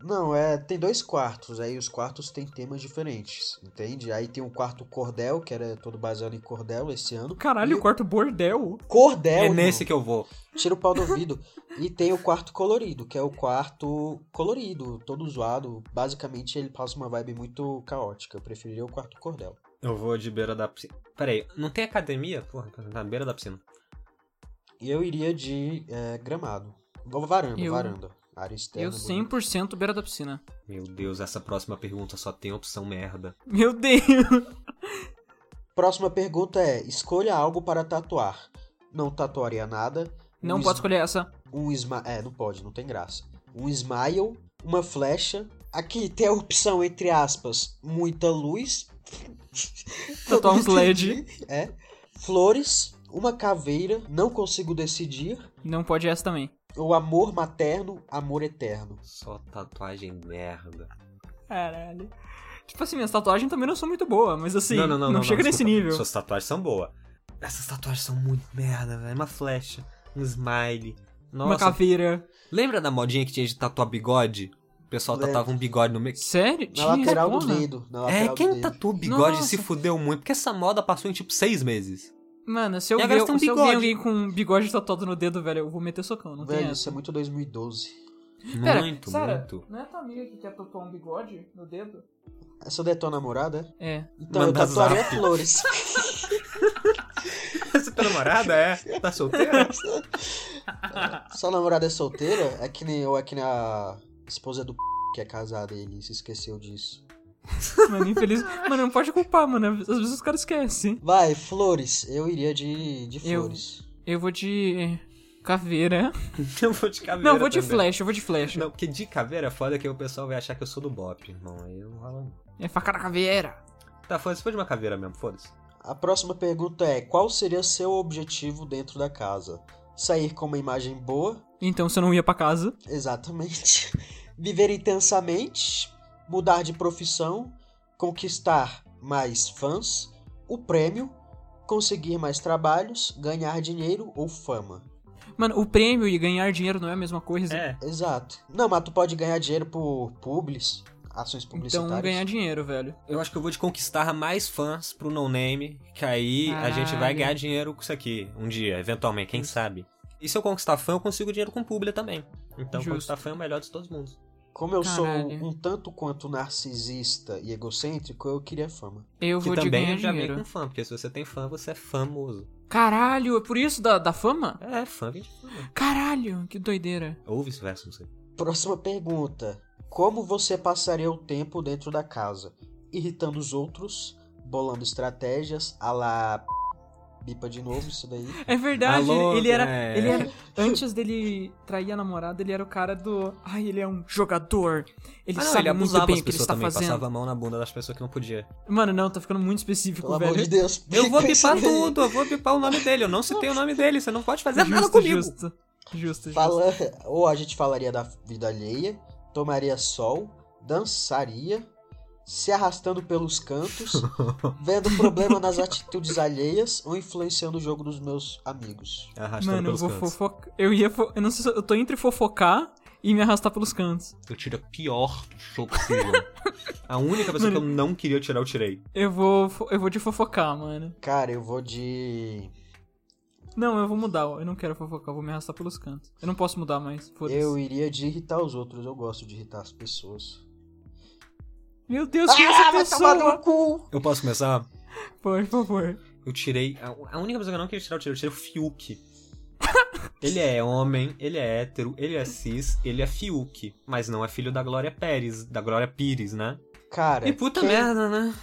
[SPEAKER 3] Não, é, tem dois quartos, aí os quartos têm temas diferentes, entende? Aí tem o quarto cordel, que era todo baseado em cordel esse ano.
[SPEAKER 1] Caralho,
[SPEAKER 3] E-
[SPEAKER 1] o quarto bordel.
[SPEAKER 3] Cordel,
[SPEAKER 2] É,
[SPEAKER 3] irmão.
[SPEAKER 2] nesse que eu vou.
[SPEAKER 3] tira o pau do ouvido. E tem o quarto colorido, que é o quarto colorido, todo zoado. Basicamente ele passa uma vibe muito caótica. Eu preferiria o quarto cordel.
[SPEAKER 2] Eu vou de beira da piscina. Peraí, não tem academia? Porra, na beira da piscina.
[SPEAKER 3] E eu iria de é, gramado. Ou varanda,
[SPEAKER 1] Eu-
[SPEAKER 3] varanda. Área externa.
[SPEAKER 1] Eu
[SPEAKER 3] bonita.
[SPEAKER 1] 100% beira da piscina.
[SPEAKER 2] Meu Deus, essa próxima pergunta só tem opção merda.
[SPEAKER 1] Meu Deus.
[SPEAKER 3] Próxima pergunta é: escolha algo para tatuar. Não tatuaria nada.
[SPEAKER 1] Não
[SPEAKER 3] Um
[SPEAKER 1] pode
[SPEAKER 3] es-
[SPEAKER 1] escolher essa.
[SPEAKER 3] Um smile. É, não pode, não tem graça. Um smile, uma flecha. Aqui tem a opção, entre aspas, muita luz.
[SPEAKER 1] Tatuar
[SPEAKER 3] Eu não
[SPEAKER 1] uns LED.
[SPEAKER 3] entendi. É. Flores, uma caveira, não consigo decidir.
[SPEAKER 1] Não pode essa também.
[SPEAKER 3] O amor materno, amor eterno.
[SPEAKER 2] Só tatuagem merda.
[SPEAKER 1] Caralho. Tipo assim, minhas tatuagens também não são muito boas, mas assim,
[SPEAKER 2] não, não, não, não,
[SPEAKER 1] chega nesse
[SPEAKER 2] desculpa.
[SPEAKER 1] nível.
[SPEAKER 2] Suas tatuagens são boas. Essas tatuagens são muito merda, velho. Uma flecha, um smile. Nossa.
[SPEAKER 1] Uma caveira.
[SPEAKER 2] Lembra da modinha que tinha de tatuar bigode? O pessoal
[SPEAKER 3] Lembro.
[SPEAKER 2] tatuava um bigode no meio.
[SPEAKER 1] Sério?
[SPEAKER 3] Na
[SPEAKER 1] Tinha
[SPEAKER 3] lateral
[SPEAKER 1] essa
[SPEAKER 3] do
[SPEAKER 1] porra?
[SPEAKER 3] dedo. Na
[SPEAKER 2] É,
[SPEAKER 3] lateral do
[SPEAKER 2] quem
[SPEAKER 3] dedo.
[SPEAKER 1] tá-
[SPEAKER 2] tatuou bigode
[SPEAKER 1] Nossa.
[SPEAKER 2] se fudeu muito, porque essa moda passou em tipo seis meses.
[SPEAKER 1] Mano, se eu,
[SPEAKER 2] E
[SPEAKER 1] ver,
[SPEAKER 2] agora você tem um
[SPEAKER 1] se eu ver
[SPEAKER 2] bigode.
[SPEAKER 1] alguém com um bigode tatuado no dedo, velho, eu vou meter socão, não tem
[SPEAKER 3] Velho,
[SPEAKER 1] essa.
[SPEAKER 3] isso é muito 2012.
[SPEAKER 1] Pera,
[SPEAKER 2] muito,
[SPEAKER 1] Sara,
[SPEAKER 2] muito.
[SPEAKER 1] não é tua amiga que quer tatuar um bigode no dedo?
[SPEAKER 3] Essa detona namorada, é?
[SPEAKER 1] É.
[SPEAKER 3] Então,
[SPEAKER 2] Manda
[SPEAKER 3] eu tatuaria
[SPEAKER 2] zap.
[SPEAKER 3] flores.
[SPEAKER 2] Você tá namorada, é? Tá solteira?
[SPEAKER 3] Sua namorada é solteira? É que nem ou é que nem a esposa do p... que é casada e ele se esqueceu disso.
[SPEAKER 1] Mano, infeliz... mano, não pode culpar, mano. Às vezes os caras esquecem.
[SPEAKER 3] Vai, flores. Eu iria de, de
[SPEAKER 1] Eu-
[SPEAKER 3] flores.
[SPEAKER 1] Eu vou de... Caveira.
[SPEAKER 2] eu vou de caveira.
[SPEAKER 1] não, eu vou de
[SPEAKER 2] também.
[SPEAKER 1] flecha, eu vou de flecha.
[SPEAKER 2] Não, porque de caveira é foda que aí o pessoal vai achar que eu sou do bop, irmão. Aí não rola não.
[SPEAKER 1] É faca na caveira.
[SPEAKER 2] Tá, foda-se, foi de uma caveira mesmo, foda-se.
[SPEAKER 3] A próxima pergunta é: qual seria seu objetivo dentro da casa? Sair com uma imagem boa?
[SPEAKER 1] Então você não ia pra casa.
[SPEAKER 3] Exatamente. Viver intensamente? mudar de profissão, conquistar mais fãs, o prêmio, conseguir mais trabalhos, ganhar dinheiro ou fama.
[SPEAKER 1] Mano, o prêmio e ganhar dinheiro não é a mesma coisa.
[SPEAKER 2] É.
[SPEAKER 3] Exato. Não, mas tu pode ganhar dinheiro por publis, ações
[SPEAKER 1] então
[SPEAKER 3] publicitárias.
[SPEAKER 1] ganhar dinheiro, velho.
[SPEAKER 2] Eu acho que eu vou de conquistar mais fãs pro No Name, que aí a gente vai
[SPEAKER 1] Caralho.
[SPEAKER 2] ganhar dinheiro com isso aqui, um dia, eventualmente, quem sabe. E se eu conquistar fã, eu consigo dinheiro com Publi também. Então
[SPEAKER 1] Justo.
[SPEAKER 2] conquistar fã é o melhor de todos os mundos.
[SPEAKER 3] Como eu
[SPEAKER 1] Caralho.
[SPEAKER 3] sou um tanto quanto narcisista e egocêntrico, eu queria fama.
[SPEAKER 1] Eu
[SPEAKER 2] Que
[SPEAKER 1] vou de
[SPEAKER 2] também
[SPEAKER 1] ganhar
[SPEAKER 2] já vem
[SPEAKER 1] dinheiro.
[SPEAKER 2] com fã, porque se você tem fã, você é famoso.
[SPEAKER 1] Caralho, é por isso da, da fama?
[SPEAKER 2] É, fã vem de fama.
[SPEAKER 1] Caralho, que doideira.
[SPEAKER 2] Ou vice-versa, não sei.
[SPEAKER 3] Próxima pergunta. Como você passaria o tempo dentro da casa? Irritando os outros, bolando estratégias, a la... p- Bipa de novo isso daí.
[SPEAKER 1] É verdade,
[SPEAKER 2] Alô,
[SPEAKER 1] ele era.
[SPEAKER 2] é.
[SPEAKER 1] Ele era. Antes dele trair a namorada, ele era o cara do. Ai, ele é um jogador. Ele
[SPEAKER 2] Ah, não,
[SPEAKER 1] sabe
[SPEAKER 2] ele
[SPEAKER 1] muito
[SPEAKER 2] abusava
[SPEAKER 1] bem
[SPEAKER 2] as
[SPEAKER 1] o que ele
[SPEAKER 2] pessoas
[SPEAKER 1] está
[SPEAKER 2] também,
[SPEAKER 1] fazendo.
[SPEAKER 2] passava a mão na bunda das pessoas que não podia.
[SPEAKER 1] Mano, não, tá ficando muito específico,
[SPEAKER 3] Pelo
[SPEAKER 1] velho.
[SPEAKER 3] amor de Deus.
[SPEAKER 2] Eu vou
[SPEAKER 3] bipa isso
[SPEAKER 2] bipar
[SPEAKER 3] daí.
[SPEAKER 2] tudo, eu vou bipar o nome dele, eu não citei o nome dele, você não pode fazer nada
[SPEAKER 1] Justo,
[SPEAKER 2] comigo.
[SPEAKER 1] justo. Justo, justo.
[SPEAKER 3] Fala... Ou a gente falaria da vida alheia, tomaria sol, dançaria, se arrastando pelos cantos, vendo problema nas atitudes alheias ou influenciando o jogo dos meus amigos.
[SPEAKER 2] Arrastando
[SPEAKER 1] Mano, eu
[SPEAKER 2] pelos
[SPEAKER 1] vou
[SPEAKER 2] cantos.
[SPEAKER 1] fofocar. Eu ia. fo- Eu não sei se eu tô entre fofocar e me arrastar pelos cantos.
[SPEAKER 2] Eu tiro a pior pessoa possível. a única pessoa que eu não queria tirar, eu tirei.
[SPEAKER 1] Eu vou. fo- Eu vou de fofocar, mano.
[SPEAKER 3] Cara, eu vou de.
[SPEAKER 1] Não, eu vou mudar. ó. Eu não quero fofocar, eu vou me arrastar pelos cantos. Eu não posso mudar mais. Foda-se.
[SPEAKER 3] Eu iria de irritar os outros, eu gosto de irritar as pessoas.
[SPEAKER 1] Meu Deus, que
[SPEAKER 3] Ah,
[SPEAKER 1] essa pessoa.
[SPEAKER 3] cu!
[SPEAKER 2] Eu posso começar?
[SPEAKER 1] Por favor.
[SPEAKER 2] Eu tirei. A, a única pessoa que eu não queria tirar, eu tirei. Eu tirei o Fiuk. ele é homem, ele é hétero, ele é cis, ele é Fiuk. Mas não é filho da Glória Pérez, da Glória Pires, né?
[SPEAKER 3] Cara,
[SPEAKER 2] E puta
[SPEAKER 3] quem,
[SPEAKER 2] merda, né?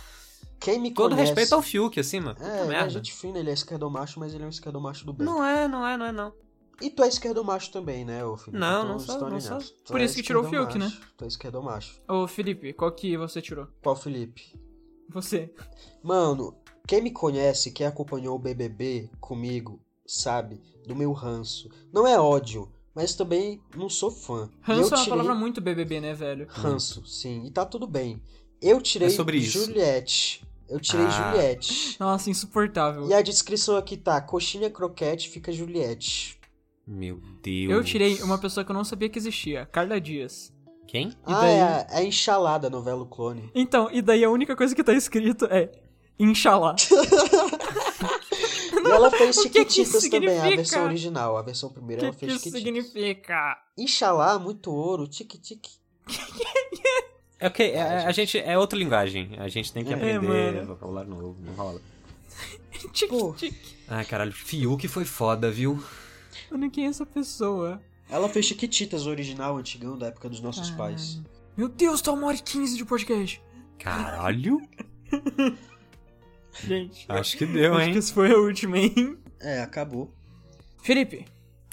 [SPEAKER 3] quem me
[SPEAKER 2] Todo
[SPEAKER 3] conhece...
[SPEAKER 2] respeito ao Fiuk, assim, mano. Puta
[SPEAKER 3] É, é
[SPEAKER 2] merda.
[SPEAKER 3] gente fina, ele é esquerdomacho, mas ele é um esquerdomacho do bem.
[SPEAKER 2] Não é, não é, não é, não.
[SPEAKER 3] E tu é esquerdomacho também, né, ô filho?
[SPEAKER 2] Não,
[SPEAKER 3] Eu tô-
[SPEAKER 2] não sou,
[SPEAKER 3] tô
[SPEAKER 2] não
[SPEAKER 3] ligado.
[SPEAKER 2] sou.
[SPEAKER 3] Tu
[SPEAKER 1] Por
[SPEAKER 3] é
[SPEAKER 1] isso que tirou o Fiuk, né?
[SPEAKER 3] esquerdomacho, Tu é esquerdomacho.
[SPEAKER 1] Ô, Felipe, qual que você tirou?
[SPEAKER 3] Qual, Felipe?
[SPEAKER 1] Você.
[SPEAKER 3] Mano, quem me conhece, quem acompanhou o BBB comigo, sabe, do meu ranço. Não é ódio, mas também não sou fã. E eu
[SPEAKER 1] Ranço é uma
[SPEAKER 3] tirei-
[SPEAKER 1] palavra muito BBB, né, velho?
[SPEAKER 3] Ranço, sim. E tá tudo bem. Eu tirei
[SPEAKER 2] É sobre isso.
[SPEAKER 3] Juliette. Eu tirei
[SPEAKER 2] Ah.
[SPEAKER 3] Juliette.
[SPEAKER 1] Nossa, insuportável.
[SPEAKER 3] E a descrição aqui tá: coxinha croquete fica Juliette.
[SPEAKER 2] Meu Deus.
[SPEAKER 1] Eu tirei uma pessoa que eu não sabia que existia, Carla Dias.
[SPEAKER 2] Quem?
[SPEAKER 3] ah,
[SPEAKER 1] daí?
[SPEAKER 3] é, a- é a enxalada novela O Clone.
[SPEAKER 1] Então, e daí a única coisa que tá escrito é Inxalá.
[SPEAKER 3] E ela fez
[SPEAKER 1] o que que
[SPEAKER 3] Chiquititas
[SPEAKER 1] isso
[SPEAKER 3] também, a
[SPEAKER 1] significa?
[SPEAKER 3] versão original. A versão primeira
[SPEAKER 1] O
[SPEAKER 3] ela
[SPEAKER 1] que, que
[SPEAKER 3] fez
[SPEAKER 1] isso
[SPEAKER 3] Chiquititas.
[SPEAKER 1] significa?
[SPEAKER 3] Inxalá, muito ouro, tique-tique.
[SPEAKER 2] É ok, é- é- a gente é outra linguagem. A gente tem que
[SPEAKER 3] É,
[SPEAKER 2] aprender
[SPEAKER 1] mano.
[SPEAKER 2] vocabulário novo, não rola.
[SPEAKER 1] Tic,
[SPEAKER 3] Pô.
[SPEAKER 1] tic.
[SPEAKER 2] Ai, caralho, Fiuk foi foda, viu?
[SPEAKER 1] Mano, quem é essa pessoa?
[SPEAKER 3] Ela fez Chiquititas, o original, antigão, da época dos nossos
[SPEAKER 1] Caralho.
[SPEAKER 3] pais.
[SPEAKER 1] Meu Deus, tá uma hora e 15 de podcast.
[SPEAKER 2] Caralho?
[SPEAKER 1] Gente,
[SPEAKER 2] Acho que deu,
[SPEAKER 1] acho que
[SPEAKER 2] hein?
[SPEAKER 1] esse foi a última, hein?
[SPEAKER 3] É, acabou.
[SPEAKER 1] Felipe,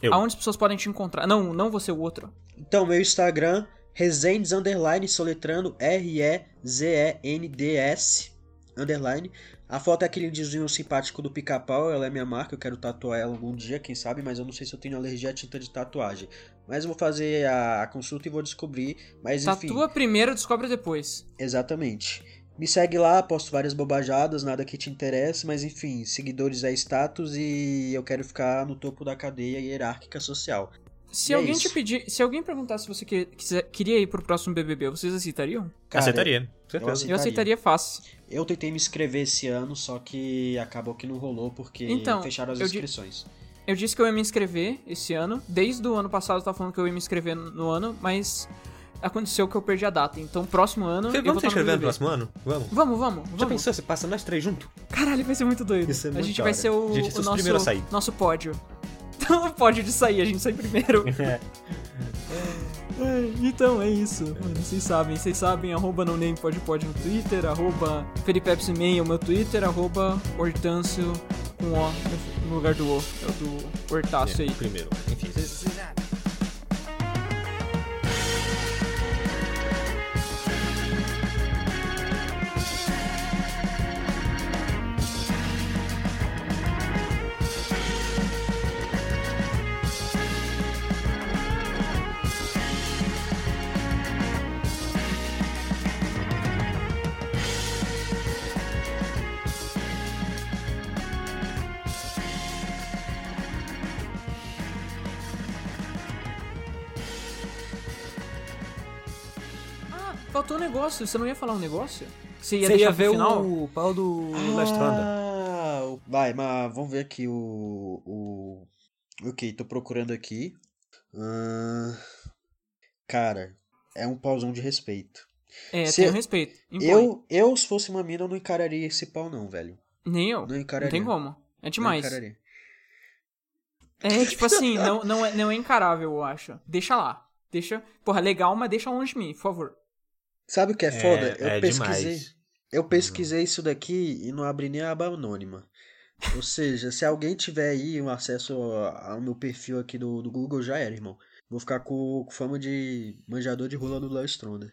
[SPEAKER 2] Eu.
[SPEAKER 1] aonde as pessoas podem te encontrar? Não, não você, o outro.
[SPEAKER 3] Então, meu Instagram, Rezendes, underline, soletrando R-E-Z-E-N-D-S, underline. A foto é aquele indiozinho simpático do pica-pau, ela é minha marca, eu quero tatuar ela algum dia, quem sabe, mas eu não sei se eu tenho alergia à tinta de tatuagem. Mas eu vou fazer a, a consulta e vou descobrir, mas enfim,
[SPEAKER 1] Tatua primeiro, Tá, descobre depois.
[SPEAKER 3] exatamente. Me segue lá, posto várias bobajadas, nada que te interesse, mas enfim, seguidores é status e eu quero ficar no topo da cadeia hierárquica social.
[SPEAKER 1] Se
[SPEAKER 3] E é
[SPEAKER 1] alguém te
[SPEAKER 3] isso.
[SPEAKER 1] pedir, se alguém perguntar se você que- quiser- queria ir pro próximo BBB, vocês aceitariam?
[SPEAKER 3] Cara,
[SPEAKER 2] Aceitaria,
[SPEAKER 3] eu
[SPEAKER 2] certeza.
[SPEAKER 3] aceito.
[SPEAKER 1] Eu aceitaria fácil.
[SPEAKER 3] Eu tentei me inscrever esse ano, só que acabou que não rolou porque
[SPEAKER 1] Então,
[SPEAKER 3] fecharam as
[SPEAKER 1] eu di-
[SPEAKER 3] inscrições.
[SPEAKER 1] Eu disse que eu ia me inscrever esse ano. Desde o ano passado eu tava falando que eu ia me inscrever no ano, mas aconteceu que eu perdi a data. Então, próximo ano. eu vou
[SPEAKER 2] Vamos se
[SPEAKER 1] estar
[SPEAKER 2] inscrever no
[SPEAKER 1] BBB.
[SPEAKER 2] próximo ano? Vamos.
[SPEAKER 1] Vamos, vamos,
[SPEAKER 2] Já
[SPEAKER 1] vamos.
[SPEAKER 2] pensou se passa nós três juntos?
[SPEAKER 1] Caralho, vai ser muito doido.
[SPEAKER 2] Isso é
[SPEAKER 1] a
[SPEAKER 2] muito
[SPEAKER 1] gente
[SPEAKER 2] da
[SPEAKER 1] vai
[SPEAKER 2] hora.
[SPEAKER 1] ser o,
[SPEAKER 2] A gente vai ser
[SPEAKER 1] o
[SPEAKER 2] os
[SPEAKER 1] nosso,
[SPEAKER 2] primeiros a sair.
[SPEAKER 1] nosso pódio. Então, pódio de sair, a gente sai primeiro. É, Então é isso, mano. Vocês sabem, vocês sabem, arroba não nem pode pode no Twitter, arroba FelipePsiMail, meu Twitter, arroba Hortâncio com O no- no lugar do O. É o do
[SPEAKER 2] É.
[SPEAKER 1] Hortácio aí.
[SPEAKER 2] Primeiro. Enfim,
[SPEAKER 1] Faltou um negócio, você não ia falar um negócio? Você ia
[SPEAKER 2] Você
[SPEAKER 1] deixar
[SPEAKER 2] ia
[SPEAKER 1] pro
[SPEAKER 2] ver
[SPEAKER 1] final?
[SPEAKER 2] o pau do Lestrada.
[SPEAKER 3] Ah, o- vai, mas vamos ver aqui o. o... Ok, tô procurando aqui. Ahn, Cara, é um pauzão de respeito.
[SPEAKER 1] É,
[SPEAKER 3] Se-
[SPEAKER 1] tenho respeito. Impõe.
[SPEAKER 3] Eu, eu, se fosse uma mina, eu não encararia esse pau, não, velho.
[SPEAKER 1] Nem eu.
[SPEAKER 3] Não
[SPEAKER 1] Não
[SPEAKER 3] encararia.
[SPEAKER 1] tem como. É
[SPEAKER 3] Não
[SPEAKER 1] demais.
[SPEAKER 3] encararia.
[SPEAKER 1] É, tipo assim, não, não, é, não é encarável, eu acho. Deixa lá. Deixa. Porra, legal, mas deixa longe de mim, por favor.
[SPEAKER 3] Sabe o que é foda? eu
[SPEAKER 2] é
[SPEAKER 3] pesquisei.
[SPEAKER 2] demais.
[SPEAKER 3] Eu pesquisei isso daqui e não abri nem a aba anônima. Ou seja, se alguém tiver aí um acesso ao meu perfil aqui do, do Google, já era, irmão. Vou ficar com, com fama de manjador de rola do Léo Stronda.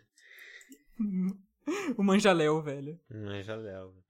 [SPEAKER 1] O Manjaléu, velho.
[SPEAKER 2] Não é jaléu.